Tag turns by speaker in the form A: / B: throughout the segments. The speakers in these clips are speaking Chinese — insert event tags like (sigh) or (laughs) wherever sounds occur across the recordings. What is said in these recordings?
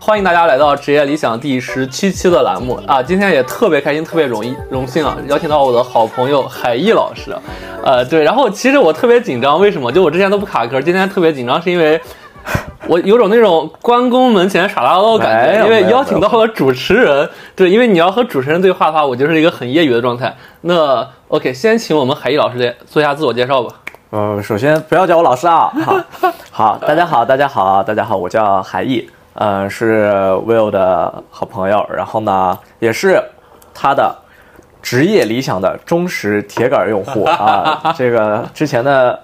A: 欢迎大家来到《职业理想》第十七期的栏目啊！今天也特别开心，特别荣一荣幸啊，邀请到我的好朋友海毅老师，呃，对，然后其实我特别紧张，为什么？就我之前都不卡壳，今天特别紧张是因为。我有种那种关公门前耍大刀的感
B: 没
A: 觉，
B: 有
A: 因为
B: 没有
A: 邀请到了主持人，对，因为你要和主持人对话的话，我就是一个很业余的状态。那 OK，先请我们海毅老师来做一下自我介绍吧。
B: 呃，首先不要叫我老师啊， (laughs) 好，好，大家好，大家好，啊大家好，我叫韩毅，呃，是 Will 的好朋友，然后呢，也是他的职业理想的忠实铁杆用户啊。这个之前的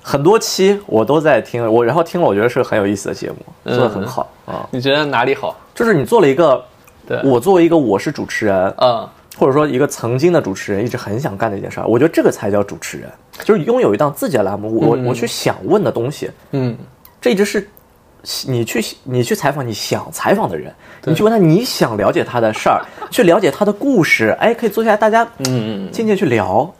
B: 很多期我都在听，我然后听了我觉得是很有意思的节目，做的很好啊、
A: 你觉得哪里好？
B: 就是你做了一个，
A: 对，
B: 我作为一个我是主持人，
A: 嗯，
B: 或者说一个曾经的主持人一直很想干的一件事儿，我觉得这个才叫主持人，就是拥有一档自己的栏目，我、我去想问的东西，
A: 嗯，
B: 这一直是你去你去采访你想采访的人，你去问他你想了解他的事儿，去了解他的故事，哎，可以坐下来大家嗯静静去聊，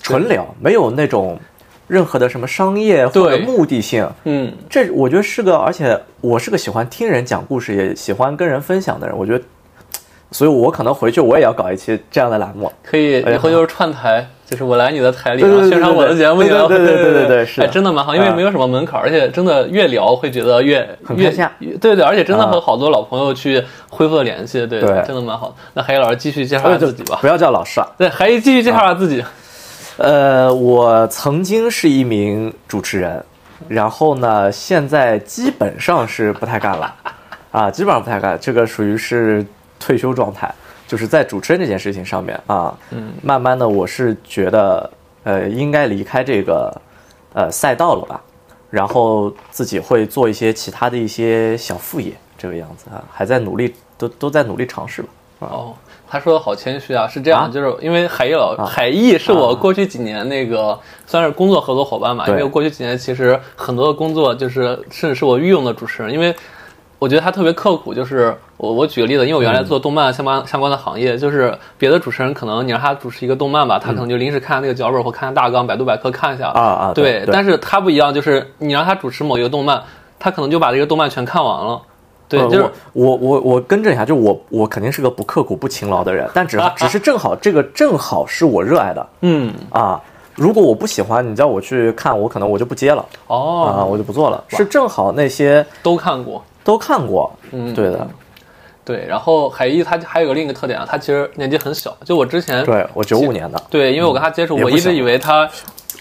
B: 纯聊，没有那种任何的什么商业或者
A: 对
B: 目的性，
A: 嗯，
B: 这我觉得是个，而且我是个喜欢听人讲故事，也喜欢跟人分享的人。我觉得，所以我可能回去我也要搞一期这样的栏目。
A: 可以，
B: 哎呀
A: 以后就是串台，就是我来你的台里，
B: 对
A: 然
B: 对
A: 后
B: 对
A: 宣传我的节目，
B: 对
A: 你
B: 对
A: 来我
B: 对对对对对对是
A: 哎，
B: 的
A: 真的蛮好，因为
B: 嗯
A: 没有什么门槛，而且真的越聊会觉得越
B: 很
A: 越
B: 开心啊
A: 越对对，而且真的
B: 嗯
A: 和好多老朋友去恢复了联系，对，
B: 对
A: 真的蛮好的。那海野老师继续介绍一下自己吧。
B: 不要叫老师啊。
A: 对，海野继续介绍一下自己。
B: 呃，我曾经是一名主持人，然后呢，现在基本上是不太干了，啊，基本上不太干，这个属于是退休状态，就是在主持人这件事情上面啊，嗯，慢慢的我是觉得，呃，应该离开这个，呃，赛道了吧，然后自己会做一些其他的一些小副业，这个样子啊，还在努力，都都在努力尝试吧，啊，
A: 哦，他说的好谦虚啊，是这样，
B: 啊
A: 就是因为海毅老、海毅是我过去几年那个、算是工作合作伙伴嘛，因
B: 啊对
A: 为我过去几年其实很多的工作就是甚至是我御用的主持人，因为我觉得他特别刻苦，就是我我举个例子，因为我原来做动漫相关、相关的行
B: 嗯
A: 业，就是别的主持人可能你让他主持一个动漫吧，他可能就临时看那个脚本或看大纲，百度百科看一下
B: 啊啊对
A: 对，
B: 对
A: 但是他不一样，就是你让他主持某一个动漫，他可能就把这个动漫全看完了，对，
B: 呃
A: 就是
B: 我我我我更正一下，就是我我肯定是个不刻苦不勤劳的人，但只 (laughs) 只是正好这个正好是我热爱的
A: 嗯，
B: 啊。如果我不喜欢，你叫我去看，我可能我就不接了啊，
A: 哦，
B: 我就不做了。是正好那些
A: 都看过。
B: 都看过，
A: 嗯
B: 对的，
A: 对，然后海一他还有个另一个特点啊，他其实年纪很小。就我之前
B: 对我九五年的，
A: 对因为我跟他接触，
B: 也
A: 我
B: 不
A: 一直
B: 小
A: 以为他，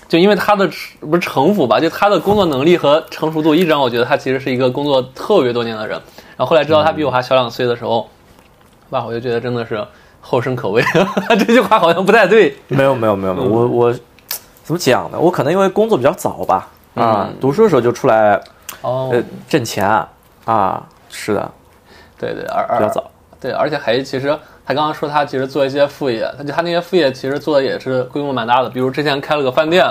A: 就因为他的不是城府吧，就他的工作能力和成熟度，一直让我觉得他其实是一个工作特别多年的人。然后后来知道他比我还小两岁的时候，哇，我就觉得真的是后生可畏。 (laughs) 这句话好像不太对。
B: 没有没有没有没有，我我怎么讲呢？我可能因为工作比较早吧，啊，读书的时候就出来
A: 哦，
B: 呃挣钱啊，是的，
A: 对对，而
B: 比较
A: 而
B: 早，
A: 对，而且海一其实他刚刚说他其实做一些副业，他就他那些副业其实做的也是规模蛮大的，比如之前开了个饭店，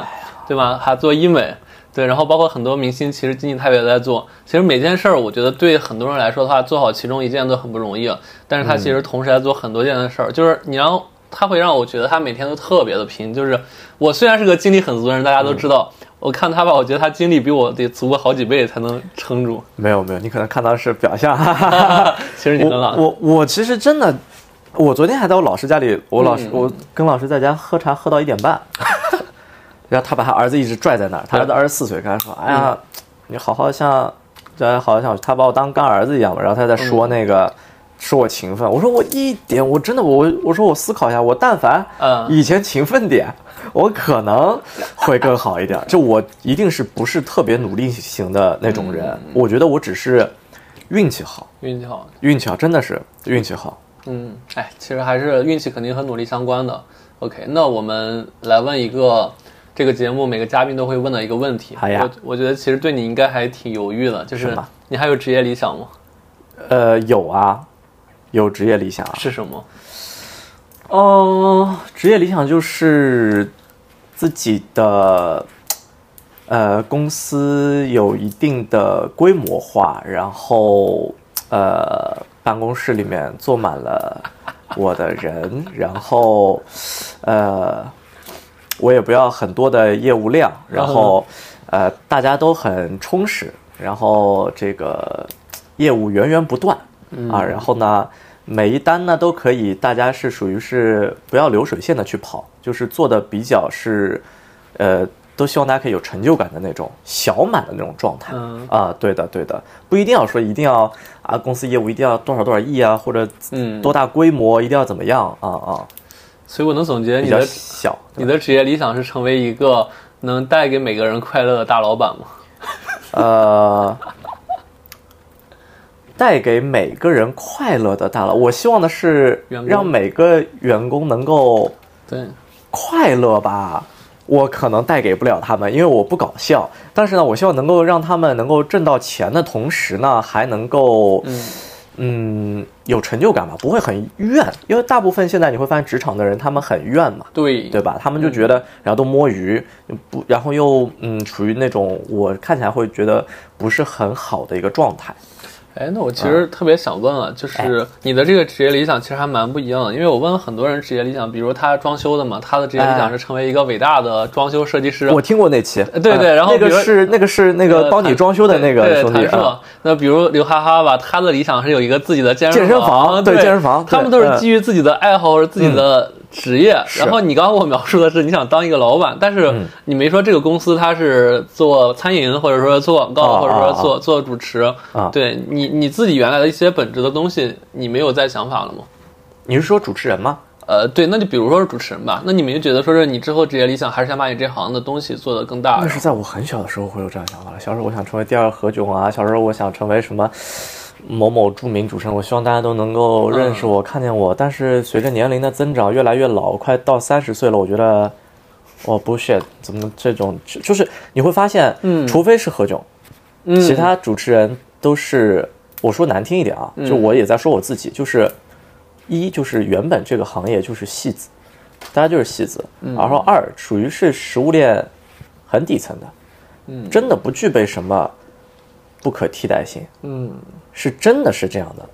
A: 对吧？还做医美，对，然后包括很多明星，其实经济他也在做。其实每件事儿，我觉得对很多人来说的话，做好其中一件都很不容易，但是他
B: 嗯
A: 其实同时在做很多件的事儿，就是你让他会让我觉得他每天都特别的拼，就是我虽然是个精力很足的人，大家都知道。
B: 嗯
A: 我看他吧，我觉得他精力比我得足过好几倍才能撑住。
B: 没有没有，你可能看到是表 (laughs) 象，哈哈哈哈。
A: 其实你很老
B: 我我我其实真的，我昨天还在我老师家里，我老师、我跟老师在家喝茶喝到一点半，然后他把他儿子一直拽在那儿，他儿子二十四岁，跟他说：“哎呀，你好好像，这好好像他把我当干儿子一样嘛。”然后他在说那个。说我勤奋，我说我一点，我真的我我说我思考一下，我但凡
A: 嗯
B: 以前勤奋点，我可能会更好一点。就我一定是不是特别努力型的那种人，我觉得我只是运气好，
A: 运气好，
B: 运气好，真的是运气好。
A: 嗯，哎，其实还是运气肯定和努力相关的。OK，那我们来问一个这个节目每个嘉宾都会问的一个问题。
B: 好呀
A: 我我觉得其实对你应该还挺犹豫的，就是
B: 什么
A: 你还有职业理想吗？
B: 呃，有啊，有职业理想啊。
A: 是什么？
B: 哦、职业理想就是自己的呃公司有一定的规模化，然后呃办公室里面坐满了我的人，然后呃我也不要很多的业务量，然后呃大家都很充实，然后这个业务源源不断啊。然后呢，每一单呢都可以，大家是属于是不要流水线的去跑，就是做的比较是，呃，都希望大家可以有成就感的那种小满的那种状态
A: 嗯
B: 啊。对的，对的，不一定要说一定要啊，公司业务一定要多少多少亿啊，或者
A: 嗯
B: 多大规模，一定要怎么样啊啊，
A: 所以我能总结
B: 比
A: 你
B: 较
A: 的
B: 小。
A: 你的职业理想是成为一个能带给每个人快乐的大老板吗？
B: 呃，带给每个人快乐的大佬。我希望的是
A: 员工
B: 让每个员工能够
A: 对，
B: 快乐吧。我可能带给不了他们，因为我不搞笑。但是呢，我希望能够让他们能够挣到钱的同时呢，还能够
A: 嗯
B: 嗯有成就感吧，不会很怨。因为大部分现在你会发现，职场的人他们很怨嘛，
A: 对
B: 对吧？他们就觉
A: 嗯
B: 得，然后都摸鱼，不，然后又嗯，处于那种我看起来会觉得不是很好的一个状态。
A: 哎，那我其实特别想问
B: 嗯
A: 啊，就是你的这个职业理想其实还蛮不一样的，因为我问了很多人职业理想，比如他装修的嘛，他的职业理想
B: 哎
A: 是成为一个伟大的装修设计师。
B: 我听过那期，
A: 对对
B: 嗯
A: 然后
B: 那
A: 比
B: 个
A: 如
B: 是那个是那
A: 呃
B: 个帮你
A: 弹
B: 装修的那个
A: 对
B: 兄
A: 对
B: 弟
A: 弹
B: 啊
A: 射，那比如刘哈哈吧，他的理想是有一个自己的健
B: 健身房
A: 嗯
B: 对
A: 对
B: 健身房
A: 他们
B: 对
A: 都是
B: 嗯
A: 基于自己的爱好或者自己的职业。然后你刚刚我描述的是你想当一个老板，但是
B: 嗯
A: 你没说这个公司它是做餐饮，或者说做广告，
B: 啊
A: 或者
B: 啊
A: 说
B: 啊
A: 做做主持
B: 啊。
A: 对你你自己原来的一些本质的东西，你没有再想法了吗？
B: 你是说主持人吗？
A: 呃，对，那就比如说是主持人吧，那你们就觉得说是你之后职业理想还是想把你这行的东西做得更大
B: 那？是在我很小的时候会有这样想法了。小时候我想成为第二何炅啊，小时候我想成为什么某某著名主持人，我希望大家都能够
A: 嗯
B: 认识我、看见我。但是随着年龄的增长，越来越老，快到三十岁了，我觉得我 bullshit，怎么这种就就是你会发现，
A: 嗯
B: 除非是何炅，
A: 嗯
B: 其他主持人都是我说难听一点啊，
A: 嗯
B: 就我也在说我自己，就是一就是原本这个行业就是戏子，大家就是戏子，
A: 嗯
B: 然后二属于是食物链很底层的，
A: 嗯
B: 真的不具备什么不可替代性，
A: 嗯，
B: 是真的是这样的。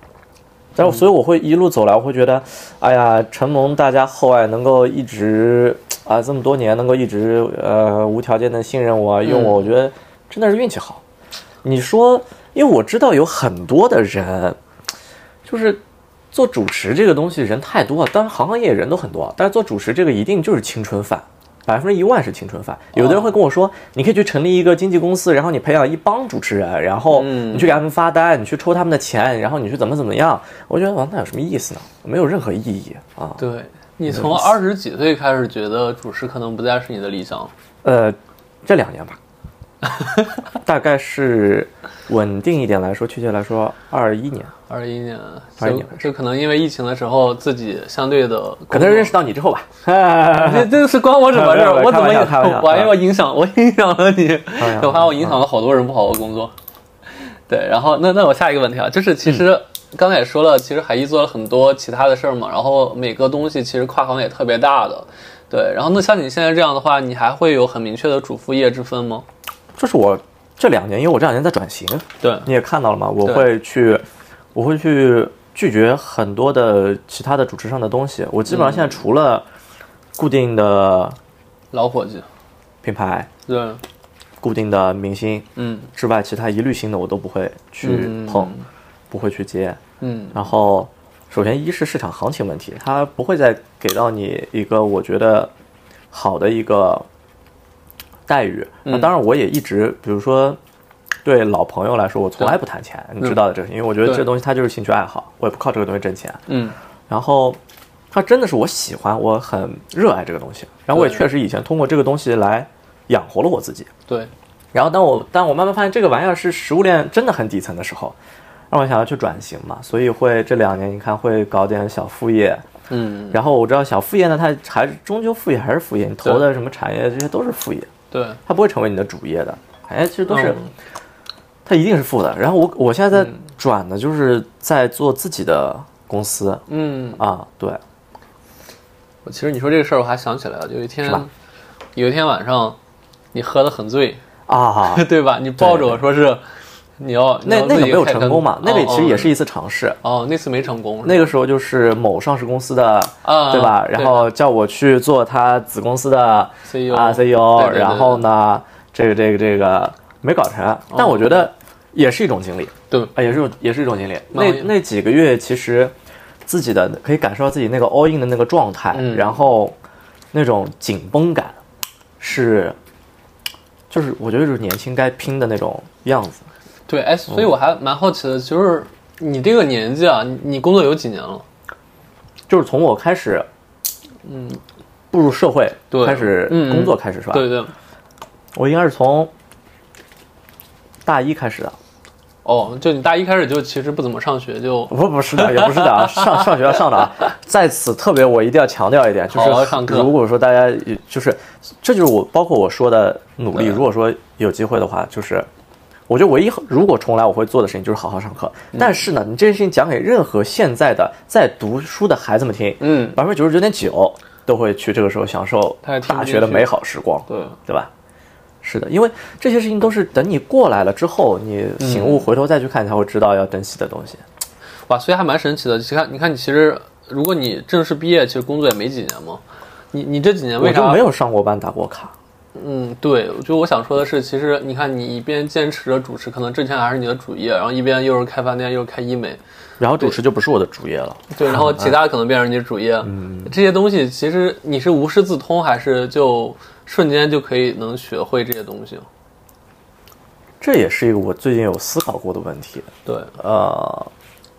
B: 但是，所以我会一路走来，我会觉得，哎呀，承蒙大家厚爱，能够一直啊这么多年，能够一直呃无条件的信任我、用我，我觉得真的是运气好。你说，因为我知道有很多的人，就是做主持这个东西人太多了，当然行行业业人都很多，但是做主持这个一定就是青春饭，百分之一万是青春饭。有的人会跟我说，你可以去成立一个经纪公司，然后你培养一帮主持人，然后
A: 嗯
B: 你去给他们发单，你去抽他们的钱，然后你去怎么怎么样。我觉得哇，那有什么意思呢？没有任何意义啊。
A: 对你从二十几岁开始觉得主持可能不再是你的理想，
B: 呃，这两年吧， (laughs) 大概是稳定一点来说，确切来说，二一年，
A: 二一年，
B: 21
A: 就
B: 年开
A: 就可能因为疫情的时候自己相对的
B: 可能认识到你之后吧。
A: 这这是关我什么事
B: 没有
A: 儿？
B: 没有
A: 我怎么
B: 开玩笑开玩笑
A: 我还要影响我影响了你
B: 玩
A: (laughs)
B: 笑？嗯
A: 我发现我影响了好多人不好好工作。对，然后那那我下一个问题啊，就是其
B: 嗯
A: 实刚才也说了，其实海一做了很多其他的事儿嘛，然后每个东西其实跨行也特别大的。对，然后那像你现在这样的话，你还会有很明确的主副业之分吗？
B: 这是我这两年，因为我这两年在转型，
A: 对，
B: 你也看到了嘛，我
A: 对
B: 会去，我会去拒绝很多的其他的主持上的东西。我基本上现在除了固定的
A: 老伙计，
B: 品牌、
A: 对，
B: 固定的明星
A: 嗯
B: 之外，其他一律新的我都不会去
A: 嗯
B: 碰，不会去接。
A: 嗯
B: 然后，首先一是市场行情问题，它不会再给到你一个我觉得好的一个待遇。那
A: 嗯
B: 当然，我也一直，比如说对老朋友来说，我从来不谈钱，你知道的这个，因为我觉得
A: 嗯对
B: 这东西它就是兴趣爱好，我也不靠这个东西挣钱。
A: 嗯
B: 然后，它真的是我喜欢，我很热爱这个东西。然后我也
A: 对
B: 确实以前通过这个东西来养活了我自己。
A: 对，
B: 然后当我当我慢慢发现这个玩意儿是食物链真的很底层的时候，让我想要去转型嘛，所以会这两年你看会搞点小副业。
A: 嗯
B: 然后我知道小副业呢，它还是终究副业还是副业，你投的什么产业这些都是副业，
A: 对，
B: 它不会成为你的主业的。哎，其实都是、
A: 嗯
B: 它一定是副的。然后我我现在在转的哎就是在做自己的公司、
A: 嗯。
B: 啊，对，
A: 我其实你说这个事儿，我还想起来了，有一天
B: 是吧，
A: 有一天晚上，你喝得很醉， (laughs)
B: 啊，
A: 对吧？你抱着我说是你要
B: (laughs) 那那个没有成功嘛，那个
A: 里
B: 其实也是一次尝试。
A: 哦，那次没成功，
B: 那个时候就是某上市公司的，
A: 啊
B: 对吧？
A: 对
B: 然后叫我去做他子公司的
A: CEO
B: 啊
A: 对
B: CEO，
A: 对对哦
B: 啊然后呢，这个这个这个没搞成，但我觉得也是一种经历
A: 对，
B: 啊，也是也是一种经历。
A: 蛮
B: 那
A: 有意思
B: 那几个月其实自己的可以感受到自己那个 all in 的那个状态，
A: 嗯
B: 然后那种紧绷感是，就是我觉得就是年轻该拼的那种样子。
A: 对，哎，所以
B: 嗯
A: 我还蛮好奇的，就是你这个年纪啊，你你工作有几年了？
B: 就是从我开始，
A: 嗯，
B: 步入社会，
A: 对
B: 开始
A: 嗯嗯
B: 工作开始是吧？
A: 对对，
B: 我应该是从大一开始的，
A: 哦，就你大一开始就其实不怎么上学，就
B: 不不是的，也不是的啊，上上学要上的啊。在此特别，我一定要强调一点，就是
A: 好好上课
B: 如果说大家就是，这就是我包括我说的努力。
A: 对
B: 如果说有机会的话，就是我觉得唯一如果重来我会做的事情就是好好上课。但是呢，你这件事情讲给任何现在的在读书的孩子们听，
A: 嗯，
B: 百分之九十九点九都会去这个时候享受
A: 他也听不
B: 大
A: 进
B: 学的
A: 去
B: 美好时光。
A: 对，
B: 对吧？是的，因为这些事情都是等你过来了之后，你醒悟，回头再去看，你才会知道要珍惜的东西。
A: 哇，所以还蛮神奇的。你看，你看，你其实如果你正式毕业，其实工作也没几年嘛。你你这几年
B: 我
A: 为
B: 就
A: 啥
B: 没有上过班，打过卡。
A: 嗯，对，我觉得我想说的是，其实你看，你一边坚持着主持，可能之前还是你的主业，然后一边又是开饭店，又是开医美，
B: 然后主持就不是我的主业了。
A: 对，
B: 啊
A: 然后其他可能变成你的主业，
B: 嗯
A: 这些东西其实你是无师自通，还是就瞬间就可以能学会这些东西？
B: 这也是一个我最近有思考过的问题。
A: 对，
B: 呃，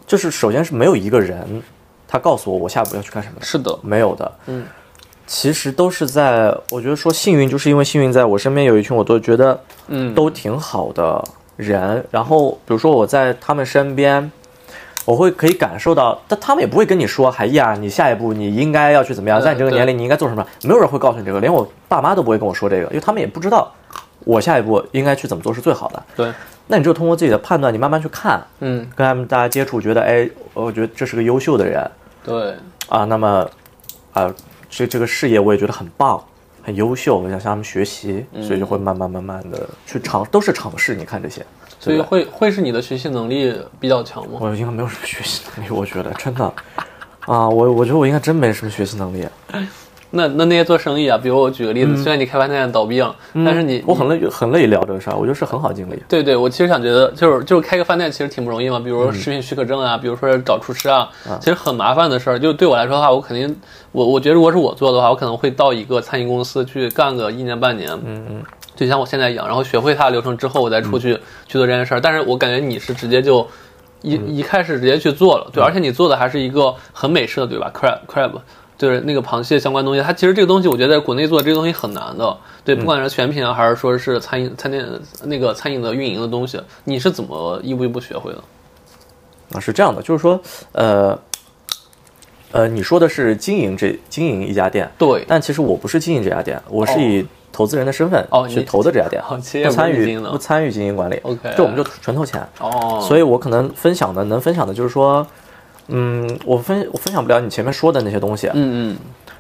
B: 就是首先是没有一个人，他告诉我我下一步要去干什么的，
A: 是的，
B: 没有的。
A: 嗯，
B: 其实都是在，我觉得说幸运，就是因为幸运，在我身边有一群我都觉得
A: 嗯，
B: 都挺好的人。然后比如说我在他们身边，我会可以感受到，但他们也不会跟你说，哎呀，你下一步你应该要去怎么样，
A: 对
B: 在你这个
A: 对
B: 年龄你应该做什么，没有人会告诉你这个，连我爸妈都不会跟我说这个，因为他们也不知道我下一步应该去怎么做是最好的。
A: 对，
B: 那你就通过自己的判断，你慢慢去看，
A: 嗯，
B: 跟他们大家接触，觉得哎，我觉得这是个优秀的人
A: 对，
B: 啊，那么啊、这这个事业我也觉得很棒。很优秀，我想向他们学习，所以就会慢慢慢慢的去尝，都是尝试。你看这些，
A: 所以
B: 对吧
A: 会会是你的学习能力比较强吗？
B: 我应该没有什么学习能力，我觉得真的，啊，我我觉得我应该真没什么学习能力。
A: 那那那些做生意啊，比如我举个例子，虽然你开饭店倒闭了，但是你
B: 嗯我很乐很乐意聊这个事儿，我觉得是很好经历。
A: 对对，我其实想觉得，就是就是开个饭店其实挺不容易嘛，比如说食品许可证啊，比如说找厨师啊，其实很麻烦的事儿。就对我来说的话，我肯定，我我觉得如果是我做的话，我可能会到一个餐饮公司去干个一年半年，嗯嗯，就像我现在一样，然后学会它的流程之后，我再出去、去做这件事儿。但是我感觉你是直接就一、一开始直接去做了，对，而且你做的还是一个很美式的，对吧？crab crab。就是那个螃蟹相关东西，它其实这个东西，我觉得在国内做这个东西很难的。对，不管是选品啊，还是说是餐饮、餐店那个餐饮的运营的东西，你是怎么一步一步学会的？
B: 啊，是这样的，就是说，呃，呃，你说的是经营这经营一家店，
A: 对，
B: 但其实我不是经营这家店，我是
A: 哦
B: 以投资人的身份
A: 哦
B: 去
A: 你
B: 投的这
A: (laughs)
B: 家店，
A: 哦其实也
B: 不
A: 不
B: 参
A: 是你
B: 与
A: 经营的
B: 不参与经营管理。
A: OK
B: 就我们就纯投钱。
A: 哦，
B: 所
A: 以
B: 以我可能分享的能分享的就是说，嗯，我分我分享不了你前面说的那些东西，
A: 嗯嗯，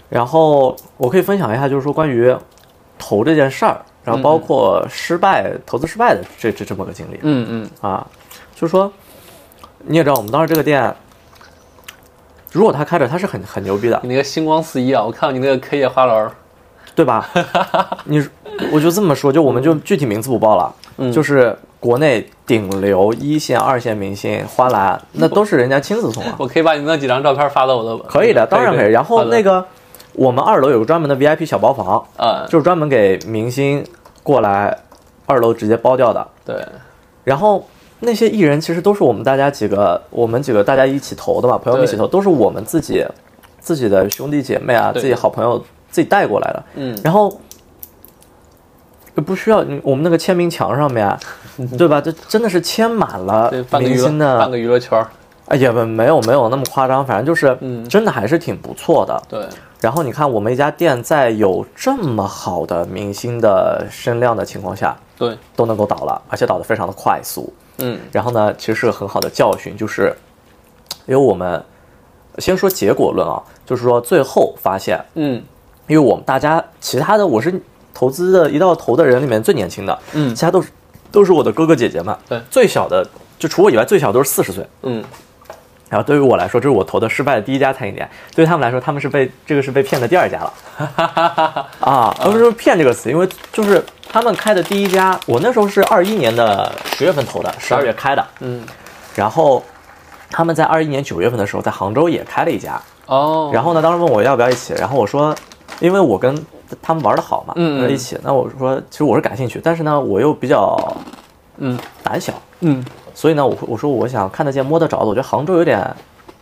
B: 然后我可以分享一下，就是说关于投这件事儿，然后包括失败、投资失败的这这这么个经历、
A: 嗯嗯，
B: 啊，就是说你也知道，我们当时这个店，如果他开着，他是很很牛逼的
A: 你，那个星光四溢啊，我看到你那个 K 叶花篮，(laughs)
B: 对吧？你我就这么说，就我们就具体名字不报了，
A: 嗯
B: 就是国内顶流一线、二线明星花篮，
A: 嗯
B: 那都是人家亲自送
A: (laughs)
B: 啊。
A: 我可以把你那几张照片发到我的，
B: 可以的，当然可以。然后那
A: 个
B: 个我们二楼有个专门的 VIP 小包房，
A: 啊，
B: 就是专门给明星过来二楼直接包掉的。
A: 对，
B: 然后那些艺人其实都是我们大家几个，我们几个大家一起投的嘛，朋友们一起投，都是我们自己自己的兄弟姐妹啊，
A: 对
B: 自己好朋友自己带过来的。
A: 嗯，
B: 然后不需要你我们那个签名墙上面，
A: (laughs)
B: 对吧？这真的是签满了
A: 对，半个
B: 明
A: 娱乐
B: 星的
A: 半个娱乐圈儿，
B: 哎也不没有没有那么夸张，反正就是
A: 嗯
B: 真的还是挺不错的。
A: 对，
B: 然后你看，我们一家店在有这么好的明星的声量的情况下，
A: 对，
B: 都能够倒了，而且倒得非常的快速。
A: 嗯，
B: 然后呢，其实是个很好的教训，就是因为我们先说结果论啊，就是说最后发现，
A: 嗯，
B: 因为我们大家其他的我是投资的一到投的人里面最年轻的，
A: 嗯
B: 其他都是都是我的哥哥姐姐们，
A: 对
B: 最小的就除我以外最小都是四十岁，
A: 嗯，
B: 然后对于我来说，这是我投的失败的第一家餐饮店，对于他们来说，
A: (laughs)
B: 他们是被这个是被骗的第二家了。啊，而不是说骗这个词，因为就是他们开的第一家，我那时候是二一年的十月份投的，十二月开的，
A: 嗯，
B: 然后他们在二一年九月份的时候在杭州也开了一家，
A: 哦，
B: 然后呢，当时问我要不要一起，然后我说，因为我跟他们玩的好嘛，
A: 嗯嗯
B: 一起，那我说其实我是感兴趣，但是呢，我又比较
A: 嗯
B: 胆小，
A: 嗯，
B: 所以呢，我会我说我想看得见摸得着的，我觉得杭州有点，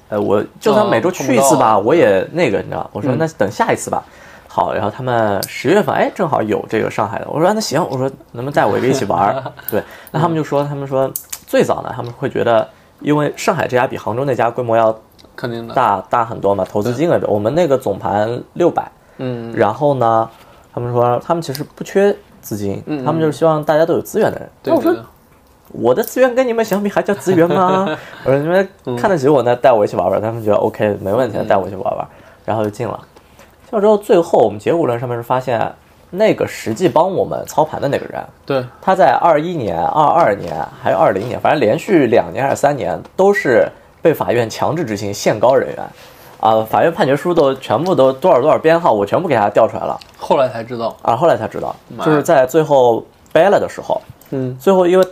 B: 呃，我就算每周去一次吧，
A: 哦
B: 我也那个，你知道，我说
A: 嗯
B: 那等下一次吧。好，然后他们十月份，哎，正好有这个上海的，我说啊那行，我说能不能带我一个一起玩儿？
A: (laughs)
B: 对，那他们就说，他们说最早呢，他们会觉得，因为上海这家比杭州那家规模要
A: 肯定的，
B: 大大很多嘛，投资金额比我们那个总盘六百，
A: 嗯
B: 然后呢，他们说他们其实不缺资金，
A: 嗯嗯
B: 他们就是希望大家都有资源的人。
A: 对
B: 那我
A: 对
B: 说
A: 对，
B: 我的资源跟你们相比还叫资源吗？
A: (laughs)
B: 我说你们
A: 嗯
B: 看得起我，那带我一起玩玩。他们觉得 OK 没问题，带我去玩玩，然后就进了。进了之后，最后我们结果论上面是发现，那个实际帮我们操盘的那个人，
A: 对，
B: 他在二一年、二二年还有二零年，反正连续两年还是三年，都是被法院强制执行限高人员，啊、法院判决书都全部都多少多少编号，我全部给他调出来了
A: 后来才知道，
B: 啊。后来才知道，
A: 妈呀
B: 就是在最后掰了的时候，
A: 嗯
B: 最后因为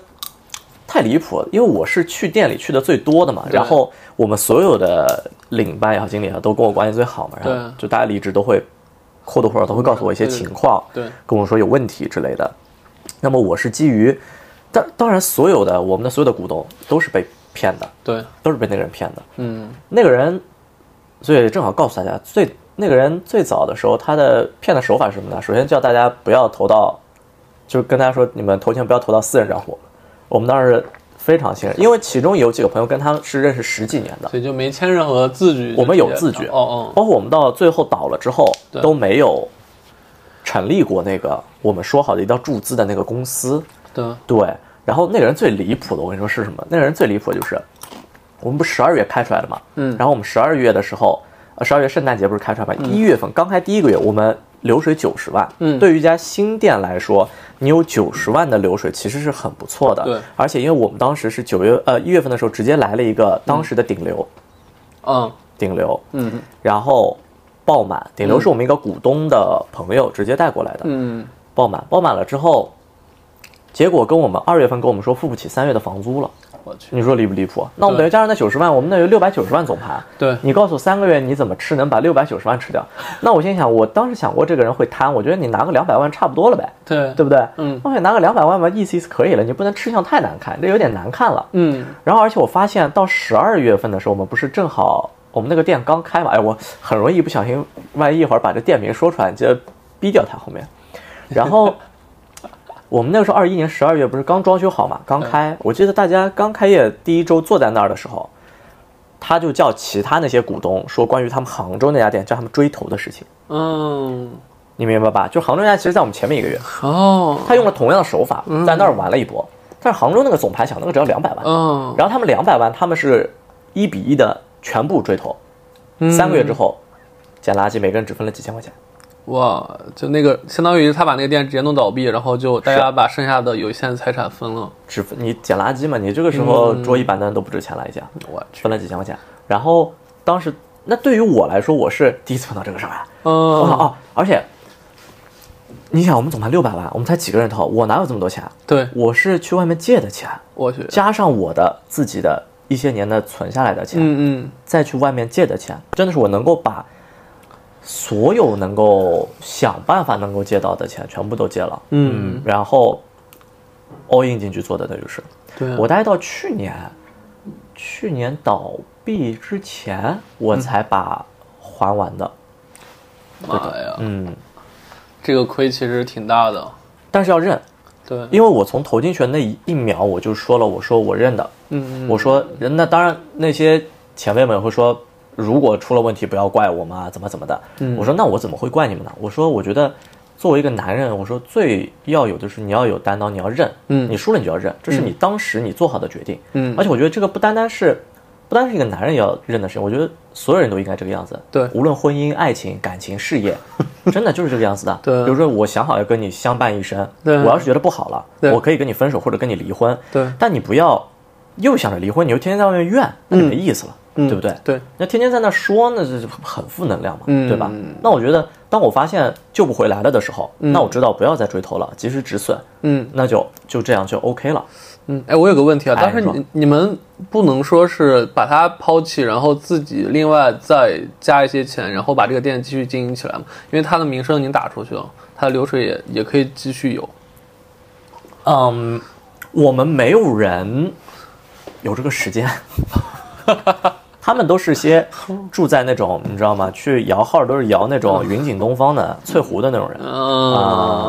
B: 太离谱了，因为我是去店里去的最多的嘛，
A: 对
B: 然后我们所有的领班也好，经理也好，都跟我关系最好嘛，然后
A: 对
B: 就大家离职都会或多或少都会告诉我一些
A: 对对对
B: 情况，
A: 对，
B: 跟我说有问题之类的。那么我是基于，当当然所有的我们的所有的股东都是被骗的，
A: 对，
B: 都是被那个人骗的。
A: 嗯
B: 那个人，所以正好告诉大家，最那个人最早的时候，他的骗的手法是什么呢？首先叫大家不要投到，就是跟大家说你们投钱不要投到私人账户。我们当时非常信任，因为其中有几个朋友跟他是认识十几年的，
A: 所以就没签任何字据，
B: 我们有
A: 就直
B: 字
A: 接
B: 据
A: 哦哦，
B: 包括我们到最后倒了之后
A: 对
B: 都没有成立过那个我们说好的一定要注资的那个公司。
A: 对，
B: 对，然后那个人最离谱的，我跟你说是什么？那个人最离谱的就是，我们不十二月开出来的嘛，
A: 嗯
B: 然后我们十二月的时候，呃十二月圣诞节不是开出来嘛？一、月份刚开第一个月，我们流水九十万，
A: 嗯
B: 对于一家新店来说，你有九十万的流水其实是很不错的，
A: 对
B: 而且因为我们当时是九月呃一月份的时候直接来了一个当时的顶流，
A: 嗯
B: 顶流，
A: 嗯
B: 然后爆满，顶流是我们一个股东的朋友直接带过来的，
A: 嗯，
B: 爆满，爆满了之后，结果跟我们二月份跟我们说付不起三月的房租了，
A: 我去，
B: 你说离不离谱？啊那我们等于加上那九十万，我们那有六百九十万总盘。
A: 对
B: 你告诉我三个月你怎么吃能把六百九十万吃掉？那我心想，我当时想过这个人会贪，我觉得你拿个两百万差不多了呗，
A: 对
B: 对不对？
A: 嗯
B: 我想拿个两百万吧，意思意思可以了，你不能吃相太难看，这有点难看了。
A: 嗯
B: 然后而且我发现到十二月份的时候，我们不是正好我们那个店刚开嘛，哎，我很容易一不小心，万一一会儿把这店名说出来，就逼掉它后面。然后我们那个时候二一年十二月不是刚装修好嘛，刚开，我记得大家刚开业第一周坐在那儿的时候，他就叫其他那些股东说关于他们杭州那家店叫他们追投的事情，
A: 嗯，
B: 你明白吧？就杭州那家其实在我们前面一个月，
A: 哦，
B: 他用了同样的手法在那儿玩了一波，但是杭州那个总盘想那个只要两百万，
A: 嗯，
B: 然后他们两百万，他们是一比一的全部追投，嗯
A: 嗯
B: 三个月之后捡垃圾，每个人只分了几千块钱。
A: 哇，就那个相当于他把那个店直接弄倒闭，然后就大家把剩下的有限财产分了。
B: 只分你捡垃圾嘛，你这个时候桌椅板凳都不值钱了，已经
A: 我去，
B: 分了几千块钱。然后当时那对于我来说，我是第一次碰到这个事儿啊，我想
A: 嗯，
B: 哦，而且你想，我们总盘六百万，我们才几个人投，我哪有这么多钱？
A: 对，
B: 我是去外面借的钱，
A: 我去，
B: 加上我的自己的一些年的存下来的钱，
A: 嗯嗯，
B: 再去外面借的钱，真的是我能够把所有能够想办法能够借到的钱全部都借了，
A: 嗯，
B: 然后 all in 进去做的，那就是
A: 对，
B: 我大概到去年，去年倒闭之前，我才把还完的，
A: 妈呀，
B: 嗯
A: 这个亏其实挺大的。
B: 但是要认，
A: 对，
B: 因为我从投进去的那一一秒我就说了，我说我认的，
A: 嗯嗯，
B: 我说，那当然，那些前辈们会说，如果出了问题，不要怪我们啊，怎么怎么的。
A: 嗯
B: 我说，那我怎么会怪你们呢？我说，我觉得作为一个男人，我说最要有的是你要有担当，你要认，
A: 嗯
B: 你输了你就要认，这是你当时你做好的决定。
A: 嗯
B: 而且我觉得这个不单单是，不单是一个男人要认的事情，我觉得所有人都应该这个样子。
A: 对
B: 无论婚姻、爱情、感情、事
A: (laughs)
B: 业，真的就是这个样子的。
A: 对
B: 比如说我想好要跟你相伴一生，
A: 对
B: 我要是觉得不好了，
A: 对
B: 我可以跟你分手或者跟你离婚，
A: 对
B: 但你不要又想着离婚，你又天天在外面怨，那就没意思了。
A: 嗯
B: 对不对？
A: 对，
B: 那天天在那说，那这很负能量嘛，
A: 嗯
B: 对吧？那我觉得，当我发现救不回来了的时候，那我知道不要再追投了，及时止损，
A: 嗯
B: 那就就这样就 OK 了。
A: 嗯，哎，我有个问题啊，
B: 哎
A: 当时
B: 是吧
A: 你你们不能说是把它抛弃，然后自己另外再加一些钱，然后把这个店继续经营起来吗？因为它的名声已经打出去了，它的流水也也可以继续有。
B: 嗯，我们没有人有这个时间， (laughs) 他们都是些住在那种你知道吗？去摇号都是摇那种云锦东方的翠湖的那种人啊
A: 嗯，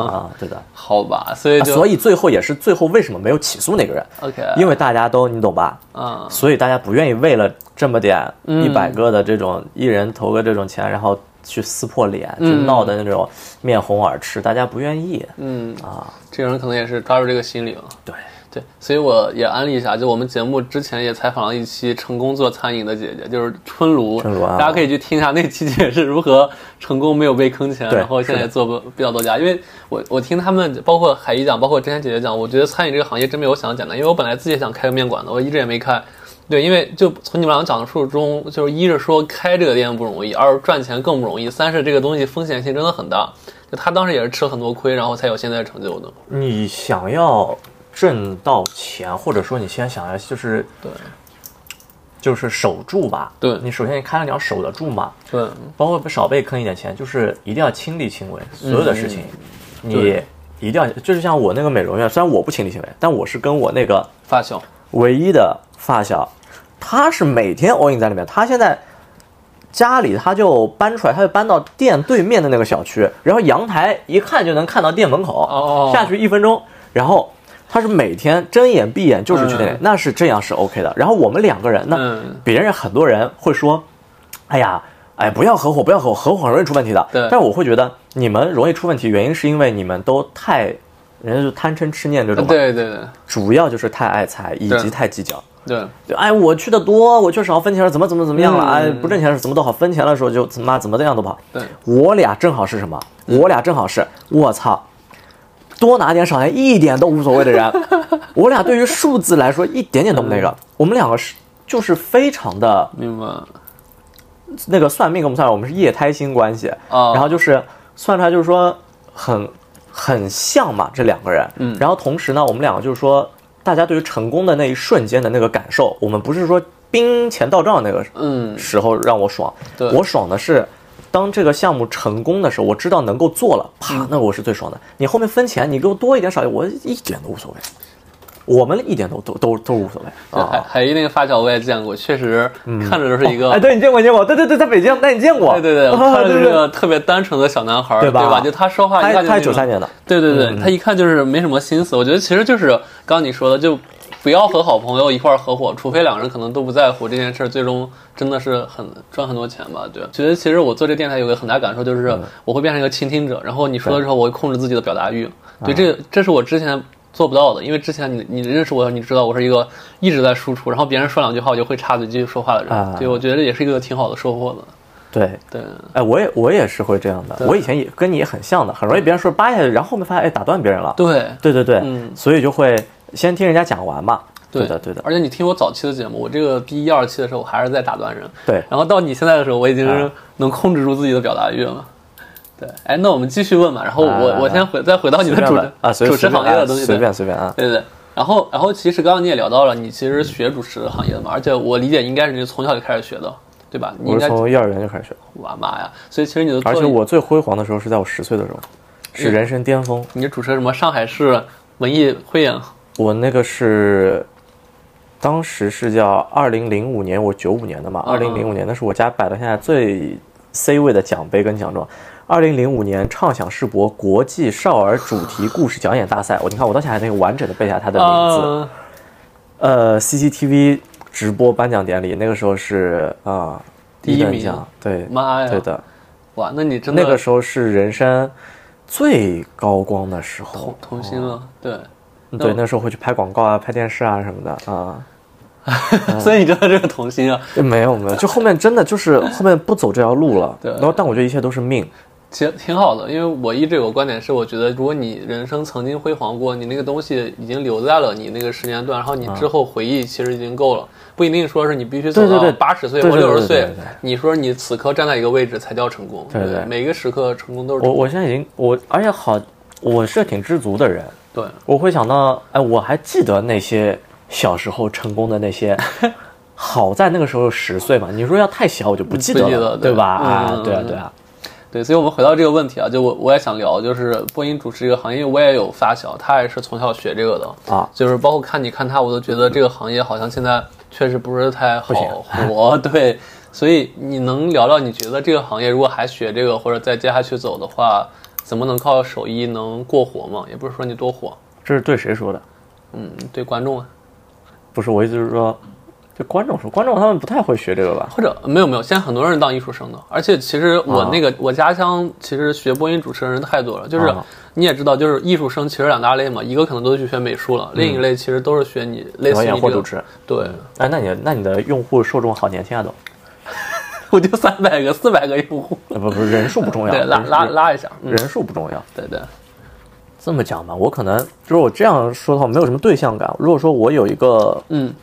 B: 啊，对的。
A: 好吧，所以
B: 啊
A: 就、啊
B: 所以最后也是最后为什么没有起诉那个人？
A: OK，
B: 因为大家都你懂吧？
A: 呃嗯
B: 所以大家不愿意为了这么点
A: 嗯
B: 一百个的这种一人投个这种钱，然后去撕破脸，就
A: 嗯
B: 闹的那种面红耳赤，大家不愿意
A: 嗯，
B: 啊。
A: 这个人可能也是抓住这个心理了。
B: 对，
A: 对，所以我也安利一下，就我们节目之前也采访了一期成功做餐饮的姐姐，就是春茹，
B: 春如啊
A: 大家可以去听一下那期姐是如何成功没有被坑钱，
B: 对
A: 然后现在
B: 是
A: 也
B: 的
A: 做不比较多家。因为我我听他们，包括海一讲，包括之前姐姐讲，我觉得餐饮这个行业真没有我想的简单，因为我本来自己也想开个面馆的，我一直也没开。对，因为就从你们俩讲的述中，就是一是说开这个店不容易，二是赚钱更不容易，三是这个东西风险性真的很大。就他当时也是吃了很多亏，然后才有现在的成就的。
B: 你想要挣到钱，或者说你先想要就是
A: 对
B: 就是守住吧。
A: 对
B: 你首先你开了，你要守得住嘛。
A: 对，
B: 包括少被坑一点钱，就是一定要亲力亲为，
A: 嗯
B: 所有的事情、你
A: 对
B: 一定要就是像我那个美容院，虽然我不亲力亲为，但我是跟我那个
A: 发小，
B: 唯一的发小，他是每天 all in 在里面，他现在。家里他就搬出来，他就搬到店对面的那个小区，然后阳台一看就能看到店门口，
A: 哦
B: 下去一分钟，然后他是每天睁眼闭眼就是去那里，
A: 嗯
B: 那是这样是 OK 的。然后我们两个人，那
A: 嗯
B: 别人很多人会说，哎呀，哎，不要合伙，不要合伙，合伙很容易出问题的。
A: 对
B: 但我会觉得你们容易出问题，原因是因为你们都太，人家就贪嗔痴念这种嘛，
A: 对对对
B: 主要就是太爱财以
A: 对
B: 及太计较。
A: 对，
B: 就哎，我去的多，我去少分钱了，怎么怎么怎么样了？
A: 嗯
B: 哎，不挣钱的时候怎么都好，分钱的时候就他妈怎么样都不好。
A: 对
B: 我俩正好是什么？我俩正好是，我操，多拿点少拿点一点都无所谓的
A: (laughs)
B: 人。我俩对于数字来说一点点都不那
A: 嗯
B: 个，我们两个是就是非常的
A: 明白。哦
B: 那个算命跟我们算，我们是夜胎星关系，
A: 哦
B: 然后就是算出来就是说很很像嘛，这两个人，
A: 嗯
B: 然后同时呢，我们两个就是说，大家对于成功的那一瞬间的那个感受，我们不是说冰钱到账那个
A: 嗯，
B: 时候让我爽，
A: 对
B: 我爽的是。当这个项目成功的时候，我知道能够做了，
A: 嗯
B: 啪，那我是最爽的。你后面分钱，你给我多一点少一点，我一点都无所谓。我们一点都都都都无所谓
A: 海
B: 啊。
A: 海一那个发小我也见过，确实看着就是一个，
B: 哎，对你见过你见过，对对对，在北京，那你见过？
A: 对对对，我
B: 啊
A: 看着
B: 对
A: 就
B: 对
A: 是
B: 对
A: 个特别单纯的小男孩儿，
B: 对
A: 对
B: 吧
A: 就他说话一
B: 他
A: 看就
B: 他
A: 那
B: 九
A: 种
B: 三年的，
A: 对对对，他一看就是没什么心思。我觉得其实就是刚刚你说的，就不要和好朋友一块儿合伙，除非两人可能都不在乎这件事，儿，最终真的是很赚很多钱吧？对，觉得其实我做这电台有个很大感受，就是我会变成一个倾听者，然后你说的时候，我会控制自己的表达欲。对，这这是我之前。做不到的，因为之前你你认识我，你知道我是一个一直在输出，然后别人说两句话我就会插嘴继续说话的人，
B: 啊
A: 对我觉得这也是一个挺好的收获的。
B: 对，
A: 对，
B: 哎，我也我也是会这样的，我以前也跟你也很像的，很容易别人说扒下去，然后后面发现哎打断别人了，
A: 对，
B: 对对对
A: 嗯
B: 所以就会先听人家讲完嘛，对的对的，
A: 而且你听我早期的节目，我这个第一二期的时候，我还是在打断人。
B: 对
A: 然后到你现在的时候，我已经是
B: 啊
A: 能控制住自己的表达欲了。对，哎，那我们继续问嘛。然后我、
B: 啊
A: 我先回再回到你的
B: 随便
A: 主
B: 吧啊，随
A: 主持行业的东西。
B: 随
A: 对
B: 便随便啊，
A: 对对。然后然后其实刚刚你也聊到了，你其实学主持行业的嘛，而且我理解应该是你从小就开始学的，对吧？你应
B: 我是
A: 该
B: 从幼儿园就开始学，
A: 哇妈呀！所以其实你的
B: 而
A: 作嗯
B: 且
A: 业
B: 我最辉煌的时候是在我十岁的时候，是人生巅峰，
A: 你主持什么上海市文艺汇演
B: 我那个是。当时是叫二零零五年，我九五年的
A: 嗯
B: 嘛，二零零五年那是我家摆到现在最 C 位的奖杯跟奖状。二零零五年畅想世博国际少儿主题故事讲演大赛，我你看我到现在还能完整的背下它的名字。
A: 啊
B: 呃，CCTV 直播颁奖典礼，那个时候是啊、
A: 第一
B: 等
A: 名
B: 奖，对，
A: 妈呀！
B: 对的，
A: 哇，那你真的
B: 那个时候是人生最高光的时候
A: 童。童心了，对。
B: 对，那时候会去拍广告啊、拍电视啊什么的啊。
A: (laughs) 所以你真的这个童心啊，
B: (laughs)
A: (laughs)
B: 没有没有，就后面真的就是后面不走这条路了。
A: 对
B: 然后但我觉得一切都是命。
A: 其实挺好的，因为我一直有个观点是，我觉得如果你人生曾经辉煌过，你那个东西已经留在了你那个时间段，然后你之后回忆其实已经够了，不一定说是你必须走
B: 嗯对对
A: 到
B: 对
A: 八十岁
B: 对
A: 或
B: 对对
A: 六十
B: 对对
A: 岁
B: 对对，
A: 你说你此刻站在一个位置才叫成功。
B: 对对对
A: 每个时刻成功都是
B: 我我现在已经我，而且好，我是挺知足的人，
A: 对
B: 我会想到，哎，我还记得那些小时候成功的
A: (laughs)
B: 那些，好在那个时候十岁嘛，你说要太小我就不记得了，
A: 不记得对
B: 对吧？
A: 嗯
B: 啊
A: 嗯，
B: 对啊，
A: 嗯
B: 对啊，
A: 对，所以我们回到这个问题啊，就我我也想聊，就是播音主持这个行业，我也有发小，他也是从小学这个的，
B: 啊，
A: 就是包括看你看他，我都觉得这个行业好像现在确实不是太好活。 (laughs) 对，所以你能聊聊你觉得这个行业如果还学这个或者再接下去走的话，怎么能靠手艺能过活吗？也不是说你多火，
B: 这是对谁说的？
A: 嗯，对观众啊，
B: 不是，我意思是说，对观众说，观众他们不太会学这个吧？
A: 或者没有没有，现在很多人当艺术生的，而且其实
B: 啊
A: 我那个、我家乡其实学播音主持的人太多了，就是
B: 啊
A: 你也知道，就是艺术生其实两大类嘛，一个可能都去学美术了，另一类其实都是学你类似
B: 嗯表
A: 于
B: 演
A: 你
B: 或
A: 这
B: 主
A: 个
B: 持，
A: 对。
B: 哎，那你那你的用户受众好年轻啊，都，
A: 我就三百个、四百个用户，
B: 呃不不，人数不重
A: (laughs)
B: 要，
A: 对，拉
B: 人数
A: 拉，拉一下，嗯，
B: 人数不重要。
A: 对对，
B: 这么讲吧，我可能就是我这样说的话，没有什么对象感。如果说我有一个
A: 嗯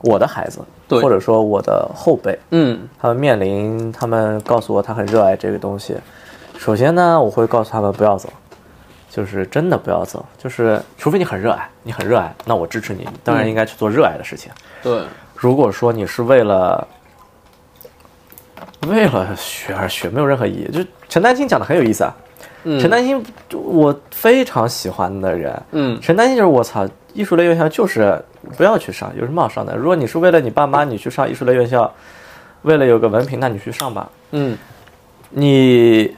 B: 我的孩子，
A: 对
B: 或者说我的后辈，
A: 嗯
B: 他们面临，他们告诉我他很热爱这个东西。首先呢，我会告诉他们不要走，就是真的不要走，就是除非你很热爱，你很热爱，那我支持你，
A: 嗯
B: 当然应该去做热爱的事情。
A: 对，
B: 如果说你是为了为了学而学，没有任何意义。就陈丹青讲的很有意思啊，
A: 嗯
B: 陈丹青我非常喜欢的人，
A: 嗯
B: 陈丹青就是我操，艺术类院校就是不要去上，有什么好上的？如果你是为了你爸妈，你去上艺术类院校，为了有个文凭，那你去上吧。
A: 嗯
B: 你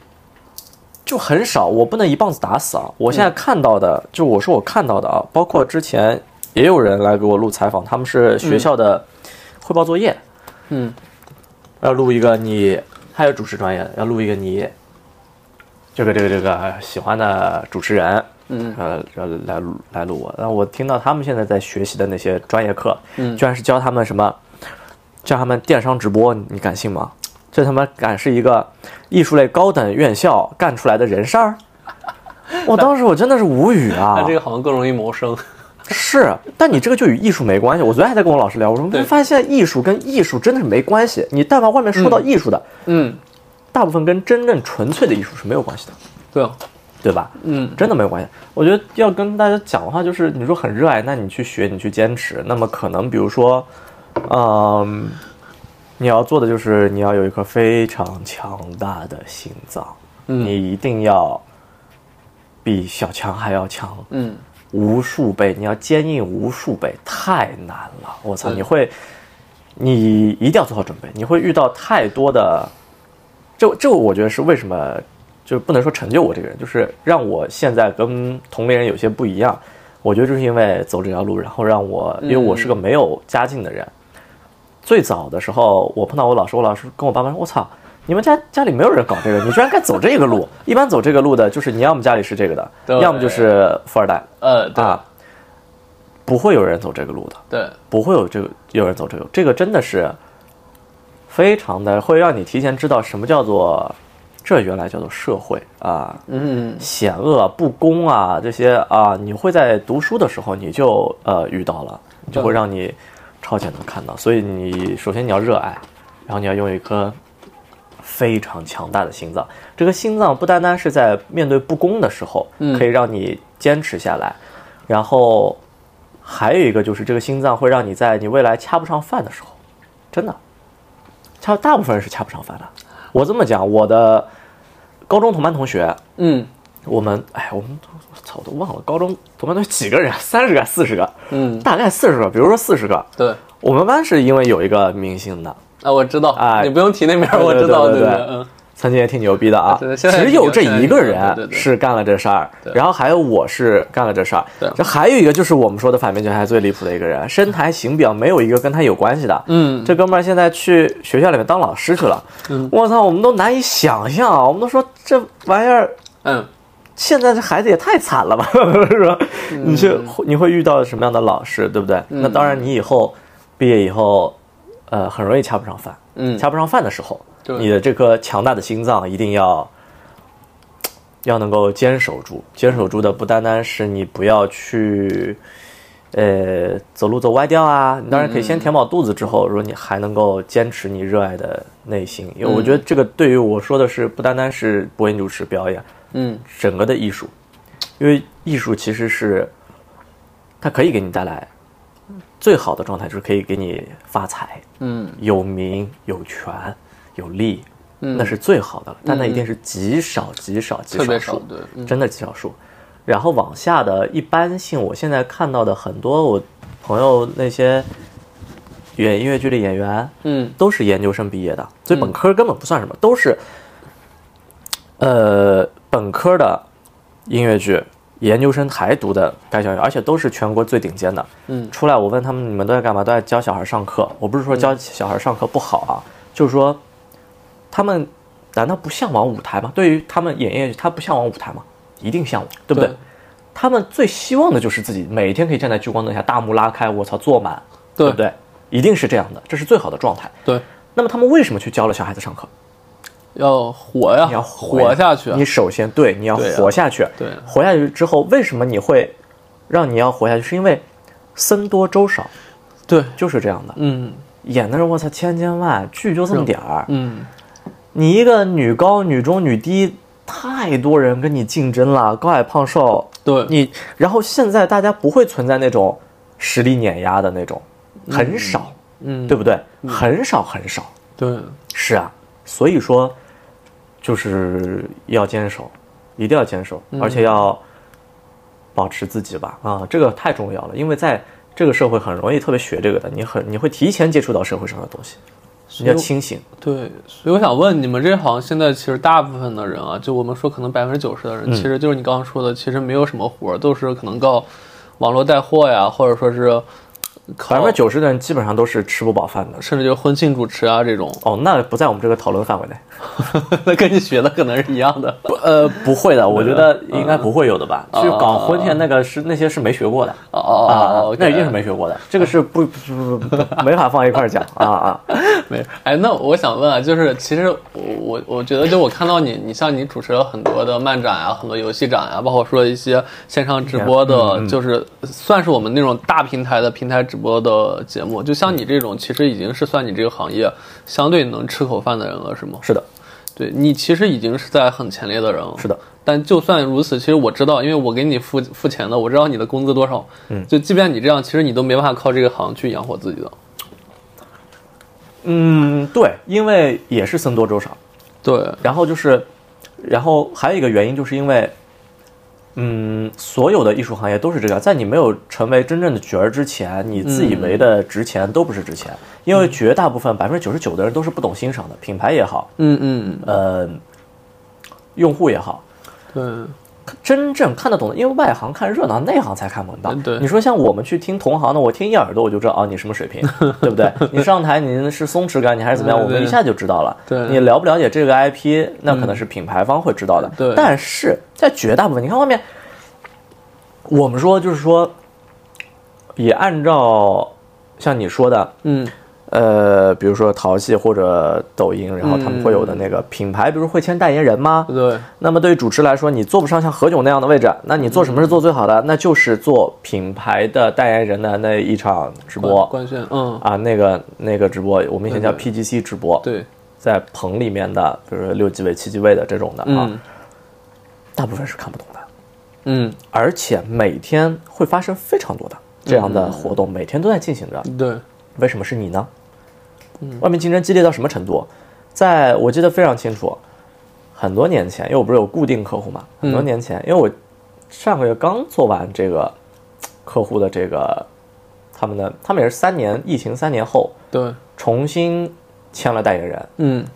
B: 就很少，我不能一棒子打死啊！我现在看到的，就我说我看到的啊，包括之前也有人来给我录采访，他们是学校的汇报作业，
A: 嗯
B: 要录一个你，还有主持专业，要录一个你这个这个这个喜欢的主持人，
A: 嗯
B: 呃，来来录来录我。然后我听到他们现在在学习的那些专业课，
A: 嗯
B: 居然是教他们什么，教他们电商直播，你你敢信吗？这他妈敢是一个艺术类高等院校干出来的人
A: (laughs)
B: 事儿？我当时我真的是无语啊
A: 那！这个好像更容易谋生，
B: 是，但你这个就与艺术没关系。我昨天还在跟我老师聊，我说
A: 对
B: 你发现艺术跟艺术真的是没关系。你但凡外面说到艺术的，
A: 嗯，
B: 大部分跟真正纯粹的艺术是没有关系的，
A: 对，
B: 对吧？
A: 嗯
B: 真的没有关系。我觉得要跟大家讲的话，就是你说很热爱，那你去学，你去坚持，那么可能比如说，嗯，你要做的就是你要有一颗非常强大的心脏，
A: 嗯
B: 你一定要比小强还要强
A: 嗯
B: 无数倍，你要坚硬无数倍，太难了。我操，
A: 对
B: 你会，你一定要做好准备，你会遇到太多的，这这我觉得是为什么，就不能说成就我这个人，就是让我现在跟同龄人有些不一样。我觉得就是因为走这条路，然后让我，因为我是个没有家境的人。最早的时候，我碰到我老师，我老师跟我爸妈说：“我操，你们家家里没有人搞这个，你居然敢走这个路。一般走这个路的，就是你要么家里是这个
A: 对
B: 的，要么就是富二代。”
A: 呃对
B: 啊，不会有人走这个路的，
A: 对
B: 不会有这个有人走这个路，这个真的是非常的会让你提前知道什么叫做这原来叫做社会啊，
A: 嗯
B: 险恶、啊、不公啊这些啊，你会在读书的时候你就呃遇到了，就会让你超前能看到，所以你首先你要热爱，然后你要用一颗。非常强大的心脏，这个心脏不单单是在面对不公的时候，可以让你坚持下来，然后还有一个就是这个心脏会让你在你未来掐不上饭的时候，真的，掐大部分人是掐不上饭的。我这么讲，我的高中同班同学，
A: 嗯
B: 我们哎，我们操，我都忘了高中同班同学几个人，啊 (laughs) 三十个、四十个，
A: 嗯
B: 大概四十个，比如说四十个。
A: 对，
B: 我们班是因为有一个明星的，
A: 啊我知道，
B: 哎
A: 你不用提那名儿，我知道，对嗯
B: 曾经也挺牛逼的啊
A: 对对，现在
B: 只有这一个
A: 对对
B: 人
A: 对
B: 是干了这事儿，然后还有我是干了这事儿
A: 对，
B: 这还有一个就是我们说的反面教材最离谱的一个人，身材形表没有一个跟他有关系的，
A: 嗯
B: 这哥们儿现在去学校里面当老师去了，我操，我们都难以想象啊，我们都说这玩意儿
A: 嗯
B: 现在这孩子也太惨了吧？ (laughs) 是吧？你
A: 嗯
B: 是你会遇到什么样的老师，对不对？那当然，你以后毕业以后，呃，很容易掐不上饭。
A: 嗯
B: 掐不上饭的时候，
A: 对
B: 你的这颗强大的心脏一定要要能够坚守住。坚守住的不单单是你不要去呃走路走歪掉啊，你当然可以
A: 嗯
B: 先填饱肚子之后，如果你还能够坚持你热爱的内心，因为我觉
A: 嗯
B: 得这个对于我说的是不单单是播音主持表演，
A: 嗯
B: 整个的艺术，因为艺术其实是它可以给你带来最好的状态，就是可以给你发财。
A: 嗯
B: 有名、有权、有利，
A: 嗯
B: 那是最好的了。但那一定是极少、极少、极
A: 特别
B: 数
A: 少，对嗯
B: 真的极少数。然后往下的一般性，我现在看到的很多我朋友那些演音乐剧的演员，
A: 嗯
B: 都是研究生毕业的，所以本科根本不算什么，都是呃本科的音乐剧，研究生还读的该校园，而且都是全国最顶尖的。
A: 嗯
B: 出来我问他们你们都在干嘛？都在教小孩上课。我不是说教小孩上课不好啊，就是说他们难道不向往舞台吗？对于他们演乐剧，他不向往舞台吗？一定向往，对不对？
A: 对
B: 他们最希望的就是自己每天可以站在聚光灯下，大幕拉开，我操，坐满，
A: 对
B: 不对？一定是这样的，这是最好的状态。
A: 对，
B: 那么他们为什么去教了小孩子上课？
A: 要火呀，
B: 你要活
A: 活下去啊，
B: 你首先对你要
A: 对呀啊
B: 活下去，
A: 对
B: 活下去之后，为什么你会让你要活下去？是因为僧多粥少，
A: 对，
B: 就是这样的。
A: 嗯
B: 演的人我操千千万，剧就这么点儿，
A: 嗯
B: 你一个女高、女中、女低，太多人跟你竞争了，高矮胖瘦，
A: 对，
B: 你然后现在大家不会存在那种实力碾压的那种，很少，
A: 嗯
B: 对不对？很少很少，
A: 对
B: 是啊，所以说就是要坚守，一定要坚守，而且要保持自己吧。啊，这个太重要了，因为在这个社会很容易特别学这个的，你很你会提前接触到社会上的东西，你要清醒。
A: 对，所以我想问你们这行现在其实大部分的人啊，就我们说可能百分之九十的人，其实就是你刚刚说的，其实没有什么活儿，都是可能靠网络带货呀，或者说是
B: 百
A: 靠
B: 分之九十的人基本上都是吃不饱饭的。
A: 甚至就是婚庆主持啊这种，
B: 哦，那不在我们这个讨论范围内。
A: (laughs) 那跟你学的可能是一样的。
B: 不，呃，不会 (laughs) 的，我觉得应该不会有的吧。就是搞婚庆那个是那些是没学过的。
A: 哦哦
B: 啊
A: 哦，
B: 那一定是没学过的，这个是不不不不没法放一块儿讲啊啊！
A: 没。哎，那我想问啊，就是其实我我我觉得，就我看到你，你像你主持了很多的漫展啊，很多游戏展啊，包括说一些线上直播
B: 嗯
A: 的，就是算是我们那种大平台的平台直播的节目。就像你这种，其实已经是算你这个行业相对能吃口饭的人了，是吗？
B: (laughs) 是的，
A: 对你其实已经是在很前列的人了。
B: 是的。
A: 但就算如此，其实我知道，因为我给你付付钱的，我知道你的工资多少。嗯，就即便你这样，其实你都没办法靠这个行去养活自己的。
B: 嗯，对，因为也是僧多粥少，
A: 对，
B: 然后就是，然后还有一个原因，就是因为，嗯，所有的艺术行业都是这样，在你没有成为真正的角儿之前，你自以为的值钱都不是值钱，因为绝大部分百分之九十九的人都是不懂欣赏的，品牌也好，
A: 嗯嗯，
B: 呃，用户也好，
A: 嗯对。
B: 真正看得懂的，因为外行看热闹，内行才看门道
A: 嗯。对
B: 你说像我们去听同行的，我听一耳朵我就知道啊，你什么
A: (laughs)
B: 水平，对不对？你上台你是松弛感，你还是怎么
A: 嗯
B: 样，我们
A: 对
B: 一下就知道了。
A: 对
B: 你了不了解这个 IP，那可能是品牌方会知道的。
A: 嗯对
B: 但是在绝大部分，你看外面，我们说就是说，也按照像你说的，
A: 嗯
B: 呃，比如说淘系或者抖音，然后他们会有的那个品牌，比如说会签代言人吗？，
A: 对，
B: 那么对于主持来说，你做不上像何炅那样的位置，那你做什
A: 嗯
B: 么是做最好的？那就是做品牌的代言人的那一场直播
A: 官宣，嗯，
B: 啊，那个那个直播，我们以前叫 PGC 直播，
A: 对，
B: 在棚里面的，比如说六几位、七几位的这种的啊，
A: 嗯
B: 大部分是看不懂的，
A: 嗯，
B: 而且每天会发生非常多的这样
A: 嗯
B: 的活动，每天都在进行着。
A: 对，
B: 为什么是你呢？外面竞争激烈到什么程度？在我记得非常清楚，很多年前，因为我不是有固定客户嘛，很多年前，因为我上个月刚做完这个嘖客户的这个他们的，他们也是三年疫情三年后
A: 对，
B: 重新签了代言人，
A: 嗯，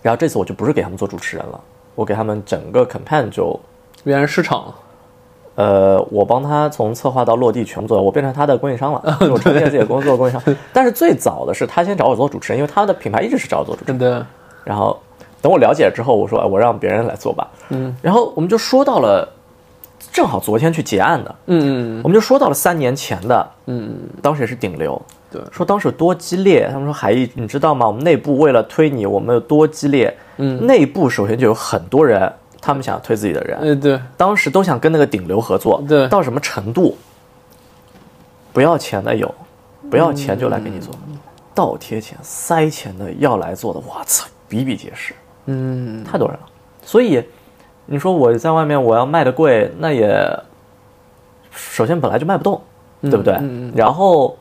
B: 然后这次我就不是给他们做主持人了，我给他们整个 campaign 就
A: 原来市场了，
B: 呃，我帮他从策划到落地全部做，我变成他的供应商了，
A: 哦
B: 因为我承接自己的工作供应
A: (laughs)
B: 商。但是最早的是他先找我做主持人，因为他的品牌一直是找我做主持人。
A: 对对，
B: 然后等我了解了之后，我说哎我让别人来做吧。
A: 嗯
B: 然后我们就说到了，正好昨天去结案的，
A: 嗯
B: 我们就说到了三年前的，
A: 嗯，
B: 当时也是顶流，
A: 对
B: 说当时有多激烈，他们说海毅，你知道吗？我们内部为了推你，我们有多激烈。嗯，内部首先就有很多人，他们想推自己的人，
A: 呃，对，
B: 当时都想跟那个顶流合作，
A: 对
B: 到什么程度？不要钱的有，不要钱就来给你做，
A: 嗯
B: 倒贴钱、塞钱的要来做的，哇操，比比皆是。
A: 嗯，
B: 太多人了。所以你说我在外面我要卖的贵，那也首先本来就卖不动，对不对？
A: 嗯
B: 然后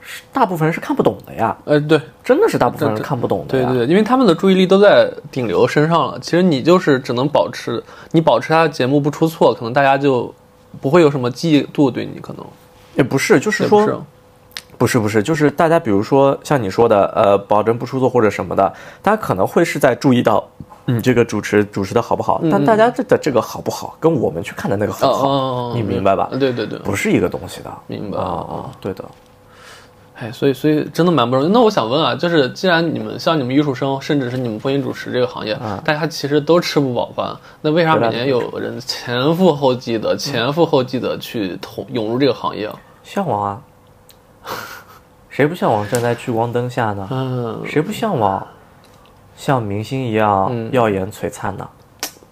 B: 是大部分人是看不懂的呀，
A: 呃，对，
B: 真的是大部分人
A: 这这
B: 看不懂的
A: 对
B: 呀。
A: 对对，因为他们的注意力都在顶流身上了，其实你就是只能保持，你保持他的节目不出错，可能大家就不会有什么嫉妒对你，可能
B: 也不是，就是
A: 也不
B: 说
A: 是，啊
B: 不是不是，就是大家比如说像你说的，呃，保证不出错或者什么的，大家可能会是在注意到你这个主持主持的好不好，但大家这的这个好不好，跟我们去看的那个好
A: 嗯哦
B: 不好，
A: 哦，哦
B: 你明白吧？
A: 对对对，
B: 不是一个东西的。
A: 明白
B: 啊啊，对的。
A: 哎，所以所以真的蛮不容易。那我想问啊，就是既然你们像你们艺术生，甚至是你们播音主持这个行业，
B: 啊
A: 大家其实都吃不饱饭，那为啥每年有人前赴后继的、前赴后继的去投涌入这个行业啊？
B: 向往啊， (laughs) 谁不向往站在聚光灯下呢？
A: 嗯，
B: 谁不向往像明星一
A: 嗯
B: 样耀眼璀璨呢？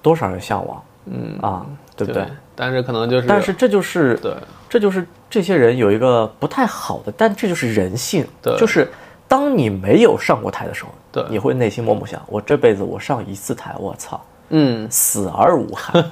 B: 多少人向往？嗯啊，对不对？
A: 但是可能就是，
B: 但是这就是
A: 对，
B: 这就是这些人有一个不太好的，但这就是人性，
A: 对
B: 就是当你没有上过台的时候，
A: 对
B: 你会内心默默想：我这辈子我上一次台，我操，
A: 嗯
B: 死而无
A: (laughs)
B: 憾。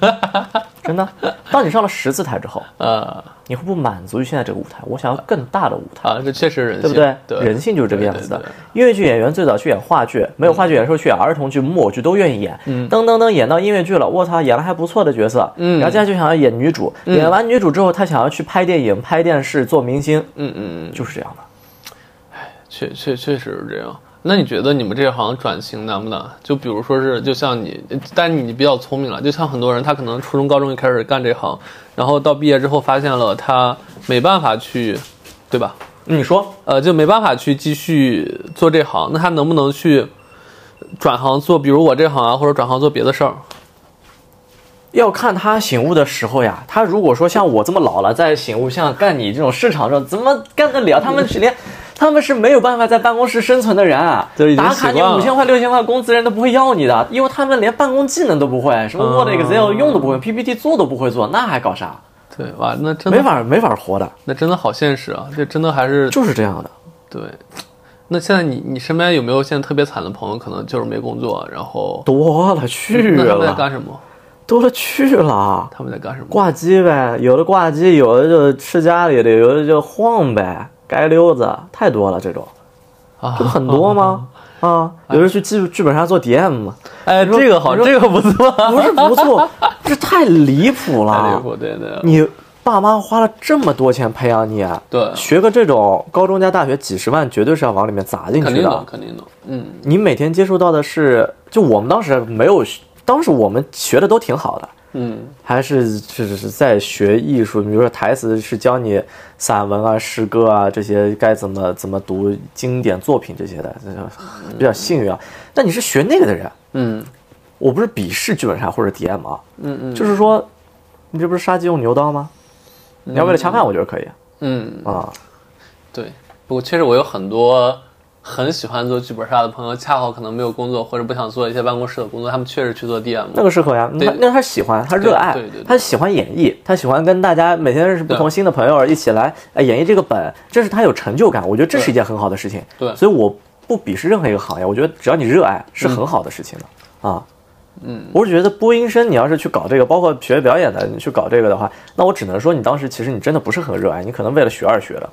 B: 真的，当你上了十次台之后，
A: 呃
B: 你会不满足于现在这个舞台，我想要更大的舞台。
A: 啊，这确实人性，
B: 对不对？
A: 对，
B: 人性就是这个样子的
A: 对对对。
B: 音乐剧演员最早去演话剧，没有话剧演的时候去演儿童剧、木偶剧都愿意演。噔噔噔，演到音乐剧了，我操，演了还不错的角色。
A: 嗯
B: 然后接下来就想要演女主，演完女主之后，他想要去拍电影、拍电视、做明星，
A: 嗯嗯嗯，
B: 就是这样的。
A: 确确确实是这样。那你觉得你们这行转型难不难？就比如说是，就像你，但你比较聪明了，就像很多人，他可能初中、高中就开始干这行，然后到毕业之后发现了他没办法去，对吧？
B: 嗯你说
A: 呃，就没办法去继续做这行，那他能不能去转行做，比如我这行啊，或者转行做别的事儿？
B: 要看他醒悟的时候呀。他如果说像我这么老了再醒悟，像干你这种市场这种，怎么干得了？他们是连。他们是没有办法在办公室生存的人啊，
A: 就是已经
B: 打
A: 习
B: 卡
A: 惯
B: 你
A: 了
B: 五千块六千块工资，人都不会要你的，因为他们连办公技能都不会，什么
A: 啊
B: Word、Excel 用都不会，PPT 做都不会做，那还搞啥？
A: 对，哇，那真
B: 没
A: 的，
B: 法没法活的，
A: 那真的好现实啊！这真的还是
B: 就是这样的。
A: 对。那现在你你身边有没有现在特别惨的朋友？可能就是没工作，然后
B: 多了去
A: (laughs) 那他们在
B: 了，
A: 干什么？
B: 多了去了，
A: 他们在干什么？
B: 挂机呗，有的挂机，有的就吃家里的，有的就晃呗，街溜子太多了，这种
A: 啊
B: 这不很多吗？
A: 嗯
B: 啊，有人去剧剧本杀做 DM 嘛，
A: 哎，这个好，
B: 你说
A: 这个不错，
B: 不是不
A: (laughs)
B: 错，这太离谱
A: 太离
B: 了。
A: 谱，对对
B: 你爸妈花了这么多钱培养你，啊
A: 对，
B: 学个这种高中加大学几十万，绝对是要往里面砸进
A: 肯
B: 去
A: 定的，
B: 的。
A: 肯定的，嗯
B: 你每天接触到的是，就我们当时没有，当时我们学的都挺好的，
A: 嗯
B: 还是是是在学艺术，比如说台词是教你散文啊、诗歌啊这些该怎么怎么读经典作品这些的，这就比较幸运啊。但你是学那个的人，
A: 嗯
B: 我不是鄙视剧本杀或者 DM 啊，
A: 嗯嗯
B: 就是说，你这不是杀鸡用牛刀吗？你要为了恰饭，我觉得可以
A: 嗯，
B: 啊。
A: 对。不过确实，我有很多很喜欢做剧本杀的朋友，恰好可能没有工作或者不想做一些办公室的工作，他们确实去做 DM。
B: 那个适合呀，那
A: 对
B: 那他喜欢，他热爱
A: 对对对对，
B: 他喜欢演绎，他喜欢跟大家每天认识不同
A: 对
B: 新的朋友一起来呃演绎这个本，这是他有成就感，我觉得这是
A: 对
B: 一件很好的事情。
A: 对
B: 所以我不鄙视任何一个行业，我觉得只要你热爱是很好的事情的、啊。嗯，我是觉得播音生你要是去搞这个，包括学表演的，你去搞这个的话，那我只能说你当时其实你真的不是很热爱，你可能为了学而学的。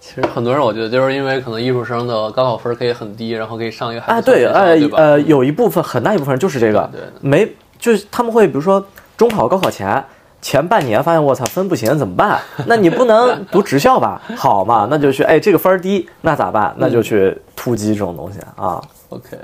A: 其实很多人，我觉得就是因为可能艺术生的高考分可以很低，然后可以上一个还
B: 啊，
A: 不错的
B: 对，
A: 学校
B: 呃
A: 对吧？
B: 呃，有一部分很大一部分人就是这个，
A: 对对
B: 没就是他们会比如说中考、高考前前半年发现我操分不行怎么办？那你
A: (laughs)
B: 不能读职校吧？好嘛，那就去哎这个分儿低，那咋办？那
A: 嗯
B: 就去突击这种东西啊
A: OK，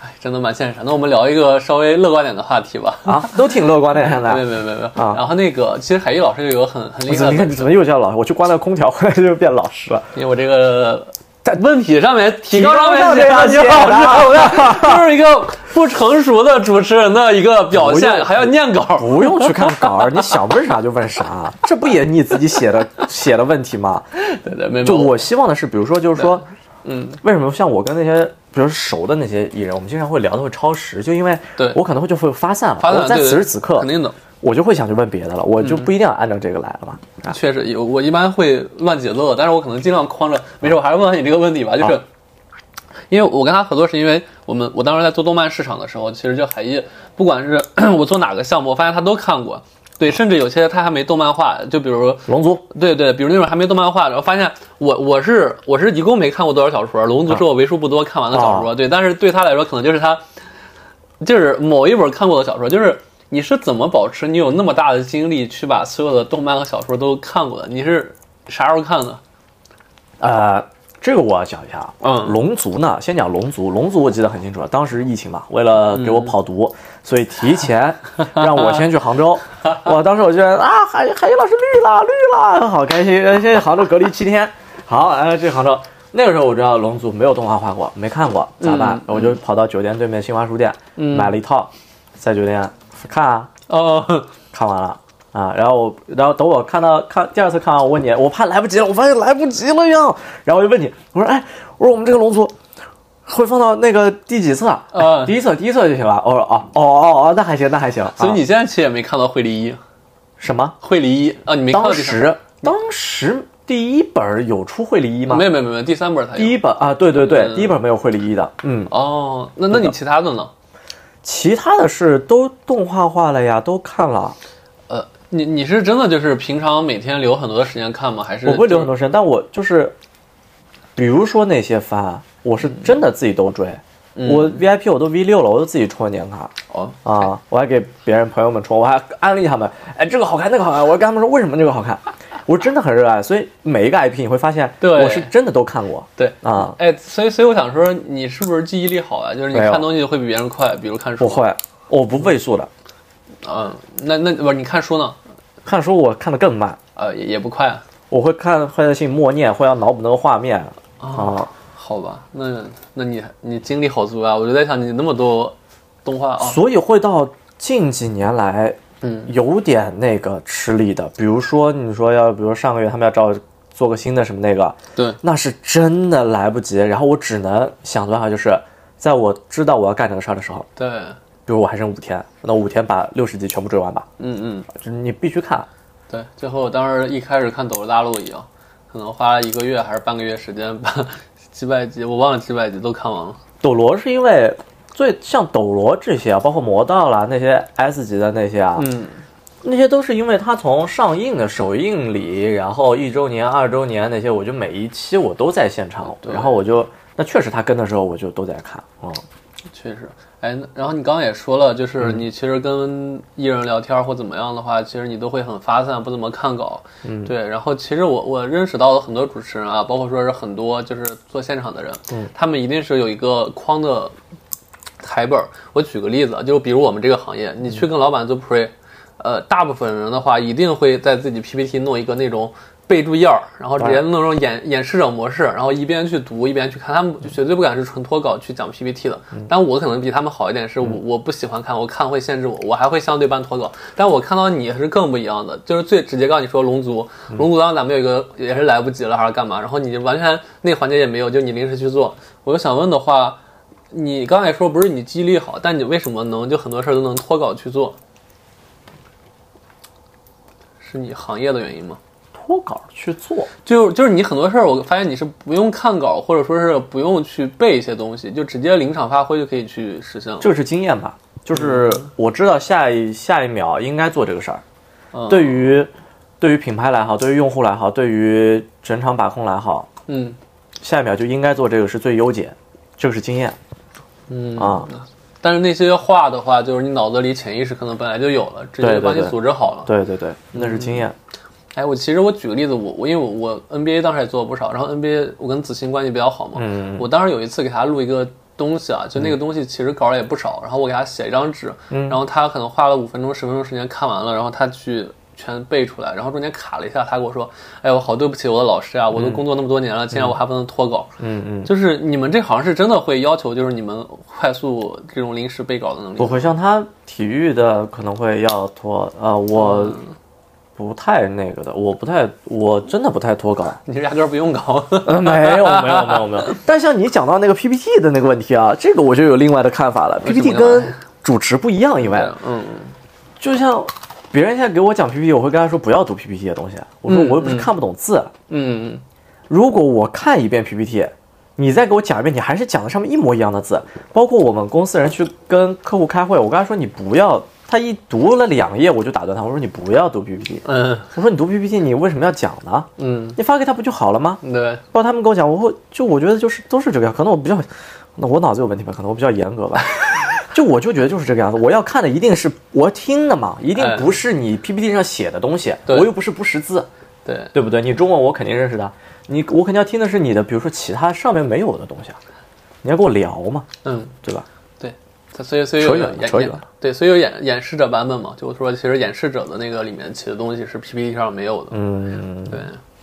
A: 哎，真的蛮现实的。那我们聊一个稍微乐观点的话题吧。
B: 啊，都挺乐观的现
A: (laughs) 没
B: 在。
A: 有没有没有没有。
B: 啊
A: 然后那个，其实海毅老师有一个很很厉
B: 你
A: 害的
B: 看，怎么又叫老师？我去关了空调，回来就变老师了。
A: 因为我这个在问题上面提高上面
B: 提高上面
A: 写
B: 写
A: 好
B: 的
A: 丑的，啊就是一个不成熟的主持人的一个表
B: 不
A: 现，
B: 用
A: 还要念稿。
B: (laughs) 不用去看稿儿，你想问啥就问啥，这不也你自己写的写的问题吗？
A: 对对，没
B: 就
A: 没
B: 我希望的是，比如说就是说，
A: 嗯，
B: 为什么像我跟那些比如说熟的那些艺人，我们经常会聊的会超时，就因为
A: 对
B: 我可能会就会发散了，
A: 发散
B: 我在
A: 对对
B: 此时此刻
A: 肯定的，
B: 我就会想去问别的了，我就不一定要按照这个来了嘛。啊，
A: 确实有。我一般会乱节奏的，但是我可能尽量框着。没事，我还是问问你这个问题吧，就是
B: 好。
A: 因为我跟他合作，是因为我们我当时在做动漫市场的时候，其实就海毅，不管是 (clears throat) 我做哪个项目，我发现他都看过，对，甚至有些他还没动漫化，就比如说
B: 龙族
A: 对对，比如那种还没动漫化，然后发现我我是我是一共没看过多少小说，《龙族》是我为数不多看完的小
B: 哦
A: 说，对，但是对他来说，可能就是他就是某一本看过的小说，就是你是怎么保持你有那么大的精力去把所有的动漫和小说都看过的？你是啥时候看的？
B: 呃，这个我要讲一下啊。
A: 嗯
B: 龙族呢，先讲龙族。龙族我记得很清楚，当时疫情嘛，为了给我跑毒，所以提前让我先去杭州。我当时我就觉得啊，海海英老师绿了，绿了，好开心！呃现在杭州隔离七天，好，哎，这杭州。那个时候我知道龙族没有动画化过，没看过，咋办？我就跑到酒店对面新华书店、买了一套，在酒店看啊， (laughs)
A: 哦，
B: 看完了啊，然后我然后等我看到看第二次看完，我问你，我怕来不及了，我发现来不及了呀，然后我就问你，我说哎，我说我们这个龙族会放到那个第几册？啊
A: 嗯
B: 第一册，第一册就行了。我说哦哦哦哦，那还行，那还行。
A: 所以
B: 啊
A: 你现在其实也没看到《惠梨一》，《
B: 什么？
A: 惠梨一》啊，你没看到
B: 当
A: 第三
B: 时当时第一本有出惠梨一吗
A: 没？有没有没有第三本才有。
B: 第一本啊，对对对，
A: 嗯
B: 第一本没有惠梨一的。嗯，
A: 哦，那那你其他的呢？
B: 其他的是都动画化了呀，都看了。
A: 呃，你你是真的就是平常每天留很多的时间看吗？还是
B: 我会留很
A: 多
B: 多时间，但我就是，比如说那些番，我是真的自己都追。我 VIP 我都 V 六了，我都自己充了年卡
A: 哦
B: 啊，我还给别人朋友们充，我还安利他们，哎，这个好看，那个好看，我还跟他们说为什么这个好看， (laughs) 我真的很热爱，所以每一个 IP 你会发现，
A: 对
B: 我是真的都看过
A: 对，
B: 啊，
A: 哎，所以所以我想说，你是不是记忆力好啊？就是你
B: 没有
A: 看东西会比别人快，比如看书。
B: 不会，我不畏缩的，
A: 嗯，那那不是你看书呢？
B: 看书我看的更慢，
A: 呃，也也不快啊。
B: 我会看快乐性默念，会要脑补那个画面啊，
A: 好吧，那那你你精力好足啊！我就在想，你那么多动画啊，
B: 所以会到近几年来，
A: 嗯，
B: 有点那个吃力的。比如说，你说要，比如上个月他们要找我做个新的什么那个，
A: 对，
B: 那是真的来不及。然后我只能想的办法就是，在我知道我要干这个事儿的时候，
A: 对，
B: 比如我还剩五天，那五天把六十集全部追完吧，
A: 嗯嗯，
B: 就是你必须看。
A: 对。最后我当时一开始看《斗罗大陆》一样，可能花了一个月还是半个月时间把 (laughs) 几百集，我忘了几百集都看完了。
B: 斗罗是因为最像斗罗这些啊，包括魔道啦那些 S 级的那些啊，
A: 嗯，
B: 那些都是因为它从上映的首映礼，然后一周年、二周年那些，我就每一期我都在现场，
A: 对
B: 然后我就那确实它跟的时候我就都在看，嗯，
A: 确实，哎，那然后你刚刚也说了，就是你其实跟艺人聊天或怎么样的话，其实你都会很发散，不怎么看稿。嗯，对。然后其实我我认识到了很多主持人啊，包括说是很多就是做现场的人，嗯，他们一定是有一个框的台本儿。我举个例子啊，就比如我们这个行业，你去跟老板做 pre，、呃，大部分人的话一定会在自己 PPT 弄一个那种。备注页儿，然后直接弄成演演示者模式，然后一边去读一边去看。他们绝对不敢是纯脱稿去讲 PPT 的，但我可能比他们好一点，是我我不喜欢看，我看会限制我，我还会相对半脱稿。但我看到你是更不一样的，就是最直接告诉你说龙族，龙族当时咱们有一个也是来不及了还是干嘛，然后你完全那个环节也没有，就你临时去做。我就想问的话，你刚才说不是你记忆力好，但你为什么能就很多事儿都能脱稿去做？是你行业的原因吗？
B: 脱稿去做，
A: 就就是你很多事儿，我发现你是不用看稿，或者说是不用去背一些东西，就直接临场发挥就可以去实现了。
B: 这个是经验吧，就是我知道下一下一秒应该做这个事儿，
A: 嗯
B: 对于对于品牌来好，对于用户来好，对于整场把控来好，
A: 嗯
B: 下一秒就应该做这个是最优解，这个是经验
A: 嗯
B: 啊，
A: 但是那些话的话，就是你脑子里潜意识可能本来就有了，直接
B: 对
A: 就
B: 对
A: 帮你
B: 对
A: 组织好了。
B: 对对对，那是经验，
A: 哎，我其实我举个例子，我我因为我我 NBA 当时也做了不少，然后 NBA 我跟子欣关系比较好嘛，
B: 嗯
A: 我当时有一次给他录一个东西啊，就那个东西其实稿儿
B: 嗯
A: 也不少，然后我给他写一张纸，然后他可能花了五分钟十分钟时间看完了，然后他去全背出来，然后中间卡了一下，他跟我说：“哎，我好对不起我的老师啊，我都工作那么多年了，竟然我还不能脱稿。”
B: 嗯嗯，
A: 就是你们这行是真的会要求，就是你们快速这种临时背稿的能力
B: 不。会像他体育的可能会要脱，呃，我不太那个的，我不太，我真的不太脱稿。
A: 你是压根儿不用稿，
B: 呃， (laughs) 没有，没有，没有，没有。 (laughs) 但像你讲到那个 PPT 的那个问题啊，这个我就有另外的看法了。
A: 为什么
B: PPT
A: 呢
B: 跟主持不一样以外，
A: (laughs) 嗯，
B: 就像别人现在给我讲 PPT，我会跟他说不要读 PPT 的东西，啊我说
A: 嗯
B: 我又不是看不懂字。啊
A: 嗯
B: 如果我看一遍 PPT，你再给我讲一遍，你还是讲的上面一模一样的字。包括我们公司人去跟客户开会，我跟他说你不要，他一读了两页我就打断他，我说你不要读 PPT，
A: 嗯
B: 我说你读 PPT 你为什么要讲呢？
A: 嗯
B: 你发给他不就好了吗？
A: 嗯，对，
B: 包括他们跟我讲，我会就我觉得就是都是这个样，可能我比较，那我脑子有问题吧，可能我比较严格吧。 (laughs) 就我就觉得就是这个样子，我要看的一定是我听的嘛，一定
A: 哎
B: 不是你 PPT 上写的东西，
A: 对
B: 我又不是不识字，
A: 对，
B: 对不对？你中文我肯定认识的，你我肯定要听的是你的，比如说其他上面没有的东西啊，你要跟我聊嘛，
A: 嗯。
B: 对吧？
A: 对，它所以所以有
B: 扯远了
A: 演
B: 扯远
A: 演
B: 了
A: 对，所以有演演示者版本嘛，就是说其实演示者的那个里面写的东西是 PPT 上没有的。
B: 嗯，啊
A: 对，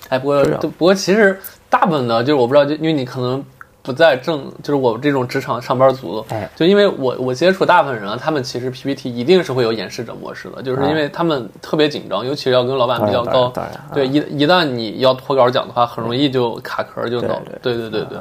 A: 哎，不过
B: 这样
A: 对不过其实大部分的，就是我不知道，就因为你可能不在正，就是我这种职场上班族，
B: 哎
A: 就因为我我接触大部分人啊，他们其实 PPT 一定是会有演示者模式的，就是因为他们特别紧张，尤其是要跟老板比较高，
B: 啊当然当然啊当
A: 对，
B: 然
A: 一一旦你要脱稿讲的话，很容易就卡壳儿就
B: 对
A: 走了，
B: 对啊
A: 对对对对，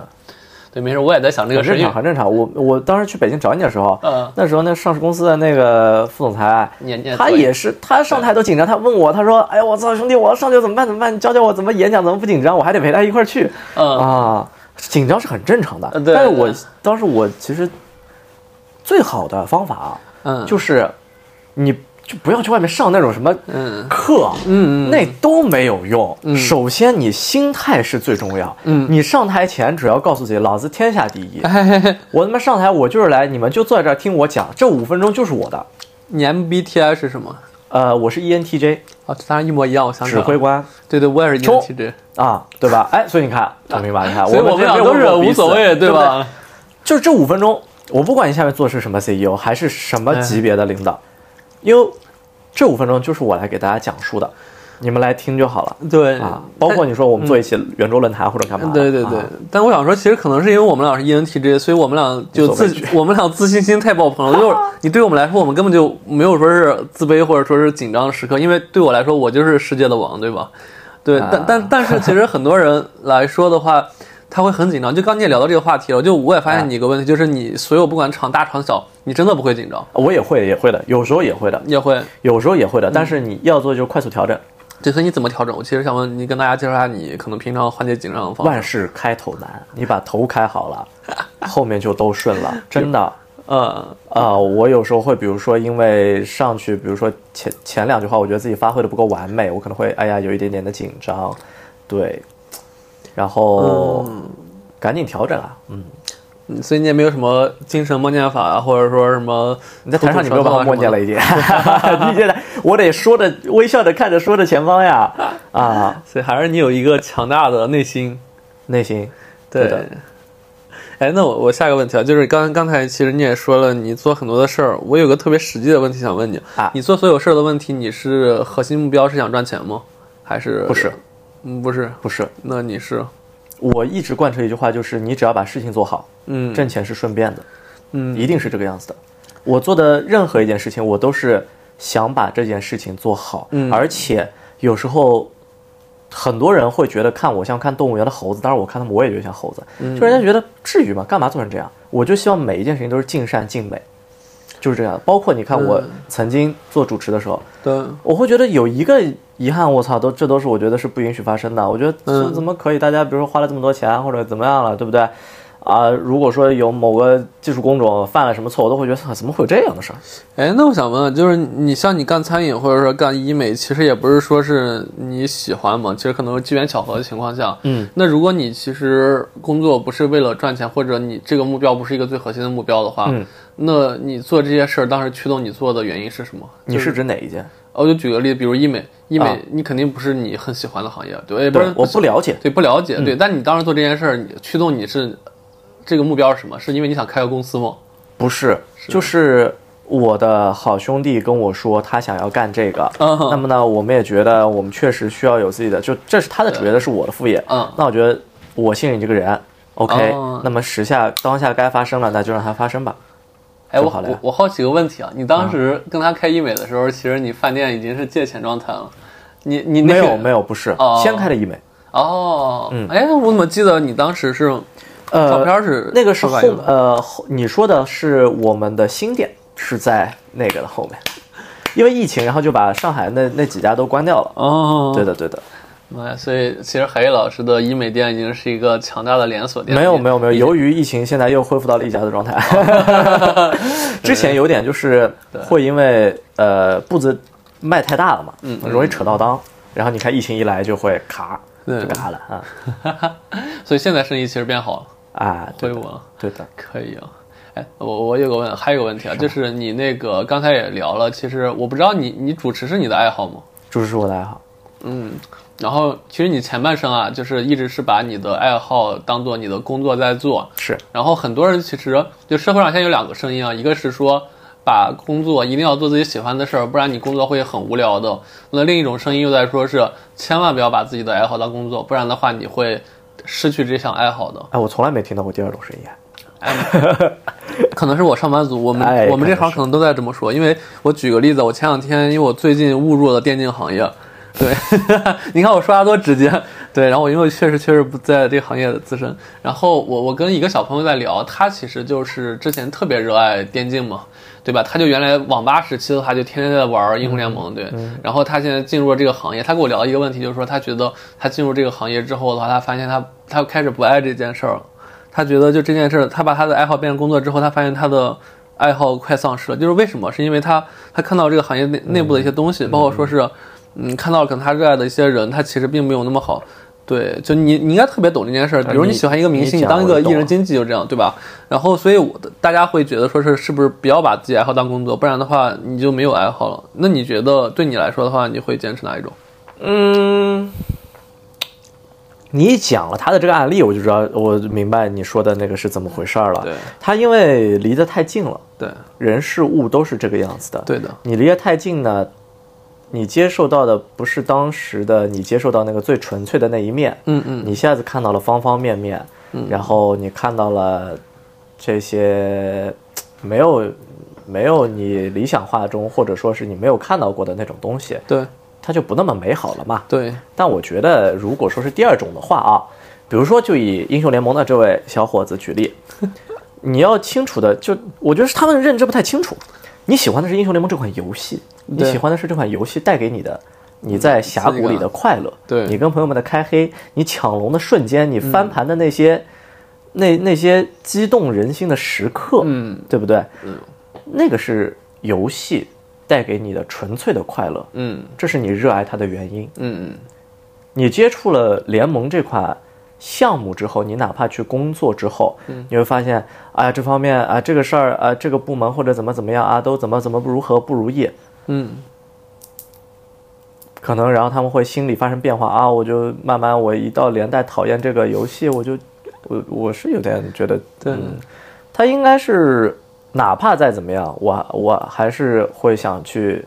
A: 对，没事，我也在想这
B: 很
A: 个事
B: 正
A: 情
B: 常，，很正常。我我当时去北京找你的时候，
A: 嗯
B: 那时候那上市公司的那个副总裁，
A: 你你
B: 他
A: 做一
B: 也是，他上台都紧张。他问我，他说：“哎呀，我操，兄弟，我要上去怎么办？怎么办？你教教我怎么演讲，怎么不紧张？我还得陪他一块儿
A: (laughs)
B: 去。”
A: 嗯
B: 啊，紧张是很正常的。
A: 呃对
B: 但是我
A: 对
B: 当时我其实最好的方法啊，
A: 嗯，
B: 就是你就不要去外面上那种什么
A: 嗯。
B: 课，
A: 嗯嗯
B: 那都没有用。首先，你心态是最重要。
A: 嗯
B: 你上台前只要告诉自己，老子天下第一，
A: 哎嘿嘿嘿
B: 我他妈上台我就是来，你们就坐在这儿听我讲，这五分钟就是我的。
A: 你 MBTI 是什么？
B: 呃，我是 ENTJ，
A: 啊，当然一模一样，我想起
B: 指
A: 来了
B: 挥。官。
A: 对对，我也是
B: 冲
A: ENTJ，
B: 啊，对吧？哎，所以你看，同明白？你
A: (laughs)
B: 看，
A: 所以啊我们
B: 这
A: 俩
B: 边
A: 都
B: 问
A: 是
B: 过彼
A: 无
B: 此
A: 所谓，
B: 对不对
A: 吧？？
B: 就是这五分钟，我不管你下面做的是什么 CEO，还是什
A: 哎
B: 么级别的领导，因为这五分钟就是我来给大家讲述的，你们来听就好了
A: 对
B: 啊。包括你说我们做一起圆桌论坛或者干嘛
A: 但嗯
B: 的，
A: 对对对
B: 啊，
A: 但我想说，其实可能是因为我们俩是 ENTJ，所以我们俩就
B: 无所畏
A: 自
B: 惧
A: 我们俩自信心太爆棚了。就是你对我们来说，我们根本就没有说是自卑或者说是紧张的时刻，因为对我来说，我就是世界的王，对吧？对，
B: 啊
A: 但但但是其实很多人来说的话，他会很紧张。就刚你也聊到这个话题了，就我也
B: 啊
A: 发现你一个问题，就是你所有不管场大场小，你真的不会紧张，
B: 我也会也会的，有时候也会的，
A: 你也会。
B: 有时候也会
A: 嗯
B: 的，但是你要做就是快速调整，
A: 对，所以你怎么调整？我其实想问你，跟大家介绍一下你可能平常缓解紧张的方法。
B: 万事开头难，你把头开好了，后面就都顺
A: (laughs)
B: 了，真的。
A: 呃，
B: 啊、我有时候会，比如说因为上去，比如说前前两句话，我觉得自己发挥的不够完美，我可能会哎呀有一点点的紧张，对，然后、赶紧调整啊，嗯，
A: 嗯所以你也没有什么精神默念法啊，或者说什么
B: 你在台上你没有办法默念了
A: 已
B: 已经，你现在我得说着微笑着看着说着前方呀，啊，
A: 所以还是你有一个强大的内心。
B: 内心对的
A: 对。哎，那我我下一个问题啊，就是刚刚才其实你也说了，你做很多的事儿，我有个特别实际的问题想问你
B: 啊
A: 你做所有事儿的问题，你是核心目标是想赚钱吗？还是
B: 不是？
A: 嗯，不是。
B: 不是，
A: 那你是
B: 我一直贯彻一句话，就是你只要把事情做好，
A: 嗯
B: 挣钱是顺便的，
A: 嗯
B: 一定是这个样子的。我做的任何一件事情，我都是想把这件事情做好，
A: 嗯
B: 而且有时候很多人会觉得看我像看动物园的猴子，当然我看他们我也觉得像猴子，
A: 嗯
B: 就人家觉得至于吗？干嘛做成这样？我就希望每一件事情都是尽善尽美，就是这样。包括你看我
A: 嗯
B: 曾经做主持的时候，
A: 对，
B: 我会觉得有一个遗憾，我操，都这都是我觉得是不允许发生的。我觉得这
A: 嗯
B: 怎么可以？大家比如说花了这么多钱啊或者怎么样了，对不对？啊、如果说有某个技术工种犯了什么错，我都会觉得啊怎么会有这样的事儿？
A: 哎，那我想问，就是你像你干餐饮或者说干医美，其实也不是说是你喜欢嘛，其实可能是机缘巧合的情况下。
B: 嗯，
A: 那如果你其实工作不是为了赚钱，或者你这个目标不是一个最核心的目标的话，
B: 嗯
A: 那你做这些事儿当时驱动你做的原因是什么？
B: 你是指哪一件？
A: 我就举个例子，比如医美，医美、
B: 啊
A: 你肯定不是你很喜欢的行业，对，也不
B: 对
A: 是，
B: 我不了嗯解。
A: 对不了解，对，但你当时做这件事儿，你驱动你是这个目标是什么？是因为你想开个公司吗？
B: 不是，就是我的好兄弟跟我说他想要干这个，
A: 嗯
B: 那么呢，我们也觉得我们确实需要有自己的，就这是他的主业，这是我的副业，
A: 嗯
B: 那我觉得我信任你这个人，OK，、
A: 哦
B: 那么时下当下该发生了，那就让它发生吧。
A: 哎，我
B: 就好了呀
A: 我我好奇个问题啊，你当时跟他开医美的时候，其实你饭店已经是借钱状态了，你你那
B: 没
A: 个
B: 有嗯没有，不是，
A: 哦
B: 先开的医美，
A: 哦，哎，我怎么记得你当时是
B: 呃，
A: 照片是
B: 那个是后
A: 吧有的
B: 呃，后你说的是我们的新店是在那个的后面，因为疫情，然后就把上海那那几家都关掉了。
A: 哦，
B: 对的，对的，
A: 哎，所以其实海毅老师的医美店已经是一个强大的连锁店，
B: 没有没
A: 有，
B: 有没有，由于疫情，现在又恢复到了一家的状态。哦 (laughs) 之前有点就是会因为呃步子迈太大了嘛，嗯，容易扯到裆，然后你看疫情一来就会卡，
A: 对
B: 就嘎了啊
A: 所以现在生意其实变好了，
B: 啊，对
A: 恢复了，
B: 对的，
A: 可以啊。哎，我我有个问，还有个问题啊，就是你那个刚才也聊了，其实我不知道你你主持是你的爱好吗？
B: 主持是我的爱好，
A: 然后其实你前半生啊，就是一直是把你的爱好当做你的工作在做。
B: 是
A: 然后很多人其实就社会上现在有两个声音啊，一个是说把工作一定要做自己喜欢的事儿，不然你工作会很无聊的。那另一种声音又在说是千万不要把自己的爱好当工作，不然的话你会失去这项爱好的。
B: 哎，我从来没听到过第二种声音，啊
A: 可能是我上班族，我们、
B: 哎
A: 我们这行
B: 可能是
A: 可能都在这么说。因为我举个例子，我前两天因为我最近误入了电竞行业，对， (laughs) 你看我说话多直接，对。然后我因为确实确实不在这个行业的资深，然后我我跟一个小朋友在聊，他其实就是之前特别热爱电竞嘛。对吧？他就原来网吧时期的话，就天天在玩英雄联
B: 嗯
A: 盟，对。然后他现在进入了这个行业，他跟我聊一个问题，就是说他觉得他进入这个行业之后的话，他发现他他开始不爱这件事儿了。他觉得就这件事儿，他把他的爱好变成工作之后，他发现他的爱好快丧失了。就是为什么？是因为他他看到这个行业内内部的一些东西，
B: 嗯
A: 包括说是，嗯，看到了可能他热爱的一些人，他其实并没有那么好。对，就你你应该特别懂这件事儿。比如你
B: 你
A: 喜欢一个明星，你
B: 你讲
A: 当一
B: 我
A: 个
B: 就懂
A: 艺人
B: 了
A: 经济就这样，对吧？然后所以我大家会觉得说是是不是不要把自己爱好当工作，不然的话你就没有爱好了。那你觉得对你来说的话，你会坚持哪一种？
B: 嗯，你一讲了他的这个案例，我就知道，我明白你说的那个是怎么回事儿了。
A: 对，
B: 他因为离得太近了，
A: 对，
B: 人事物都是这个样子的。，
A: 对的，
B: 你离得太近呢，你接受到的不是当时的你接受到那个最纯粹的那一面，
A: 嗯嗯，
B: 你一下子看到了方方面面，然后你看到了这些没有没有你理想化中或者说是你没有看到过的那种东西，
A: 对
B: 它就不那么美好了嘛。
A: 对，
B: 但我觉得，如果说是第二种的话啊，比如说就以英雄联盟的这位小伙子
A: (laughs)
B: 举例，你要清楚的，就我觉得是他们的认知不太清楚。你喜欢的是英雄联盟这款游戏，你
A: 对
B: 喜欢的是这款游戏带给你的你在峡谷里的快乐，
A: 嗯对
B: 你跟朋友们的开黑，你抢龙的瞬间，你翻盘的那些、
A: 嗯
B: 那那些激动人心的时刻，
A: 嗯，
B: 对不对？那个是游戏带给你的纯粹的快乐，
A: 嗯
B: 这是你热爱它的原因。
A: 嗯嗯，
B: 你接触了联盟这款项目之后，你哪怕去工作之后，你会发现啊，这方面啊，这个事儿啊，这个部门或者怎么怎么样啊，都怎么怎么不如何不如意，
A: 嗯，
B: 可能然后他们会心理发生变化啊，我就慢慢我一到连带讨厌这个游戏，我就我我是有点觉得，
A: 对
B: 嗯，他应该是哪怕再怎么样，我我还是会想去，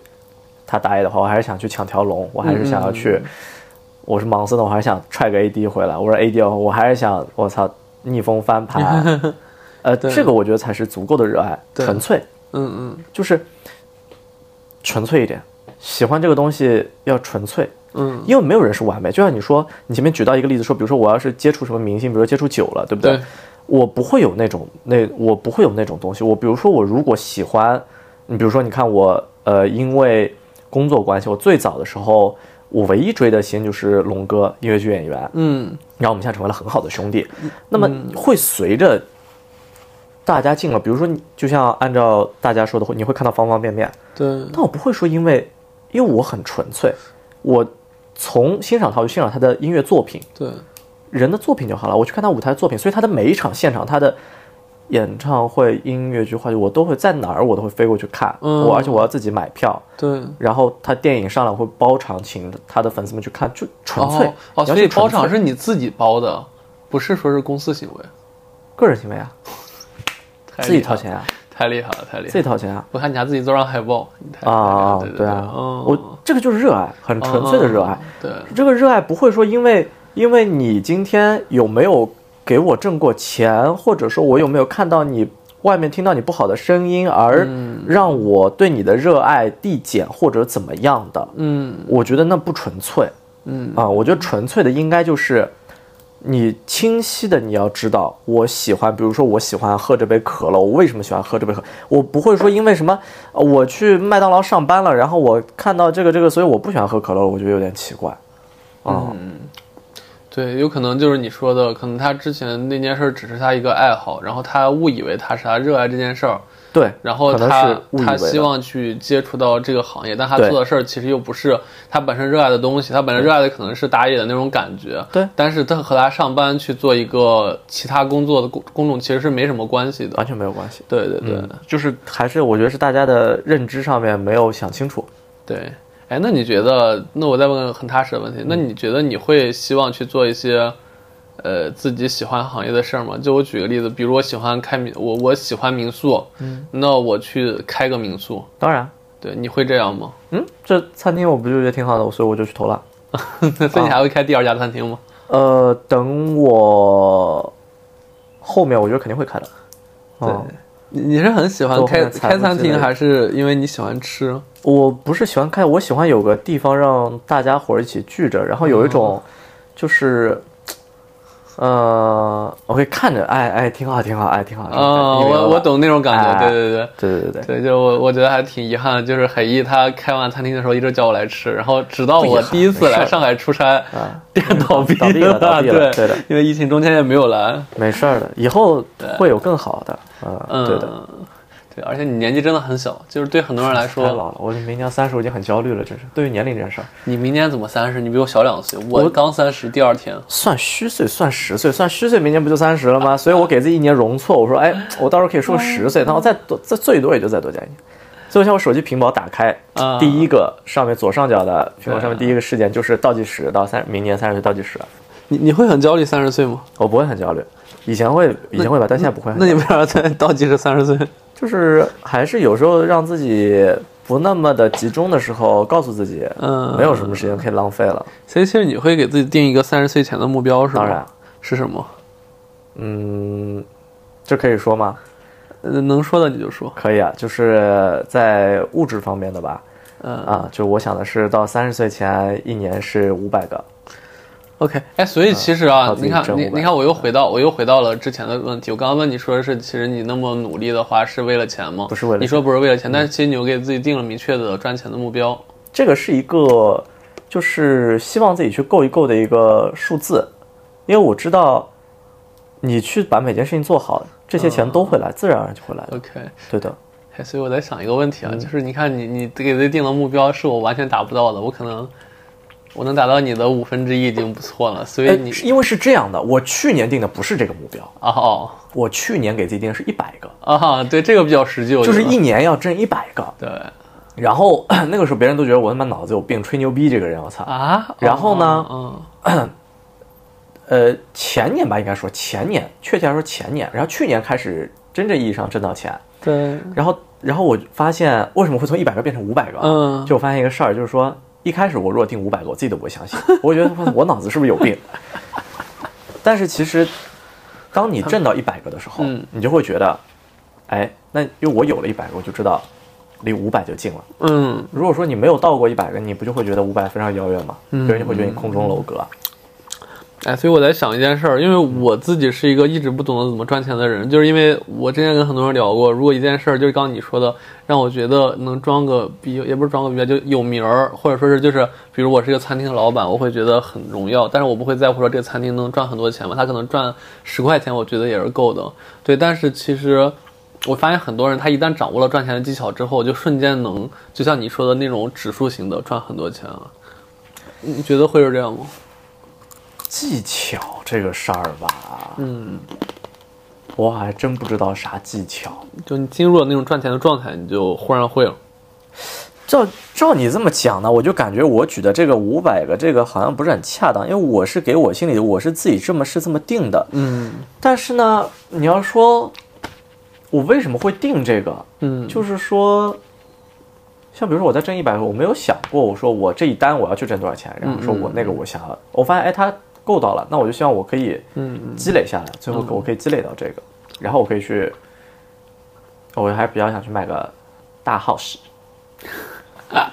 B: 他打野的话，我还是想去抢条龙，我还是想要去，
A: 嗯
B: 我是盲僧的，我还是想踹个 AD 回来，我是 AD 哦，我还是想我操逆风
A: (laughs)
B: 翻盘，呃，这个我觉得才是足够的热爱，
A: 对
B: 纯粹，
A: 嗯嗯
B: 就是纯粹一点，喜欢这个东西要纯粹，
A: 嗯，
B: 因为没有人是完美。就像你说，你前面举到一个例子说，比如说我要是接触什么明星，比如说接触久了，对不对？
A: 对
B: 我不会有那种那我不会有那种东西。我比如说我如果喜欢，你比如说你看我呃，因为工作关系，我最早的时候我唯一追的星就是龙哥音乐剧演员，
A: 嗯，
B: 然后我们现在成为了很好的兄弟。那么会随着大家进了，比如说你就像按照大家说的，会你会看到方方面面，
A: 对，
B: 但我不会说因为，因为我很纯粹，我从欣赏他，我就欣赏他的音乐作品，
A: 对，
B: 人的作品就好了。我去看他舞台作品，所以他的每一场现场，他的演唱会、音乐剧、话剧，我都会在哪儿我都会飞过去看，
A: 嗯
B: 我而且我要自己买票。
A: 对。
B: 然后他电影上了会包场，请他的粉丝们去看，就纯粹。
A: 哦哦，
B: 你要
A: 所
B: 去
A: 以包
B: 纯粹
A: 场是你自己包的，不是说是公司行为，
B: 个人行为啊，
A: 太
B: 自己
A: 厉害
B: 掏
A: 了
B: 钱啊。
A: 太太厉害了，太厉害
B: 自己
A: 了！
B: 掏钱啊。
A: 我看你还自己做张海报，你太
B: 啊
A: 对，
B: 对啊，我这个就是热爱，很纯粹的热爱。，
A: 嗯嗯
B: 这个热爱不会说因为因为你今天有没有给我挣过钱，或者说我有没有看到你外面听到你不好的声音，而让我对你的热爱递减或者怎么样的，
A: 对，嗯
B: 我觉得那不纯粹
A: 嗯
B: 啊、我觉得纯粹的应该就是。你清晰的，你要知道，我喜欢，比如说我喜欢喝这杯可乐，我为什么喜欢喝这杯可乐？我不会说因为什么，呃我去麦当劳上班了，然后我看到这个这个，所以我不喜欢喝可乐，我觉得有点奇怪。
A: 嗯
B: 啊
A: 对，有可能就是你说的，可能他之前那件事儿只是他一个爱好，然后他误以为他是他热爱这件事儿，
B: 对，
A: 然后
B: 可能
A: 他
B: 是误以为
A: 他
B: 的
A: 希望去接触到这个行业，但他
B: 对
A: 做的事儿其实又不是他本身热爱的东西，他本身热爱的可能是打野的那种感觉，
B: 对
A: 但是他和他上班去做一个其他工作的工工种其实是没什么关系的，
B: 完全没有关系。
A: 对对对、
B: 就是还是我觉得是大家的认知上面没有想清楚。
A: 对。哎，那你觉得？那我再问个很踏实的问题，
B: 嗯
A: 那你觉得你会希望去做一些，呃，自己喜欢行业的事儿吗？就我举个例子，比如我喜欢开民，我我喜欢民宿，嗯，那我去开个民宿，
B: 当然，
A: 对，你会这样吗？
B: 嗯，这餐厅我不就觉得挺好的，所以我就去投了。
A: (laughs) 所以你还会开第二家餐厅吗？
B: 呃，等我后面我觉得肯定会开的。哦，
A: 你你是很喜欢开
B: 做饭的菜
A: 开餐
B: 之类
A: 厅，
B: 的
A: 还是因为你喜欢吃？
B: 我不是喜欢开，我喜欢有个地方让大家伙儿一起聚着，然后有一
A: 哦
B: 种就是。呃，OK，看着，哎哎，挺好，挺好，哎，挺好。挺好
A: 啊，
B: 你明白吧
A: 我我懂那种感觉，
B: 哎
A: 对对对。
B: 对对对对，
A: 对，就是我，我觉得还挺遗憾的，就是海一他开完餐厅的时候一直叫我来吃，然后直到
B: 不遗
A: 我
B: 憾
A: 第一次
B: 没事
A: 来
B: 儿
A: 上海出差， (laughs)
B: 啊
A: 店啊嗯倒闭
B: 倒闭了倒闭了对的
A: 因为疫情中间也没有来，
B: 没事儿的，以后会有更好的。嗯，
A: 嗯，
B: 对的。
A: 对，而且你年纪真的很小，就是对很多人来
B: 太
A: 说，
B: 老了，我明年三十，我已经很焦虑了，真是。对于年龄这件事儿，
A: 你明年怎么三十？你比我小两岁，我
B: 我
A: 刚三十第二天，
B: 算虚岁，算十岁，算虚岁，明年不就三十了
A: 啊
B: 吗？所以我给自己一年容错，我说，哎，我到时候可以
A: 嗯
B: 说十岁，那我再多，再最多也就再多加一年。所以我像我手机屏保打开
A: 啊，
B: 第一个上面左上角的屏保上面第一个事件就是倒计时到三，明年三十岁倒计时。
A: 你你会很焦虑三十岁吗？
B: 我不会很焦虑，以前会，以前会吧，但现在不会很焦
A: 那
B: 虑。
A: 你为啥在倒计时三十岁？
B: 就是还是有时候让自己不那么的集中的时候，告诉自己，
A: 嗯
B: 没有什么事情可以浪费了。
A: 所以其实你会给自己定一个三十岁前的目标是吗？
B: 当然，
A: 是什么？
B: 嗯，这可以说吗？
A: 呃，能说的你就说。
B: 可以啊，就是在物质方面的吧。
A: 嗯
B: 啊，就我想的是到三十岁前一年是五百个，
A: OK，哎，所以其实啊
B: 嗯靠，自己
A: 你看
B: 挣
A: 你
B: 500
A: 你看，我又回到我又回到了之前的问题。我刚刚问你说的是，其实你那么努力的话是为了钱吗？
B: 不是为了嗯
A: 你说不是为了钱，但是其实你又给自己定了明确的赚钱的目标。
B: 这个是一个就是希望自己去够一够的一个数字，因为我知道你去把每件事情做好，这些钱都会来，自然而然就会来的。
A: OK，
B: 对的，
A: 哎，所以我在想一个问题
B: 嗯
A: 啊，就是你看你你给自己定的目标是我完全达不到的，我可能我能达到你的五分之一已经不错了，所以
B: 哎
A: 你，
B: 是因为是这样的，我去年定的不是这个目标，
A: 哦
B: 我去年给自己定的是一百个，
A: 啊，对，这个比较实际，我
B: 就是
A: 觉得
B: 一年要挣一百个，
A: 对
B: 然后 (clears throat) 那个时候别人都觉得我他妈脑子有病，吹牛逼这个人，我操！
A: 啊。
B: 然后呢
A: 嗯，
B: 呃，前年吧，应该说前年，确切来说前年，然后去年开始真正意义上挣到钱，
A: 对，
B: 然后然后我发现为什么会从一百个变成五百个啊，
A: 嗯
B: 就我发现一个事儿，就是说一开始我如果定五百个，我自己都不会相信，我觉得我我脑子是不是有病？ (laughs) 但是其实，当你挣到一百个的时候，
A: 嗯
B: 你就会觉得，哎，那因为我有了一百个，我就知道离五百就近了。
A: 嗯，
B: 如果说你没有到过一百个，你不就会觉得五百非常遥远吗？
A: 嗯
B: 别人就会觉得你空中楼阁。啊
A: 哎，所以我在想一件事儿，因为我自己是一个一直不懂得怎么赚钱的人，就是因为我之前跟很多人聊过，如果一件事儿就是刚刚你说的，让我觉得能装个逼，也不是装个逼吧，就有名儿，或者说是就是，比如我是一个餐厅的老板，我会觉得很荣耀，但是我不会在乎说这个餐厅能赚很多钱嘛，他可能赚十块钱，我觉得也是够的，对，但是其实。我发现很多人，他一旦掌握了赚钱的技巧之后，就瞬间能，就像你说的那种指数型的赚很多钱啊。你觉得会是这样吗？
B: 技巧这个事儿吧，嗯，我还真不知道啥技巧。
A: 就你进入了那种赚钱的状态，你就忽然会了。
B: 照照你这么讲呢，我就感觉我举的这个五百个这个好像不是很恰当，因为我是给我心里我是自己这么是这么定的，
A: 嗯
B: 但是呢，你要说我为什么会定这个？
A: 嗯，
B: 就是说，像比如说我在挣一百，我没有想过，我说我这一单我要去挣多少钱，然后说我那个我想要，我发现哎它够到了，那我就希望我可以
A: 嗯
B: 积累下来，最后我可以积累到这个，然后我可以去，我还比较想去买个大
A: (laughs)
B: house，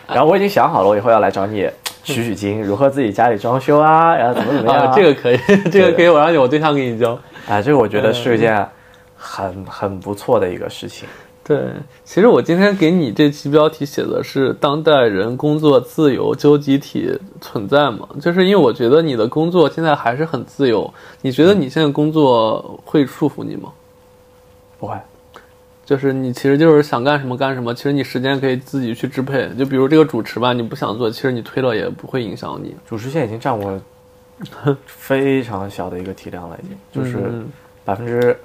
B: 然后我已经想好了，我以后要来找你取取经，如何自己家里装修啊，然后怎么怎么
A: (laughs)
B: 样、
A: 啊，这个可以，这个可以，我让你我对象给你教。
B: 哎，这个我觉得是一件很很不错的一个事情。
A: 对，其实我今天给你这期标题写的是“当代人工作自由究集体存在吗？”就是因为我觉得你的工作现在还是很自由。你觉得你现在工作会束缚你吗？
B: 不会，
A: 就是你其实就是想干什么干什么，其实你时间可以自己去支配。就比如这个主持吧，你不想做，其实你推了也不会影响你。
B: 主持现在已经占我非常小的一个体量了，已经就是
A: 嗯
B: 百分之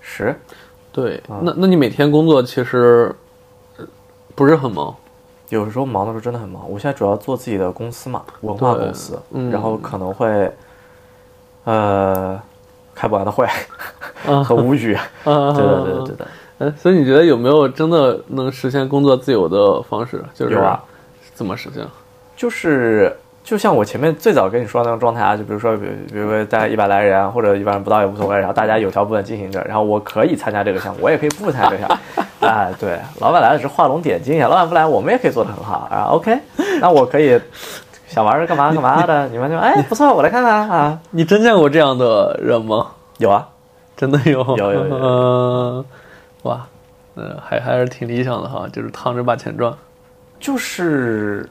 B: 十。
A: 对，那那你每天工作其实呃不是很忙。
B: 有时候忙的时候真的很忙。我现在主要做自己的公司嘛，文化
A: 对
B: 公司，
A: 嗯
B: 然后可能会，呃，开不完的会，
A: 啊
B: (laughs) 很无语。
A: 啊，
B: 对的，对的，对的，
A: 哎，所以你觉得有没有真的能实现工作自由的方式？就是
B: 有啊，
A: 怎么实现？
B: 就是就像我前面最早跟你说的那种状态啊，就比如说，比如比如说大概一百来人啊或者一百人不到也无所谓，然后大家有条不紊进行着，然后我可以参加这个项目，我也可以不参加这个项
A: (laughs)
B: 目。哎，对，老板来了只是画龙点睛啊一下，老板不来我们也可以做得很好啊。OK，那我可以想玩儿干嘛干嘛的，你们就哎不错，我来看看啊。
A: 你真见过这样的人吗？
B: 有啊，
A: 真的有？
B: 有有有
A: (laughs) 嗯，哇，嗯，还还是挺理想的哈，就是趟着把钱赚。
B: 就是，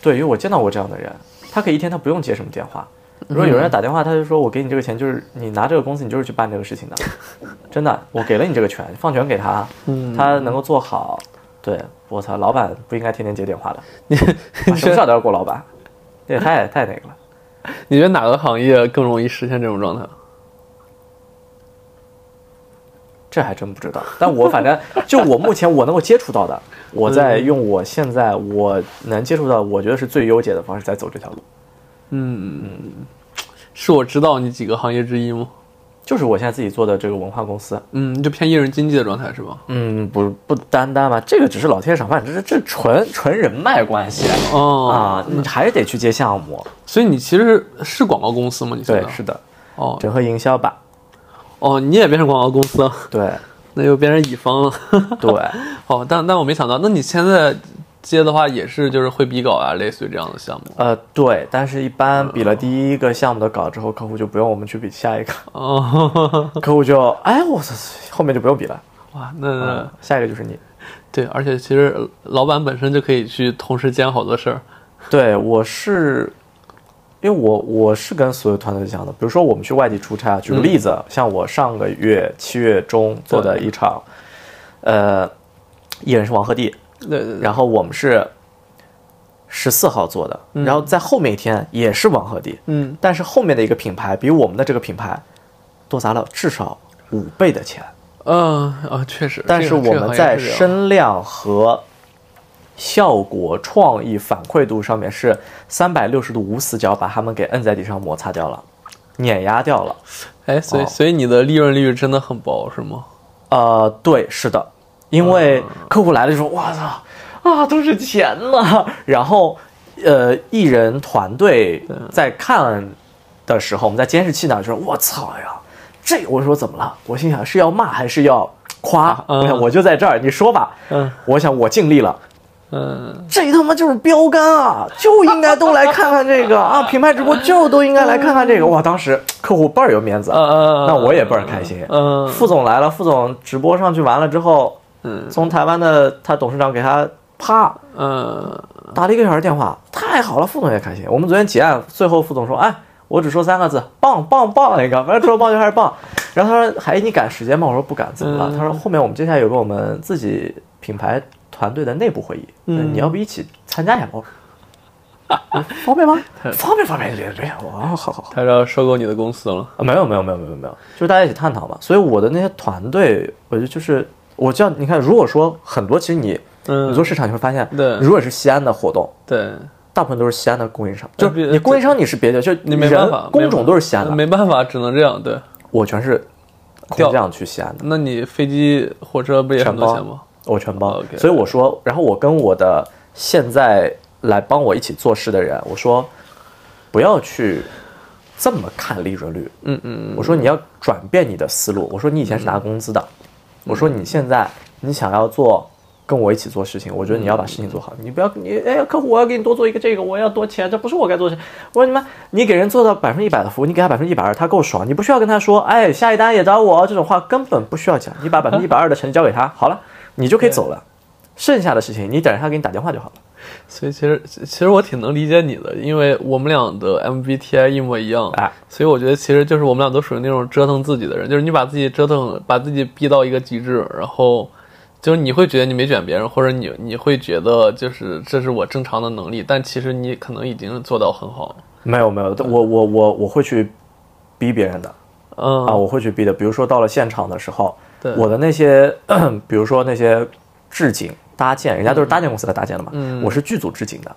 B: 对，因为我见到过这样的人，他可以一天他不用接什么电话。如果有人打电话，他就说我给你这个钱，就是你拿这个工资，你就是去办这个事情的， (laughs) 真的，我给了你这个权，放权给他，
A: 嗯
B: 他能够做好。对，我操，老板不应该天天接电话的，
A: 你
B: 啊什么事儿都要过老板，这也太太那个了。
A: 你觉得哪个行业更容易实现这种状态？
B: 这还真不知道，但我反正就我目前我能够接触到的，我在用我现在我能接触到，我觉得是最优解的方式在走这条路，
A: 是我知道你几个行业之一吗？
B: 就是我现在自己做的这个文化公司，
A: 嗯，就偏艺人经济的状态是吧？
B: 嗯，不不单单吧，这个只是老天赏饭，这是这纯纯人脉关系
A: 哦，
B: 啊，你还是得去接项目。
A: 所以你其实是广告公司吗？你现在
B: 对，是的，
A: 哦
B: 整合营销吧。
A: 哦，你也变成广告公司了，
B: 对
A: 那又变成乙方了。
B: 对， (laughs)
A: 哦，但但我没想到，那你现在接的话也是就是会比稿啊，类似于这样的项目。
B: 呃对，但是一般比了第一个项目的稿之后，客户就不用我们去比下一个，
A: 哦，
B: 客户就哎我操，后面就不用比了，
A: 哇，那、
B: 嗯，下一个就是你。
A: 对，而且其实老板本身就可以去同时兼好多事儿。
B: 对，我是，因为我我是跟所有团队讲的，比如说我们去外地出差，啊举个例子，像我上个月七月中做的一场，呃，艺人是王鹤棣，
A: 对对对，
B: 然后我们是十四号做的，然后在后面一天也是王鹤棣，
A: 嗯，
B: 但是后面的一个品牌比我们的这个品牌多砸了至少五倍的钱，
A: 嗯、啊，确实。
B: 但是
A: 这个
B: 我们
A: 这个行
B: 在，
A: 业是这样
B: 声量和效果、创意、反馈度上面是三百六十度无死角，把他们给摁在地上摩擦掉了，碾压掉了。
A: 哎，所以
B: 哦
A: 所以你的利润率真的很薄是吗？
B: 呃，对，是的，因
A: 嗯
B: 为客户来了就说：“哇操，啊，都是钱呐。” (laughs) 然后，呃，艺人团队
A: 嗯
B: 在看的时候，我们在监视器那儿就说：“我操呀，这我说怎么了？”我心想是要骂还是要夸？
A: 嗯
B: 我想我就在这儿，你说吧。
A: 嗯
B: 我想我尽力了。
A: 嗯，
B: 这他妈就是标杆啊！就应该都来看看这个啊！品牌直播就都应该来看看这个。
A: 嗯
B: 哇，当时客户倍儿有面子，
A: 呃，
B: 那我也倍儿开心。
A: 嗯
B: 副总来了，副总直播上去完了之后，
A: 嗯
B: 从台湾的他董事长给他啪
A: 嗯
B: 打了一个小时电话，太好了，副总也开心。我们昨天结案，最后副总说，哎，我只说三个字，棒棒棒那个，反正除了棒就还是棒。然后他说，还你赶时间吗？我说不赶，怎么了？
A: 嗯
B: 他说后面我们接下来有个我们自己品牌团队的内部会议，
A: 嗯
B: 你要不一起参加一下不？我说方便 (laughs) 吗？方便方便，别别，我好好好。
A: 他要收购你的公司了。
B: 啊，没有没有没有没有没有，就是大家一起探讨嘛。所以我的那些团队，我觉得就是我知道，你看，如果说很多，其实你、
A: 嗯
B: 你做市场，你会发现，
A: 对
B: 如果是西安的活动，
A: 对，
B: 大部分都是西安的供应商，
A: 那
B: 就是
A: 别
B: 你供应商你是别的，就
A: 你没办法，
B: 人工种都是西安的，
A: 没办法，只能这样。对，
B: 我全是空降去西安的，
A: 那你飞机、火车不也很
B: 全
A: 多
B: 包
A: 钱吗？
B: 我全包。
A: OK
B: 所以我说，然后我跟我的现在来帮我一起做事的人，我说不要去这么看利润率，
A: 嗯嗯
B: 我说你要转变你的思路。我说你以前是拿工资的，我说你现在你想要做跟我一起做事情，我觉得你要把事情做好，你不要你哎呀客户我要给你多做一个这个，我要多钱，这不是我该做的事。我说你妈，你给人做到百分之一百的服务，你给他百分之一百二，他够爽，你不需要跟他说哎下一单也找我这种话根本不需要讲，你把百分之一百二的成绩交给他，好了，你就可以走了。剩下的事情你等着他给你打电话就好了。
A: 嗯。所以其实其实我挺能理解你的，因为我们俩的 MBTI 一模一样。
B: 哎，
A: 所以我觉得其实就是我们俩都属于那种折腾自己的人，就是你把自己折腾，把自己逼到一个极致，然后就是你会觉得你没卷别人，或者你你会觉得就是这是我正常的能力，但其实你可能已经做到很好了。
B: 没有没有，我我我我会去逼别人的。
A: 嗯
B: 啊，我会去逼的。比如说到了现场的时候
A: 对，
B: 我的那些， (clears throat) 比如说那些置景搭建，人家都是搭建公司来搭建的嘛，
A: 嗯
B: 我是剧组置景的，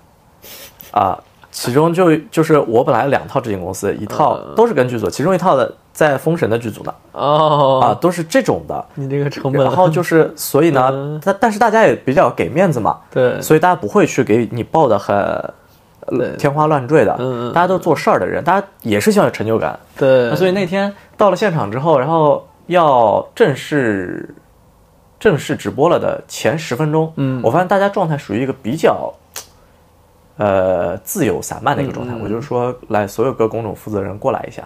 B: 啊，其中就就是我本来有两套置景公司，一套
A: 呃
B: 都是跟剧组，其中一套的在封神的剧组呢，
A: 哦
B: 啊，都是这种的。
A: 你这个成本，
B: 然后就是，所以
A: 嗯
B: 呢，但但是大家也比较给面子嘛，
A: 对，
B: 所以大家不会去给你报的很
A: 对
B: 呃天花乱坠的
A: 嗯嗯，
B: 大家都做事儿的人，大家也是希望有成就感，
A: 对，
B: 那所以那天到了现场之后，然后要正式正式直播了的前十分钟，
A: 嗯
B: 我发现大家状态属于一个比较。呃，自由散漫的一个状态，
A: 嗯
B: 我就说来，所有各工种负责人过来一下，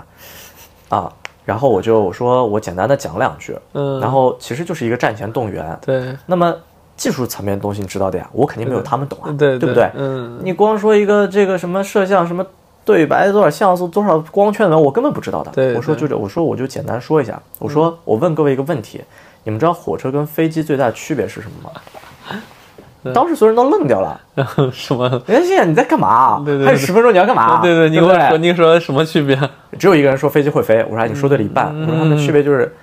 B: 啊，然后我就我说我简单的讲两句，
A: 嗯，
B: 然后其实就是一个战前动员。
A: 对，
B: 那么技术层面的东西你知道的呀，我肯定没有他们懂啊，
A: 对
B: 不对？ (laughs)
A: 嗯，
B: 你光说一个这个什么摄像什么对白多少像素多少光圈的，我根本不知道的。
A: 对
B: 我说
A: 对嗯
B: 就这，我说我就简单说一下，我说我问各位一个问题，你们知道火车跟飞机最大的区别是什么吗？
A: 嗯
B: 当时所有人都愣掉了，
A: 然后什么？
B: 人家心想你在干嘛？啊
A: 对对对
B: 还有十分钟你要干嘛？
A: 啊
B: 啊
A: 对对，你
B: 不
A: 跟我说，你说什么区别？
B: 只有一个人说飞机会飞，我说哎你说对了一
A: 嗯
B: 半，我说他们的区别就是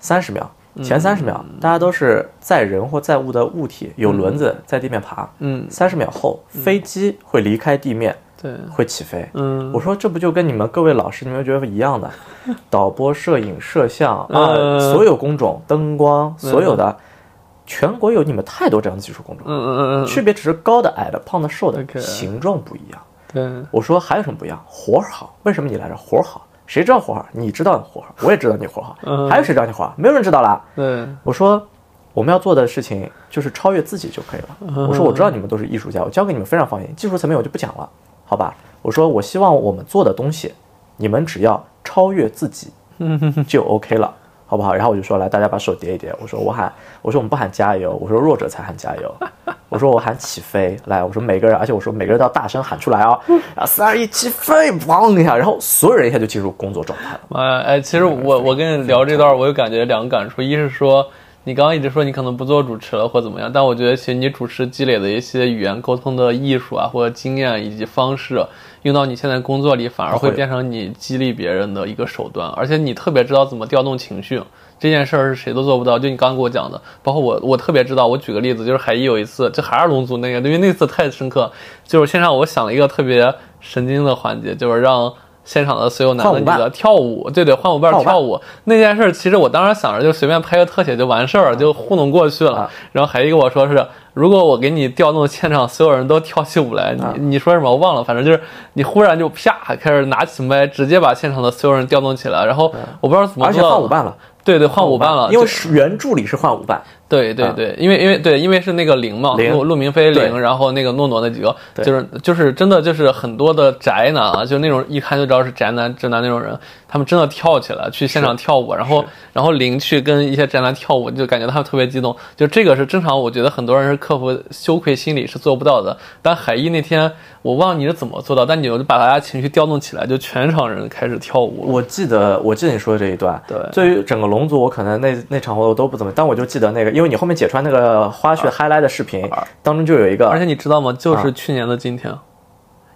B: 三十秒，前三十秒
A: 嗯
B: 大家都是载人或载物的物体，有轮子在地面爬，
A: 嗯，
B: 三十秒后飞机会离开地面，
A: 对，
B: 会起飞，
A: 嗯，
B: 我说这不就跟你们各位老师你们觉得一
A: (laughs)
B: 样的，导播、摄影、摄像啊、
A: 嗯
B: 所有工种、灯光，所有的，全国有你们太多这样的技术工种，
A: 嗯嗯嗯嗯，
B: 区别只是高的、矮的、胖的、瘦的
A: OK
B: 形状不一样。
A: 对，
B: 我说还有什么不一样？活儿好，为什么你来这儿活儿好？谁知道活儿好？你知道你活儿好，我也知道你活儿好，
A: 嗯
B: 还有谁知道你活儿好？没有人知道啦。
A: 对，
B: 我说我们要做的事情就是超越自己就可以了。
A: 嗯
B: 我说我知道你们都是艺术家，我教给你们非常方便，技术层面我就不讲了，好吧？我说我希望我们做的东西，你们只要超越自
A: (laughs)
B: 己就 OK 了。好不好？然后我就说来，大家把手叠一叠。我说我喊，我说我们不喊加油，我说弱者才喊加油。我说我喊起飞，来，我说每个人，而且我说每个人都要大声喊出来啊、啊，三二一，起飞，咣一下，然后所有人一下就进入工作状态了。
A: 妈呀，哎，其实我我跟你聊这段，我有感觉两个感触，一是说。你刚刚一直说你可能不做主持了或怎么样，但我觉得其实你主持积累的一些语言沟通的艺术啊，或者经验以及方式，用到你现在工作里，反而会
B: 会
A: 变成你激励别人的一个手段，而且你特别知道怎么调动情绪。这件事儿是谁都做不到，就你刚刚给我讲的，包括我，我特别知道。我举个例子，就是海一有一次，就还是龙族那个，因为那次太深刻，就是现场我想了一个特别神经的环节，就是让现场的所有男的
B: 换舞
A: 女
B: 伴
A: 的跳舞，对对，换舞伴
B: 换舞伴
A: 跳舞那件事儿，其实我当时想着就随便拍个特写就完事儿，就糊弄过去了
B: 啊。
A: 然后海一跟我说是，如果我给你调动现场所有人都跳起舞来，
B: 啊
A: 你你说什么我忘了，反正就是你忽然就啪开始拿起麦，直接把现场的所有人调动起来。然后我不知道怎么
B: 啊而且
A: 做到
B: 换
A: 的
B: 舞，伴了，
A: 对对，换舞伴了，
B: 因为
A: 就是
B: 原助理是换舞伴，
A: 对对
B: 啊
A: 对，因为因为对，因为是那个零嘛，
B: 零
A: 陆陆明飞
B: 对
A: 零，然后那个诺诺那几个，
B: 对
A: 就是就是真的就是很多的宅男啊，就那种一看就知道是宅男直男那种人，他们真的跳起来去现场跳舞，然后然后零去跟一些宅男跳舞，就感觉他们特别激动，就这个是正常，我觉得很多人是克服羞愧心理是做不到的，但海一那天我忘了你是怎么做到，但你就把大家情绪调动起来，就全场人开始跳舞了，
B: 我记得，我记得你说的这一段。
A: 对
B: 对于整个龙族，我可能那那场活动都不怎么，但我就记得那个，因为你后面解穿那个花絮 highlight 的视频当中就有一个，
A: 啊而且你知道吗？就是
B: 啊
A: 去年的今天，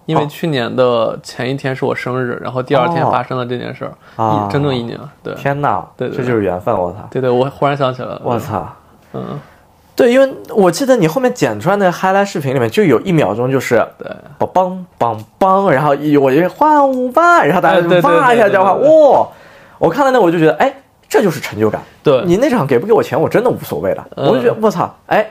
A: 因为
B: 哦
A: 去年的前一天是我生日，然后第二天发生了这件事儿，
B: 啊
A: 一真正一年。对，
B: 天哪，
A: 对对对
B: 这就是缘分，我操，
A: 对对，我忽然想起来了。
B: 我操。
A: 嗯，
B: 对，因为我记得你后面剪出来那个 highlight 视频里面，就有一秒钟就是
A: 对，
B: 梆梆梆梆，然后一我一换舞伴，然后大
A: 哎对对
B: 家
A: 对
B: 哇一下
A: 对对
B: 这样换，
A: 对
B: 哇！我看到那我就觉得，哎，这就是成就感。
A: 对
B: 你那场给不给我钱，我真的无所谓了。
A: 嗯
B: 我就觉得我操，哎，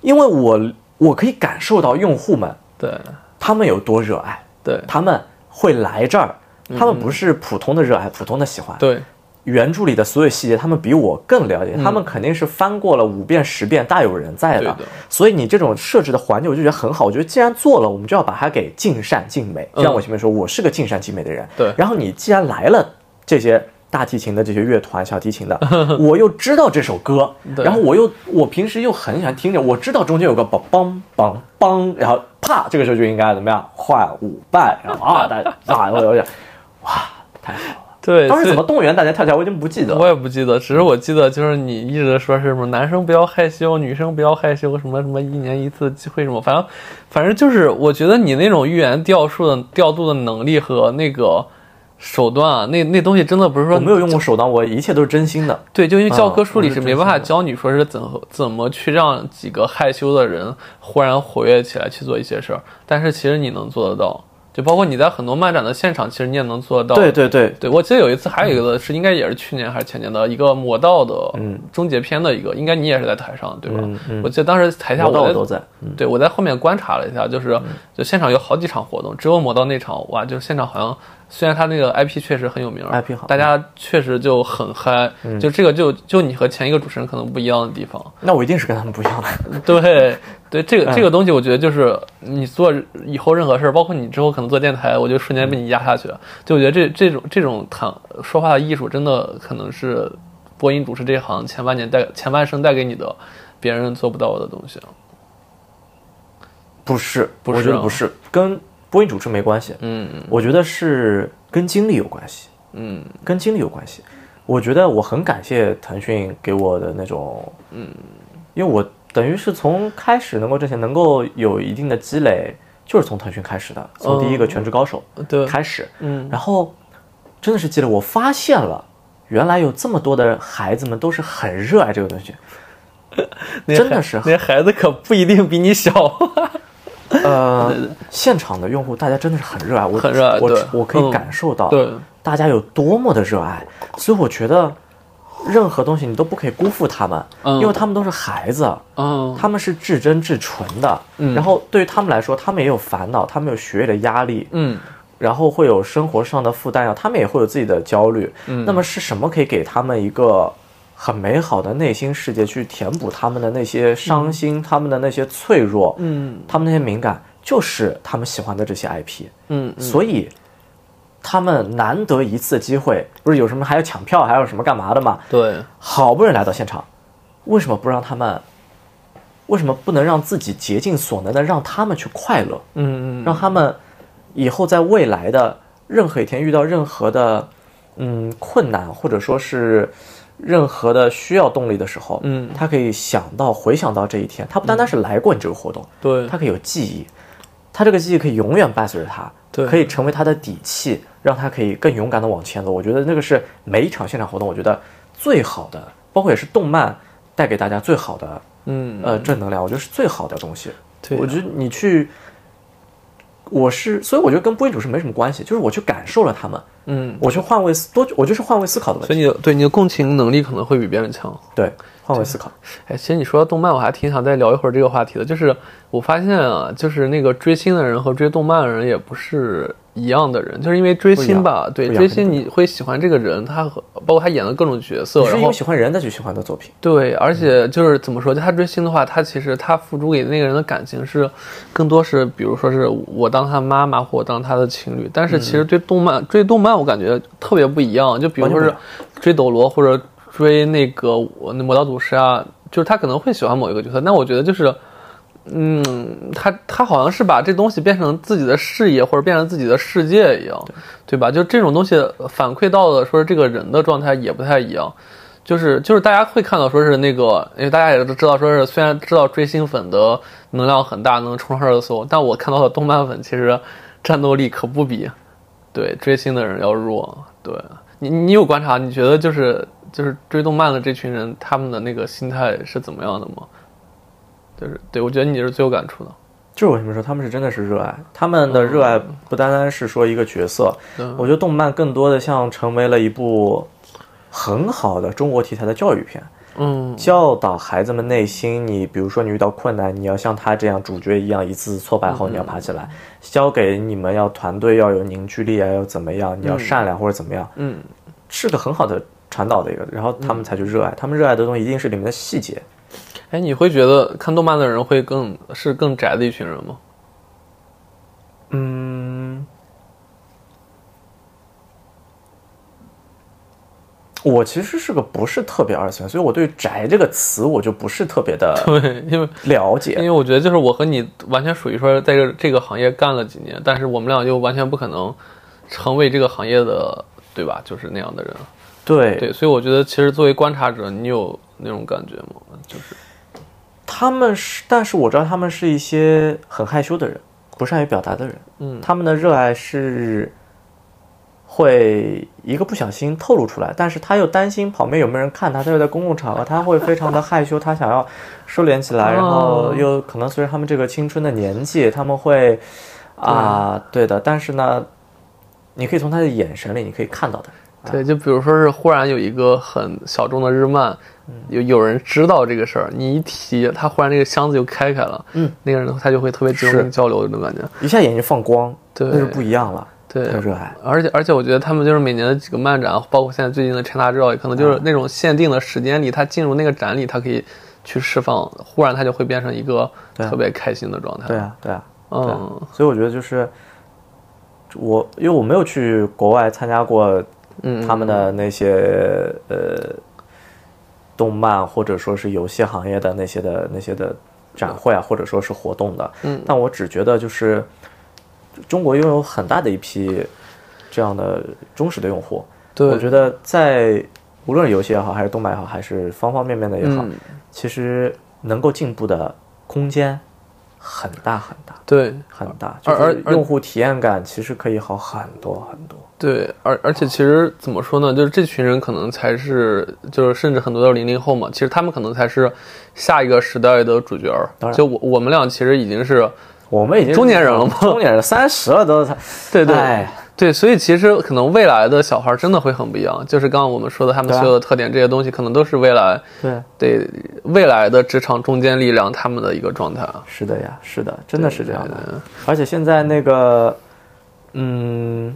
B: 因为我我可以感受到用户们
A: 对
B: 他们有多热爱，
A: 对
B: 他们会来这儿，他们不是普通的热爱，普通的喜欢。
A: 对
B: 原著里的所有细节，他们比我更了解，他们肯定是翻过了五遍十遍，大有人在的。
A: 嗯对的
B: 所以你这种设置的环节，我就觉得很好。我觉得既然做了，我们就要把它给尽善尽美。就像我前面说，我是个尽善尽美的人。
A: 嗯对
B: 然后你既然来了，这些。大提琴的这些乐团、小提
A: (laughs)
B: 琴的，我又知道这首歌，
A: 对
B: 然后我又我平时又很喜欢听着，我知道中间有个梆梆梆梆，然后啪，这个时候就应该怎么样换舞伴，然后啊，大家啊，我有点，
A: 对，
B: 当
A: 所
B: 时
A: 以
B: 怎么动员大家跳起来，我已经不记得了
A: 我。也不记得，只是我记得就是你一直说是什么男生不要害羞，女生不要害羞，什么什么一年一次机会什么，反正反正就是我觉得你那种预言调数的调度的能力和那个手段啊，那那东西真的不是说
B: 我没有用过手段，我一切都是真心的。
A: 对，就因为教科书里
B: 嗯
A: 是没办法教你说是怎么怎么去让几个害羞的人忽然活跃起来去做一些事儿，但是其实你能做得到，就包括你在很多漫展的现场，其实你也能做得到。
B: 对对对，
A: 对，我记得有一次，还有一个是应该也是去年还是前年的一个魔道的
B: 嗯
A: 终结篇的一个，应该你也是在台上对吧？我记得当时台下
B: 我到
A: 我
B: 我
A: 在
B: 都在。
A: 对我在后面观察了一下，就是就现场有好几场活动，只有魔道那场哇，就是现场好像虽然他那个 IP 确实很有名
B: IP 好
A: 大家确实就很嗨，就这个就就你和前一个主持人可能不一样的地 (laughs) 方，
B: 那我一定是跟他们不一样的。
A: 对对，这个这个东西，我觉得就是你做以后任何事儿，包括你之后可能做电台，我就瞬间被你压下去。就我觉得这这种这种谈说话的艺术，真的可能是播音主持这一行前半年带前半生带给你的，别人做不到的东西。
B: (laughs) 不是，
A: 不是
B: 我觉得
A: 啊
B: 不是，跟播音主持没关系。
A: 嗯
B: 我觉得是跟经历有关系，
A: 嗯
B: 跟经历有关系。我觉得我很感谢腾讯给我的那种，嗯，因为我等于是从开始能够挣钱，能够有一定的积累，就是从腾讯开始的，从第一个《全职高手
A: 嗯，对》，
B: 开始。
A: 嗯
B: 然后真的是记得，我发现了原来有这么多的孩子们都是很热爱这个东
A: (laughs)
B: 西。
A: 那些
B: 真的
A: 孩
B: 是
A: 那些孩子可不一定比你小。
B: 呃，现场的用户大家真的是很热爱，我
A: 很热爱对
B: 我我可以
A: 嗯
B: 感受到，
A: (laughs) (laughs) 对，
B: 大家有多么的热爱，所以我觉得任何东西你都不可以辜负他们，
A: 嗯
B: 因为他们都是孩子，
A: 嗯
B: 他们是至真至纯的，
A: 嗯
B: 然后对于他们来说，他们也有烦恼，他们有学业的压力，
A: 嗯
B: 然后会有生活上的负担呀，他们也会有自己的焦虑。
A: 嗯
B: 那么是什么可以给他们一个很美好的内心世界，去填补他们的那些伤心，他们的那些脆弱，
A: 嗯
B: 他们那些敏感，就是他们喜欢的这些 IP。
A: 嗯嗯
B: 所以，他们难得一次机会，不是有什么还要抢票，还有什么干嘛的嘛？
A: 对，
B: 好不容易来到现场，为什么不让他们？为什么不能让自己竭尽所能的让他们去快乐？
A: 嗯嗯
B: 让他们以后在未来的任何一天遇到任何的嗯困难，或者说是任何的需要动力的时候，
A: 嗯
B: 他可以想到回想到这一天，他不单单是来过你这个活动，
A: 对
B: 他可以有记忆，他这个记忆可以永远伴随着他，
A: 对
B: 可以成为他的底气，让他可以更勇敢的往前走。我觉得那个是每一场现场活动，我觉得最好的，包括也是动漫带给大家最好的
A: 嗯
B: 呃正能量，我觉得是最好的东西。
A: 对啊
B: 我觉得你去，我是，所以我觉得跟播音主持没什么关系，就是我去感受了他们，
A: 嗯，
B: 我去换位思多，我就是换位思考的问
A: 所
B: 题，
A: 以你的对你的共情能力可能会比别人强。
B: 对，换位思考，
A: 哎，其实你说到动漫，我还挺想再聊一会儿这个话题的。就是我发现啊，就是那个追星的人和追动漫的人也不是一样的人，就是因为追星吧，对
B: 不一样
A: 追星你会喜欢这个人，他和包括他演的各种角色，
B: 你是
A: 然
B: 因
A: 后
B: 为喜欢人再去喜欢的作品，
A: 对，而且就是怎么说，就他追星的话，他其实他付诸给那个人的感情是，更多是比如说是我当他妈妈或我当他的情侣，但是其实对动漫、追动漫我感觉特别不一样，就比如说
B: 完全
A: 是
B: 不
A: 追斗罗或者追那个我那魔道祖师啊，就是他可能会喜欢某一个角色，但我觉得就是。嗯，他他好像是把这东西变成自己的事业，或者变成自己的世界一样，对吧？就这种东西反馈到的，说是这个人的状态也不太一样，就是就是大家会看到说是那个，因为大家也都知道说是虽然知道追星粉的能量很大，能冲上热搜，但我看到的动漫粉其实战斗力可不比对追星的人要弱。对你你有观察，你觉得就是就是追动漫的这群人他们的那个心态是怎么样的吗？就是对我觉得你是最有感触的。
B: 就是我为什么说他们是真的是热爱，他们的热
A: 哦
B: 爱不单单是说一个角色，
A: 嗯
B: 我觉得动漫更多的像成为了一部很好的中国题材的教育片，
A: 嗯
B: 教导孩子们内心。你比如说，你遇到困难，你要像他这样主角一样，一次次挫败后你要爬起来。教给你们要团队要有凝聚力啊，要怎么样？你要善良或者怎么样，
A: 嗯
B: 是个很好的传导的一个。然后他们才去热爱，他们热爱的东西一定是里面的细节。
A: 哎，你会觉得看动漫的人会更是更宅的一群人吗？ (laughs)
B: 嗯，我其实是个不是特别二次元，所以我对“宅”这个词我就不是特别 (laughs) 的
A: 对，因为
B: 了
A: 因
B: 解。
A: 为我觉得就是我和你完全属于说在这这个行业干了几年，但是我们俩就完全不可能成为这个行业的，对吧？就是那样的人。
B: 对，
A: 对，所以我觉得其实作为观察者，你有那种感觉吗？就是
B: 他们是，但是我知道他们是一些很害羞的人，不善于表达的人。
A: 嗯
B: 他们的热爱是会一个不小心透露出来，但是他又担心旁边有没有人看他，他又在公共场合，他会非常的害羞，他想要收敛起
A: 哦
B: 来，然后又可能随着他们这个青春的年纪，他们会
A: 嗯
B: 啊，对的，但是呢，你可以从他的眼神里，你可以看到的。
A: 对，就比如说是忽然有一个很小众的日漫，
B: 嗯
A: 有有人知道这个事儿，你一提，他忽然那个箱子就开开了，
B: 嗯，
A: 那个人他就会特别激动
B: 是
A: 跟你交流的那种感觉。
B: 一下眼睛放光，
A: 对
B: 那是不一样了，
A: 对
B: 他热爱。
A: 而且而且，我觉得他们就是每年的几个漫展，包括现在最近的 China Joy，可能
B: 嗯
A: 就是那种限定的时间里，他进入那个展里，他可以去释放，忽然他就会变成一个
B: 对啊
A: 特别开心的状态。
B: 对，啊，对啊。对
A: 嗯，
B: 所以我觉得就是我，因为我没有去国外参加过
A: 嗯
B: 他们的那些、呃动漫或者说是游戏行业的那些的那些的展会啊，或者说是活动的，
A: 嗯
B: 但我只觉得就是中国拥有很大的一批这样的忠实的用户，
A: 对，
B: 我觉得在无论是游戏也好，还是动漫也好，还是方方面面的也好，
A: 嗯
B: 其实能够进步的空间很大很大。
A: 对
B: 很大，就
A: 而
B: 是
A: 而
B: 用户体验感其实可以好很多很多。
A: 对，而而且其实怎么说呢，就是这群人可能才是，就是甚至很多都是零零后嘛，其实他们可能才是下一个时代的主角儿
B: 当。然
A: 就我我们俩其实已经是，
B: 我们已经
A: 中年人了吗
B: (laughs) 中年人三十了都，
A: 对对、
B: 哎
A: 对，所以其实可能未来的小孩儿真的会很不一样。就是刚刚我们说的他们
B: 对啊
A: 所有的特点，这些东西可能都是未来
B: 对，
A: 对未来的职场中坚力量他们的一个状态。啊。
B: 是的呀，是的，真的是这样
A: 对
B: 的。而且现在那个，嗯，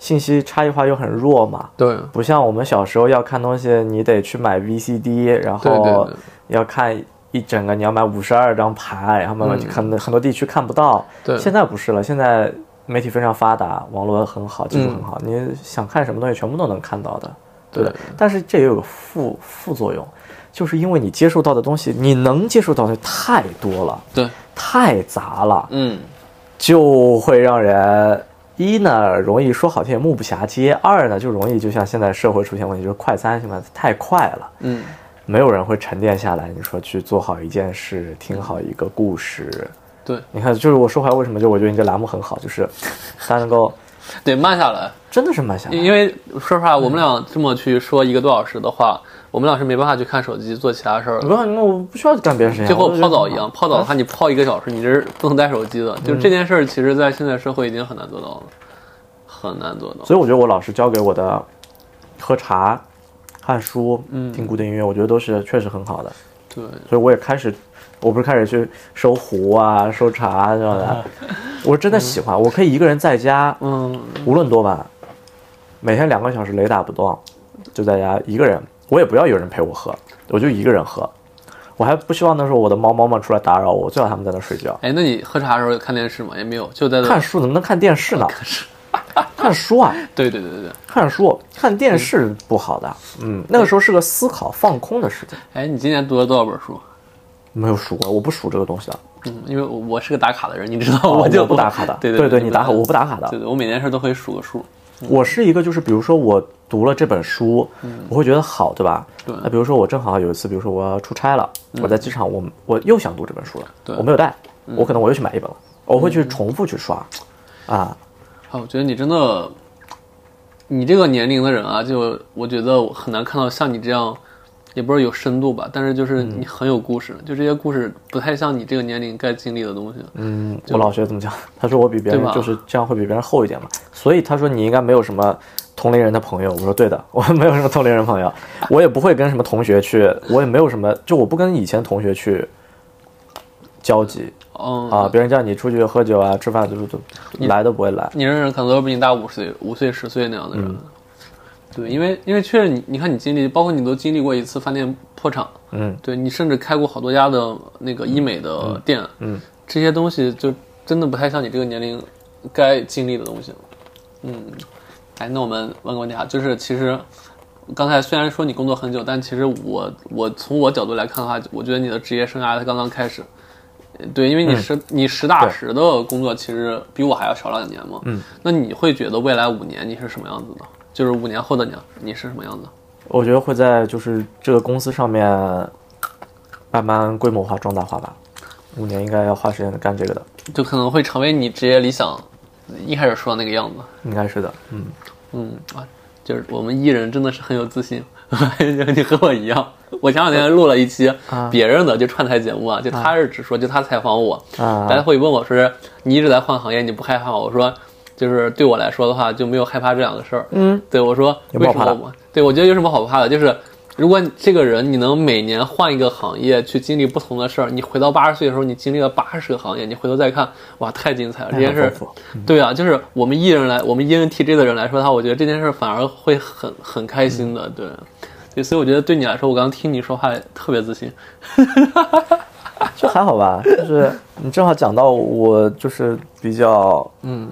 B: 信息差异化又很弱嘛，
A: 对
B: 不像我们小时候要看东西，你得去买 VCD，然
A: 对对
B: 后
A: 对
B: 要看一整个，你要买五十二张盘，然后
A: 嗯
B: 慢慢去看，很多地区看不到。
A: 对
B: 现在不是了，现在媒体非常发达，网络很好，技术很好，你想看什么东西全部都能看到的，对的
A: 嗯对
B: 但是这也有个副副作用，就是因为你接触到的东西，你能接触到的太多了，
A: 对，
B: 太杂了，
A: 嗯，
B: 就会让人。一呢，容易说好听也目不暇接；二呢，就容易就像现在社会出现问题，就是快餐现在太快了，
A: 嗯，
B: 没有人会沉淀下来。你说去做好一件事，听好一个故事，
A: 对
B: 你看，就是我说回来为什么，就我觉得你这栏目很好，就是
A: (laughs)
B: 大家能够
A: 得慢下来。
B: 真的是慢下来，
A: 因为说实话，我
B: 嗯
A: 们俩这么去说一个多小时的话，我们俩是没办法去看手机做其他事儿
B: 我
A: 的。
B: 告诉你，我不需要干别的事情，
A: 就和
B: 啊我
A: 我
B: 就嗯
A: 泡澡一样，泡澡的话你泡一个小时，你这是不能带手机的。就是这件事儿，其实在现在社会已经很难做到了，很难做到。
B: 所以我觉得我老师教给我的喝茶、看书、
A: 嗯
B: 听古典音乐，我觉得都是确实很好的。
A: 对，
B: 所以我也开始，我不是开始去收壶啊、收茶什么的，我真的喜欢，我可以一个人在家，
A: 嗯，
B: 无论多晚，每天两个小时雷打不动，就在家一个人，我也不要有人陪我喝，我就一个人喝。我还不希望那时候我的猫猫们出来打扰我，最好它们在那睡觉。
A: 哎，那你喝茶的时候有看电视吗？也没有，就在那
B: 看。书怎么能看电视呢？看书啊，
A: 对对对对对。
B: 看书，看电视不好的。嗯，那个时候是个思考放空的时间。
A: 哎，你今年读了多少本书？
B: 没有数过，我不数这个东西的。
A: 嗯，因为我我是个打卡的人，你知道，
B: 哦
A: 就
B: 我不打卡的
A: (laughs) 对
B: 对
A: 对
B: 对你打卡我不打卡的
A: 对对，我每件事都会数个数。
B: 我是一个，就是比如说我读了这本书，我会觉得好，对吧？
A: 嗯对嗯
B: 那比如说我正好有一次，比如说我要出差了，我在机场，我我又想读这本书了，
A: 对嗯
B: 我没有带，我可能我又去买一本了，我会去重复去刷，啊，
A: 啊，我觉得你真的，你这个年龄的人啊，就我觉得我很难看到像你这样也不是有深度吧，但是就是
B: 嗯
A: 你很有故事，就这些故事不太像你这个年龄该经历的东西。
B: 嗯，我老学怎么讲？ (laughs) 他说我比别人
A: 对吧
B: 就是这样会比别人厚一点嘛，所以他说你应该没有什么同龄人的朋友。我说对的， (laughs) 我没有什么同龄人朋友，我也不会跟什么同学去，我也没有什么，就我不跟以前同学去交集
A: 嗯
B: 啊。别人叫你出去喝酒啊、吃饭，就是都来都不会来。
A: 你认识的可能都是比你大五岁、五岁、十岁那样的人。对，因为因为确实你你看你经历，包括你都经历过一次饭店破产，
B: 嗯，
A: 对你甚至开过好多家的那个医美的店，嗯，这些东西就真的不太像你这个年龄该经历的东西。嗯，哎，那我们问个问题啊，就是其实刚才虽然说你工作很久，但其实我我从我角度来看的话，我觉得你的职业生涯才刚刚开始。呃对，因为你实、你实打实的工作，其实比我还要少两年嘛。嗯，那你会觉得未来五年你是什么样子的？就是五年后的你，啊你是什么样子？
B: 我觉得会在就是这个公司上面慢慢规模化、壮大化吧。五年应该要花时间干这个的，
A: 就可能会成为你职业理想一开始说的那个样子。
B: 应该是的。嗯，
A: 嗯啊，就是我们艺人真的是很有自信， (laughs) 你和我一样。我前两天录了一期别人的就串台节目啊，就他是只说就他采访我，
B: 啊
A: 大家会问我说你一直在换行业，你不害怕吗？我说就是对我来说的话就没有害怕这两个事儿。嗯，对我说
B: 有
A: 为
B: 没有
A: 什么
B: 怕
A: 我？对我觉得有什么好怕的？就是如果你这个人你能每年换一个行业去经历不同的事儿，你回到八十岁的时候你经历了八十个行业，你回头再看，哇，太精彩了！这件事
B: 很
A: 儿
B: 哎丰富嗯
A: 对啊，就是我们艺人来，我们 E 艺人 TJ 的人来说的话，我觉得这件事反而会很很开心
B: 嗯
A: 的，对，对，所以我觉得对你来说，我刚刚听你说话特别自信，
B: 就还好吧，就是你正好讲到我就是比较嗯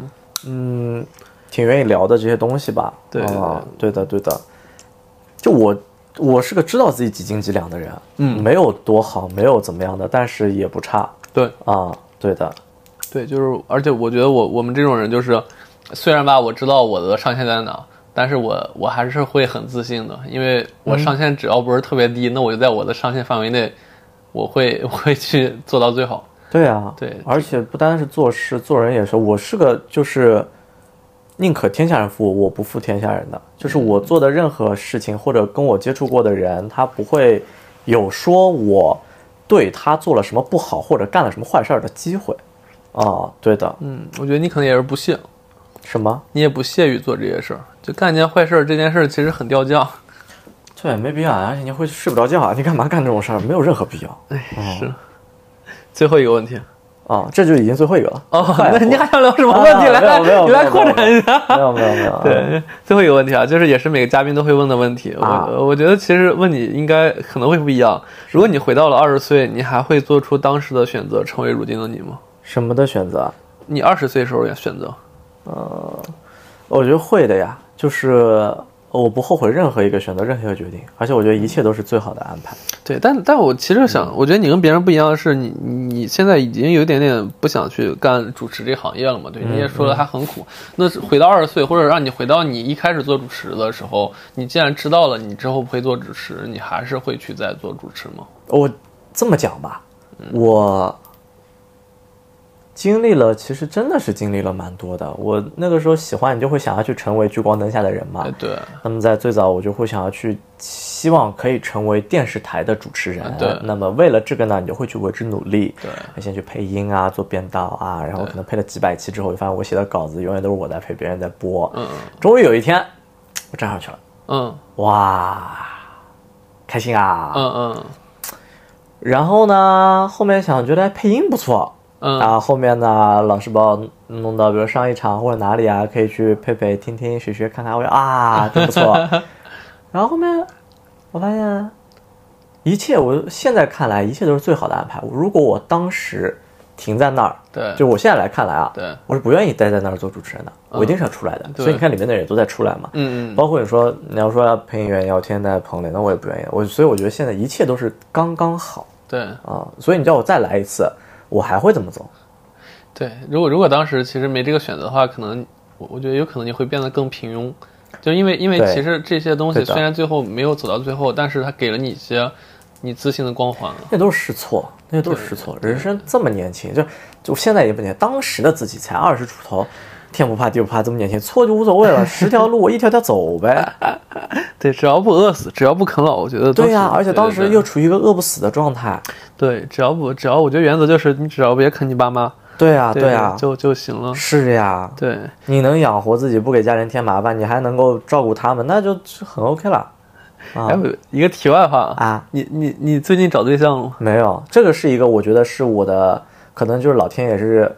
B: 嗯挺愿意聊的这些东西吧。
A: 对
B: 啊对的对的。就我我是个知道自己几斤几两的人，嗯，没有多好，没有怎么样的，但是也不差
A: 对
B: 啊。对的，
A: 对，就是，而且我觉得我我们这种人就是，虽然吧，我知道我的上限在哪，但是我我还是会很自信的，因为我上限只要不是特别低，那我就在我的上限范围内，我会我会去做到最好，
B: 对啊，
A: 对
B: 而且不单是做事，做人也是。我是个就是宁可天下人负我，我不负天下人的。就是我做的任何事情，或者跟我接触过的人，他不会有说我对他做了什么不好或者干了什么坏事儿的机会。啊，对的，
A: 嗯，我觉得你可能也是不屑，
B: 什么？
A: 你也不屑于做这些事儿，就干件坏事儿，这件事儿其实很掉价。
B: 对，没必要啊，而且你会睡不着觉啊，你干嘛干这种事儿？没有任何必要。
A: 是，最后一个问题
B: 嗯啊，这就已经最后一个 (laughs) 了。
A: 哦，
B: 快
A: 那
B: 活
A: 你还想聊什么问题？
B: 啊
A: 来
B: 没有没
A: 来，
B: 有
A: 你来
B: 没有
A: 扩展一下。
B: 没有没有没有，啊
A: 对， (laughs) 最后一个问题啊，就是也是每个嘉宾都会问的问题。
B: 啊
A: 我我觉得其实问你应该可能会不一样。如果你回到了二十岁，你还会做出当时的选择，成为如今的你吗？
B: 什么的选择啊？
A: 你二十岁时候也选择，
B: 我觉得会的呀，就是呃我不后悔任何一个选择，任何一个决定，而且我觉得一切都是最好的安排。
A: 对，但但我其实想，我觉得你跟别人不一样的是你，你你现在已经有一点点不想去干主持这行业了嘛？对，你也说了，它很苦。那是回到二十岁，或者让你回到你一开始做主持的时候，你既然知道了你之后不会做主持，你还是会去再做主持吗？
B: 我这么讲吧，我经历了，其实真的是经历了蛮多的。我那个时候喜欢你，就会想要去成为聚光灯下的人嘛
A: 哎。对，
B: 那么在最早，我就会想要去希望可以成为电视台的主持人。
A: 啊对
B: 那么为了这个呢，你就会去为之努力。
A: 对，
B: 先去配音啊，做编导啊，然后可能配了几百期之后，我就发现我写的稿子永远都是我在配，别人在播。
A: 嗯
B: 终于有一天，我站上去了，
A: 嗯
B: 哇，开心啊！
A: 嗯嗯
B: 然后呢，后面想觉得哎配音不错，啊
A: 嗯
B: 然后后面呢，老师把我弄到，比如上一场或者哪里啊，可以去配配、听听、学学、看看，我说
A: (laughs)
B: 啊，真不错。然后后面我发现，一切我现在看来，一切都是最好的安排。如果我当时停在那儿，
A: 对，
B: 就我现在来看来啊，
A: 对，
B: 我是不愿意待在那儿做主持人的，我一定是要出来的。
A: 嗯对
B: 所以你看里面的人也都在出来嘛，
A: 嗯嗯
B: 包括你说你要说要配音员要天天在棚里，那我也不愿意。我所以我觉得现在一切都是刚刚好
A: 对
B: 啊、所以你叫我再来一次，我还会这么走。
A: 对。如果如果当时其实没这个选择的话，可能我我觉得有可能你会变得更平庸，就因为因为
B: 对
A: 其实这些东西
B: 对的
A: 虽然最后没有走到最后，但是它给了你一些你自信的光环了。
B: 那都是试错，那都是试错。人生这么年轻，就就现在也不年轻，当时的自己才二
A: (laughs)
B: 十出头，天不怕地不怕，这么年轻，错就无所谓了，十条路我一条条走呗。
A: 对，只要不饿死，只要不啃老，我觉得都
B: 对呀、
A: 行
B: 而且当
A: 对
B: 时
A: 对
B: 又处于一个饿不死的状态。
A: 对，只要不只要我觉得原则就是你只要别啃你爸妈，
B: 对呀、对呀、
A: 就就行了。
B: 是呀，
A: 对，
B: 你能养活自己，不给家人添麻烦，你还能够照顾他们，那就很 OK 了。啊
A: 还有一个题外话
B: 啊，
A: 你你你最近找对象了吗？
B: 没有，这个是一个我觉得是我的，可能就是老天也是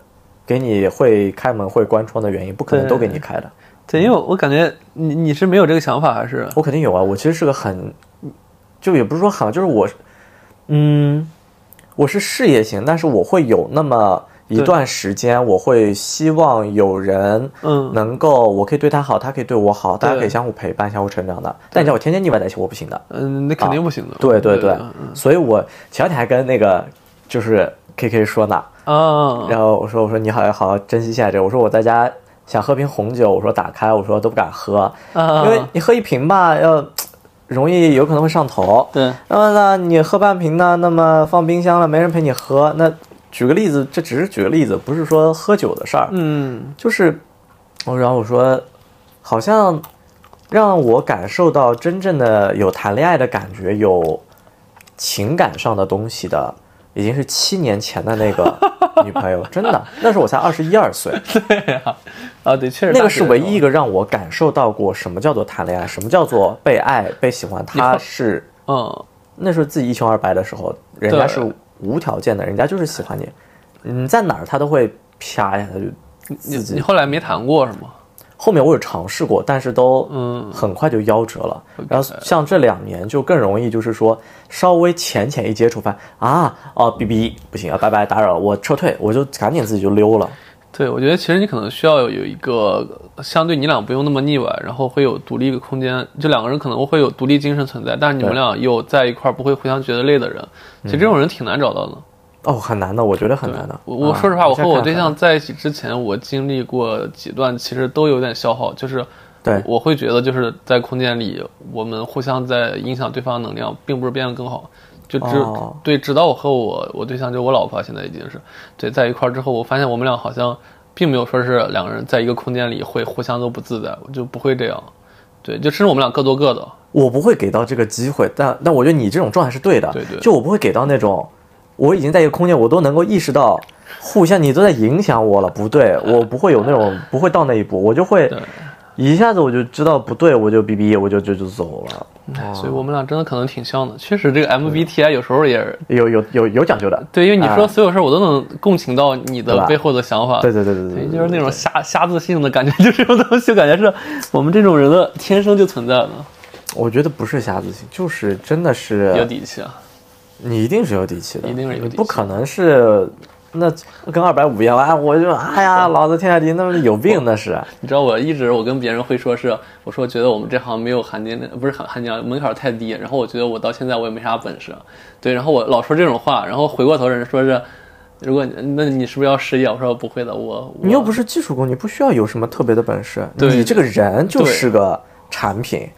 B: 给你会开门会关窗的原因，不可能
A: 对
B: 都给你开的。
A: 对，因为我感觉你你是没有这个想法，还是
B: 我肯定有啊，我其实是个很，就也不是说很，就是我，嗯，我是事业型，但是我会有那么一
A: 对
B: 段时间，我会希望有人
A: 嗯
B: 能够，我可以对他好，他可以对我好，大家
A: 对
B: 可以相互陪伴、相互成长的。但你叫我天天腻歪在一起，我不行的。
A: 嗯，那肯定不行的。
B: 对对对，
A: 嗯
B: 所以我前两天还跟那个就是 K K 说呢，
A: 啊，
B: 然后我说我说你好好好珍惜现在这个，我说我在家想喝瓶红酒，我说打开，我说都不敢喝，
A: 啊
B: 因为你喝一瓶吧，要嗯容易有可能会上头。
A: 对
B: 那么呢，你喝半瓶呢，那么放冰箱了，没人陪你喝。那举个例子，这只是举个例子，不是说喝酒的事儿，
A: 嗯
B: 就是我然后我说，好像让我感受到真正的有谈恋爱的感觉，有情感上的东西的，已经是七年前的
A: (laughs)
B: 那个女朋友，真的，那时候我才二十一二岁，
A: 啊，对，确实
B: 那个
A: 大学
B: 是
A: 的
B: 唯
A: 时候
B: 一一个让我感受到过什么叫做谈恋爱，什么叫做被爱、被喜欢，
A: 你
B: 他
A: (laughs) 看
B: 是
A: 嗯，
B: 那时候自己一穷二白的时候，人家
A: 对
B: 是无条件的，人家就是喜欢你，你在哪儿他都会啪一下他就。
A: 你
B: 自己
A: 你后来没谈过是吗？
B: 后面我有尝试过，但是都
A: 嗯
B: 很快就夭折了。然后像这两年就更容易，就是说稍微浅浅一接触，发现啊哦哔哔不行啊，拜拜打扰，我撤退，我就赶紧自己就溜了。
A: 对，我觉得其实你可能需要有有一个相对你俩不用那么腻歪，然后会有独立的空间，就两个人可能会有独立精神存在，但是你们
B: 对
A: 俩又在一块儿不会互相觉得累的人，其实这种人挺难找到的。
B: 哦，很难的，我觉得很难的。
A: 我我
B: 啊
A: 说实话，我和我对，
B: 现
A: 象嗯在一起之前，我经历过几段，其实都有点消耗，就是
B: 在看对，
A: 我会觉得就是在空间里，我们互相在影响对方的能量，并不是变得更好。就直、
B: 哦
A: 对，直到我和我我对象，就我老婆，现在已经是对在一块儿之后，我发现我们俩好像并没有说是两个人在一个空间里会互相都不自在，我就不会这样。对，就甚至我们俩各做各的。
B: 我不会给到这个机会，但但我觉得你这种状态是对的。
A: 对对
B: 就我不会给到那种，我已经在一个空间，我都能够意识到，互相你都在影响我了，不对，我不会有那种不会到那一步，我就会
A: 对
B: 一下子我就知道不对，我就哔哔，我就就就走了。
A: 哎所以我们俩真的可能挺像的。确实，这个 MBTI 有时候也是
B: 有有有有讲究的，
A: 对，因为你
B: 啊
A: 说所有事儿，我都能共情到你
B: 对吧
A: 的背后的想法。
B: 对对对对
A: 对，
B: 对，
A: 就是那种瞎瞎自信的感觉， (laughs) 就这种东西，感觉是我们这种人的天生就存在的，
B: 我觉得不是瞎自信，就是真的
A: 有
B: 是
A: 底气啊。
B: 你一定是有底气的，
A: 一定是有底气
B: 不可能是那跟二百五一样啊！我就哎
A: (laughs)
B: 呀，老子天下第一，那么有病那是。
A: 你知道，我一直我跟别人会说是，我说觉得我们这行没有含金量，不是含含金量，门槛太低。然后我觉得我到现在我也没啥本事，对，然后我老说这种话，然后回过头人说是，如果你那你是不是要失业？我说不会的，我
B: 你又不
A: 是
B: 是技术工，你不需要有什么特别的本事，
A: 对
B: 你这个人就是个产品。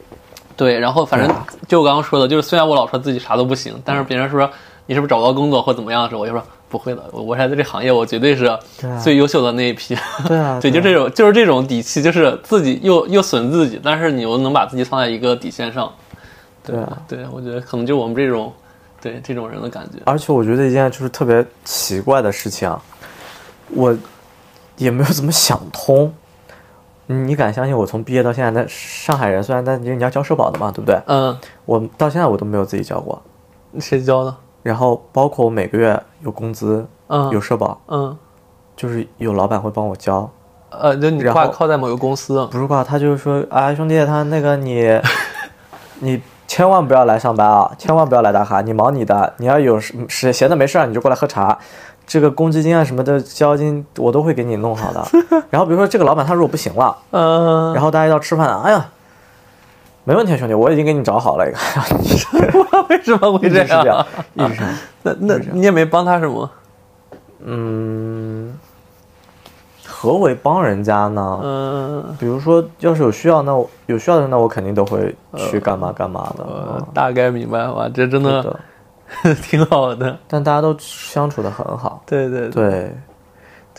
A: 对，然后反正就我刚刚说的，就是虽然我老说自己啥都不行，但是别人说你是不是找不到工作或怎么样的时候，我就说不会的，我我现在在这行业我绝对是
B: 对啊
A: 最优秀的那一批。
B: 对啊，
A: 对，就这种，就是这种底气，就是自己又又损自己，但是你又能把自己放在一个底线上。对
B: 对啊
A: 对，我觉得可能就我们这种，对这种人的感觉。
B: 而且我觉得一件就是特别奇怪的事情啊，我也没有怎么想通。你敢相信我从毕业到现在，那上海人虽然但你你要交社保的嘛，对不对？
A: 嗯，
B: 我到现在我都没有自己交过，
A: 谁教的？
B: 然后包括我每个月有工资，
A: 嗯，
B: 有社保，
A: 嗯，
B: 就是有老板会帮我交，
A: 呃，就你
B: 然
A: 挂
B: 后
A: 靠在某个公司。
B: 不是挂，他就是说啊，兄弟，他那个你，你千万不要来上班啊，千万不要来打卡，你忙你的，你要有时时闲的没事儿你就过来喝茶，这个公积金啊什么的交金我都会给你弄好的。然后比如说这个老板他如果不行了，
A: 嗯，
B: 然后大家一道吃饭，哎呀，没问题啊，兄弟，我已经给你找好了一个， (laughs)
A: 为什么
B: 一
A: 会
B: 直
A: 这
B: 是这样
A: 样？，
B: 一直是这样。啊
A: 那那你也没帮他什么？
B: 嗯，何为帮人家呢？
A: 嗯，
B: 比如说，要是有需要，那我有需要的，那我肯定都会去干嘛干嘛的。
A: 呃
B: 嗯，
A: 大概明白吧，这真
B: 对
A: 的
B: 的，
A: (laughs) 挺好的。
B: 但大家都相处的很好。
A: 对对
B: 对，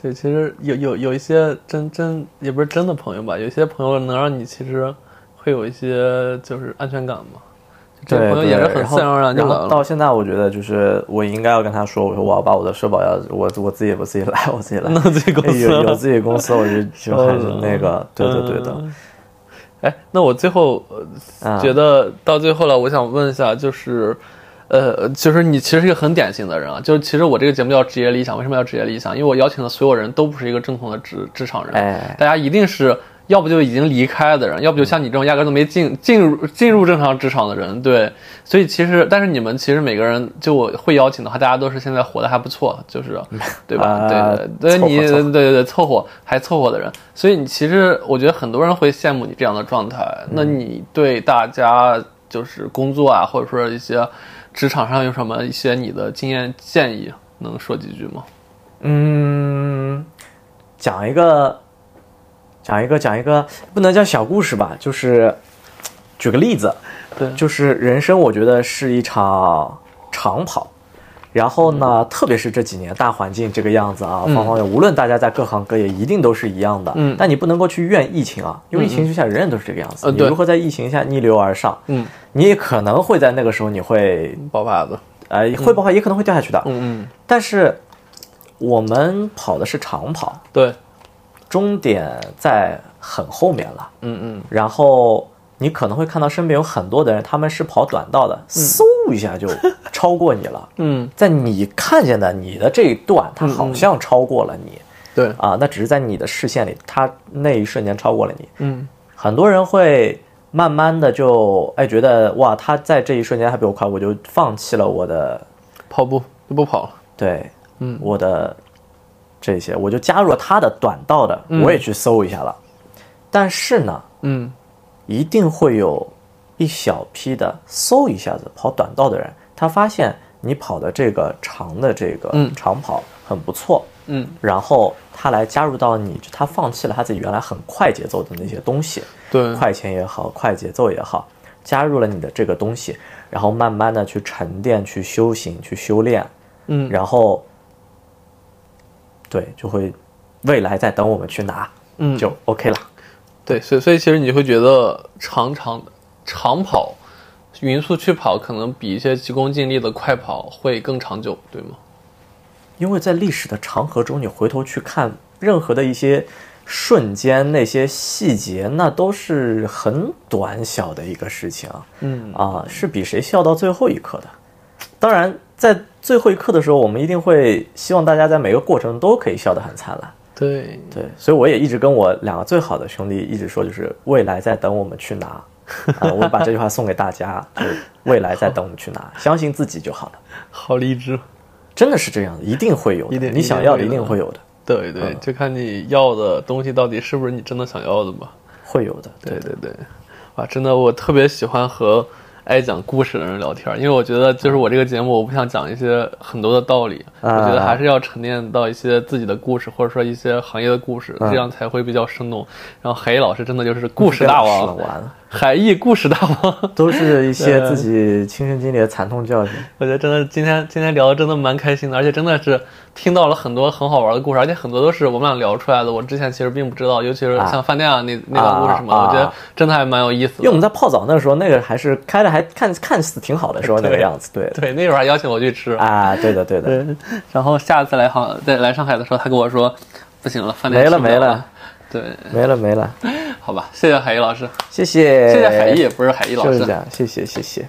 A: 对，其实有有有一些真真也不是真的朋友吧，有一些朋友能让你其实会有一些就是安全感嘛。这
B: 对
A: 个朋友也是
B: 对
A: 很
B: 然后
A: 自然而然就
B: 然后
A: 来了。
B: 到现在，我觉得就是我应该要跟他说，我说我要把我的社保要我我自己我自己来，我自己
A: (laughs)
B: 来。
A: 弄自 (laughs) 己公司
B: 哎有有
A: 了，
B: 自己公司，我就就还是
A: (laughs)
B: 那个，对对对的，
A: 嗯。哎，那我最后呃
B: 啊
A: 觉得到最后了，我想问一下，就是，呃，就是你其实是一个很典型的人啊。就是其实我这个节目叫职业理想，为什么要职业理想？因为我邀请的所有人都不是一个正统的职职场人，
B: 哎
A: 大家一定是要不就已经离开的人，要不就像你这种压根都没进进入进入正常职场的人。对，所以其实但是你们其实每个人就我会邀请的话，大家都是现在活得还不错，就是
B: (laughs)
A: 对吧？
B: 啊
A: 对对对，
B: 凑合
A: 你
B: 凑合
A: 对对对，凑合还凑合的人，所以你其实我觉得很多人会羡慕你这样的状态。那
B: 嗯
A: 你对大家就是工作啊，或者说一些职场上有什么一些你的经验建议，能说几句吗？
B: 嗯，讲一个，讲一个，讲一个，不能叫小故事吧，就是举个例子，
A: 对，
B: 就是人生，我觉得是一场长跑。然后呢，特别是这几年大环境这个样子啊，
A: 嗯
B: 方方面，无论大家在各行各业，一定都是一样的。
A: 嗯
B: 但你不能够去怨疫情啊，因为疫情之下人人都是这个样子。
A: 呃
B: 你
A: 对
B: 如何在疫情下逆流而上？
A: 嗯，
B: 你也可能会在那个时候，你会
A: 爆发子，
B: 呃会不好，也可能会掉下去的。
A: 嗯嗯嗯，
B: 但是我们跑的是长跑，
A: 对，
B: 终点在很后面了。
A: 嗯嗯，
B: 然后你可能会看到身边有很多的人，他们是跑短道的，嗖一下就超过你了。
A: 嗯，
B: 在你看见的你的这一段，他好像超过了你
A: 对，
B: 啊，那只是在你的视线里，他那一瞬间超过了你。
A: 嗯
B: 很多人会慢慢的就哎觉得哇，他在这一瞬间还比我快，我就放弃了我的，
A: 跑步就不跑了，
B: 对，
A: 嗯
B: 我的这些，我就加入了他的短道的，我也去搜一下了。但是呢，
A: 嗯
B: 一定会有一小批的嗖一下子跑短道的人，他发现你跑的这个长的这个
A: 嗯
B: 长跑很不错，
A: 嗯，
B: 然后他来加入到你，他放弃了他自己原来很快节奏的那些东西，
A: 对，
B: 快钱也好，快节奏也好，加入了你的这个东西，然后慢慢的去沉淀、去修行、去修炼，
A: 嗯
B: 然后对，就会未来再等我们去拿，
A: 嗯
B: 就 OK 了。
A: 对，所以所以其实你会觉得长长长跑、匀速去跑，可能比一些急功近利的快跑会更长久，对吗？
B: 因为在历史的长河中，你回头去看任何的一些瞬间、那些细节，那都是很短小的一个事情啊，
A: 嗯
B: 啊，是比谁笑到最后一刻的。当然，在最后一刻的时候，我们一定会希望大家在每个过程都可以笑得很灿烂。
A: 对，
B: 对，所以我也一直跟我两个最好的兄弟一直说，就是未来在等我们去拿。
A: (laughs)
B: 啊，我把这句话送给大家，就是未来在等我们去拿，相信自己就好了。
A: 好励志。
B: 真的是这样的，一定会有的。
A: 一定
B: 你想要的
A: 一
B: 一
A: 定
B: 定
A: 会
B: 会有的。
A: 对对，就看你要的东西到底是不是你真的想要的吧。
B: 会有的。
A: 对对对，哇，真的，我特别喜欢和爱讲故事的人聊天，因为我觉得就是我这个节目，我不想讲一些很多的道理，
B: 啊
A: 我觉得还是要沉淀到一些自己的故事，或者说一些行业的故事，这样才会比较生动。然后海毅老师真的就是故事大
B: 了
A: 王，
B: 完了，
A: 海毅故事大王，
B: 都是一些自己亲身经历的惨痛教训。
A: (laughs) 我觉得真的今天今天聊的真的蛮开心的，而且真的是听到了很多很好玩的故事，而且很多都是我们俩聊出来的，我之前其实并不知道，尤其是
B: 啊
A: 像饭店啊那那段故事什么的，
B: 啊啊
A: 我觉得真的还蛮有意思
B: 因为
A: 的
B: 我。们在泡澡那个时候，那个还是开的还看看似挺好的时候那个样子，对
A: 对，那会儿还邀请我去吃，
B: 啊，对的对的，
A: 对，然后下次来杭再来上海的时候，他跟我说，不行了，饭店
B: 没了
A: 吃不
B: 没了。
A: 对，
B: 没了没了，
A: 好吧，谢谢海毅老师，
B: 谢谢
A: 谢谢海毅，不是海毅老
B: 就是
A: 师
B: 这。样，谢谢谢谢。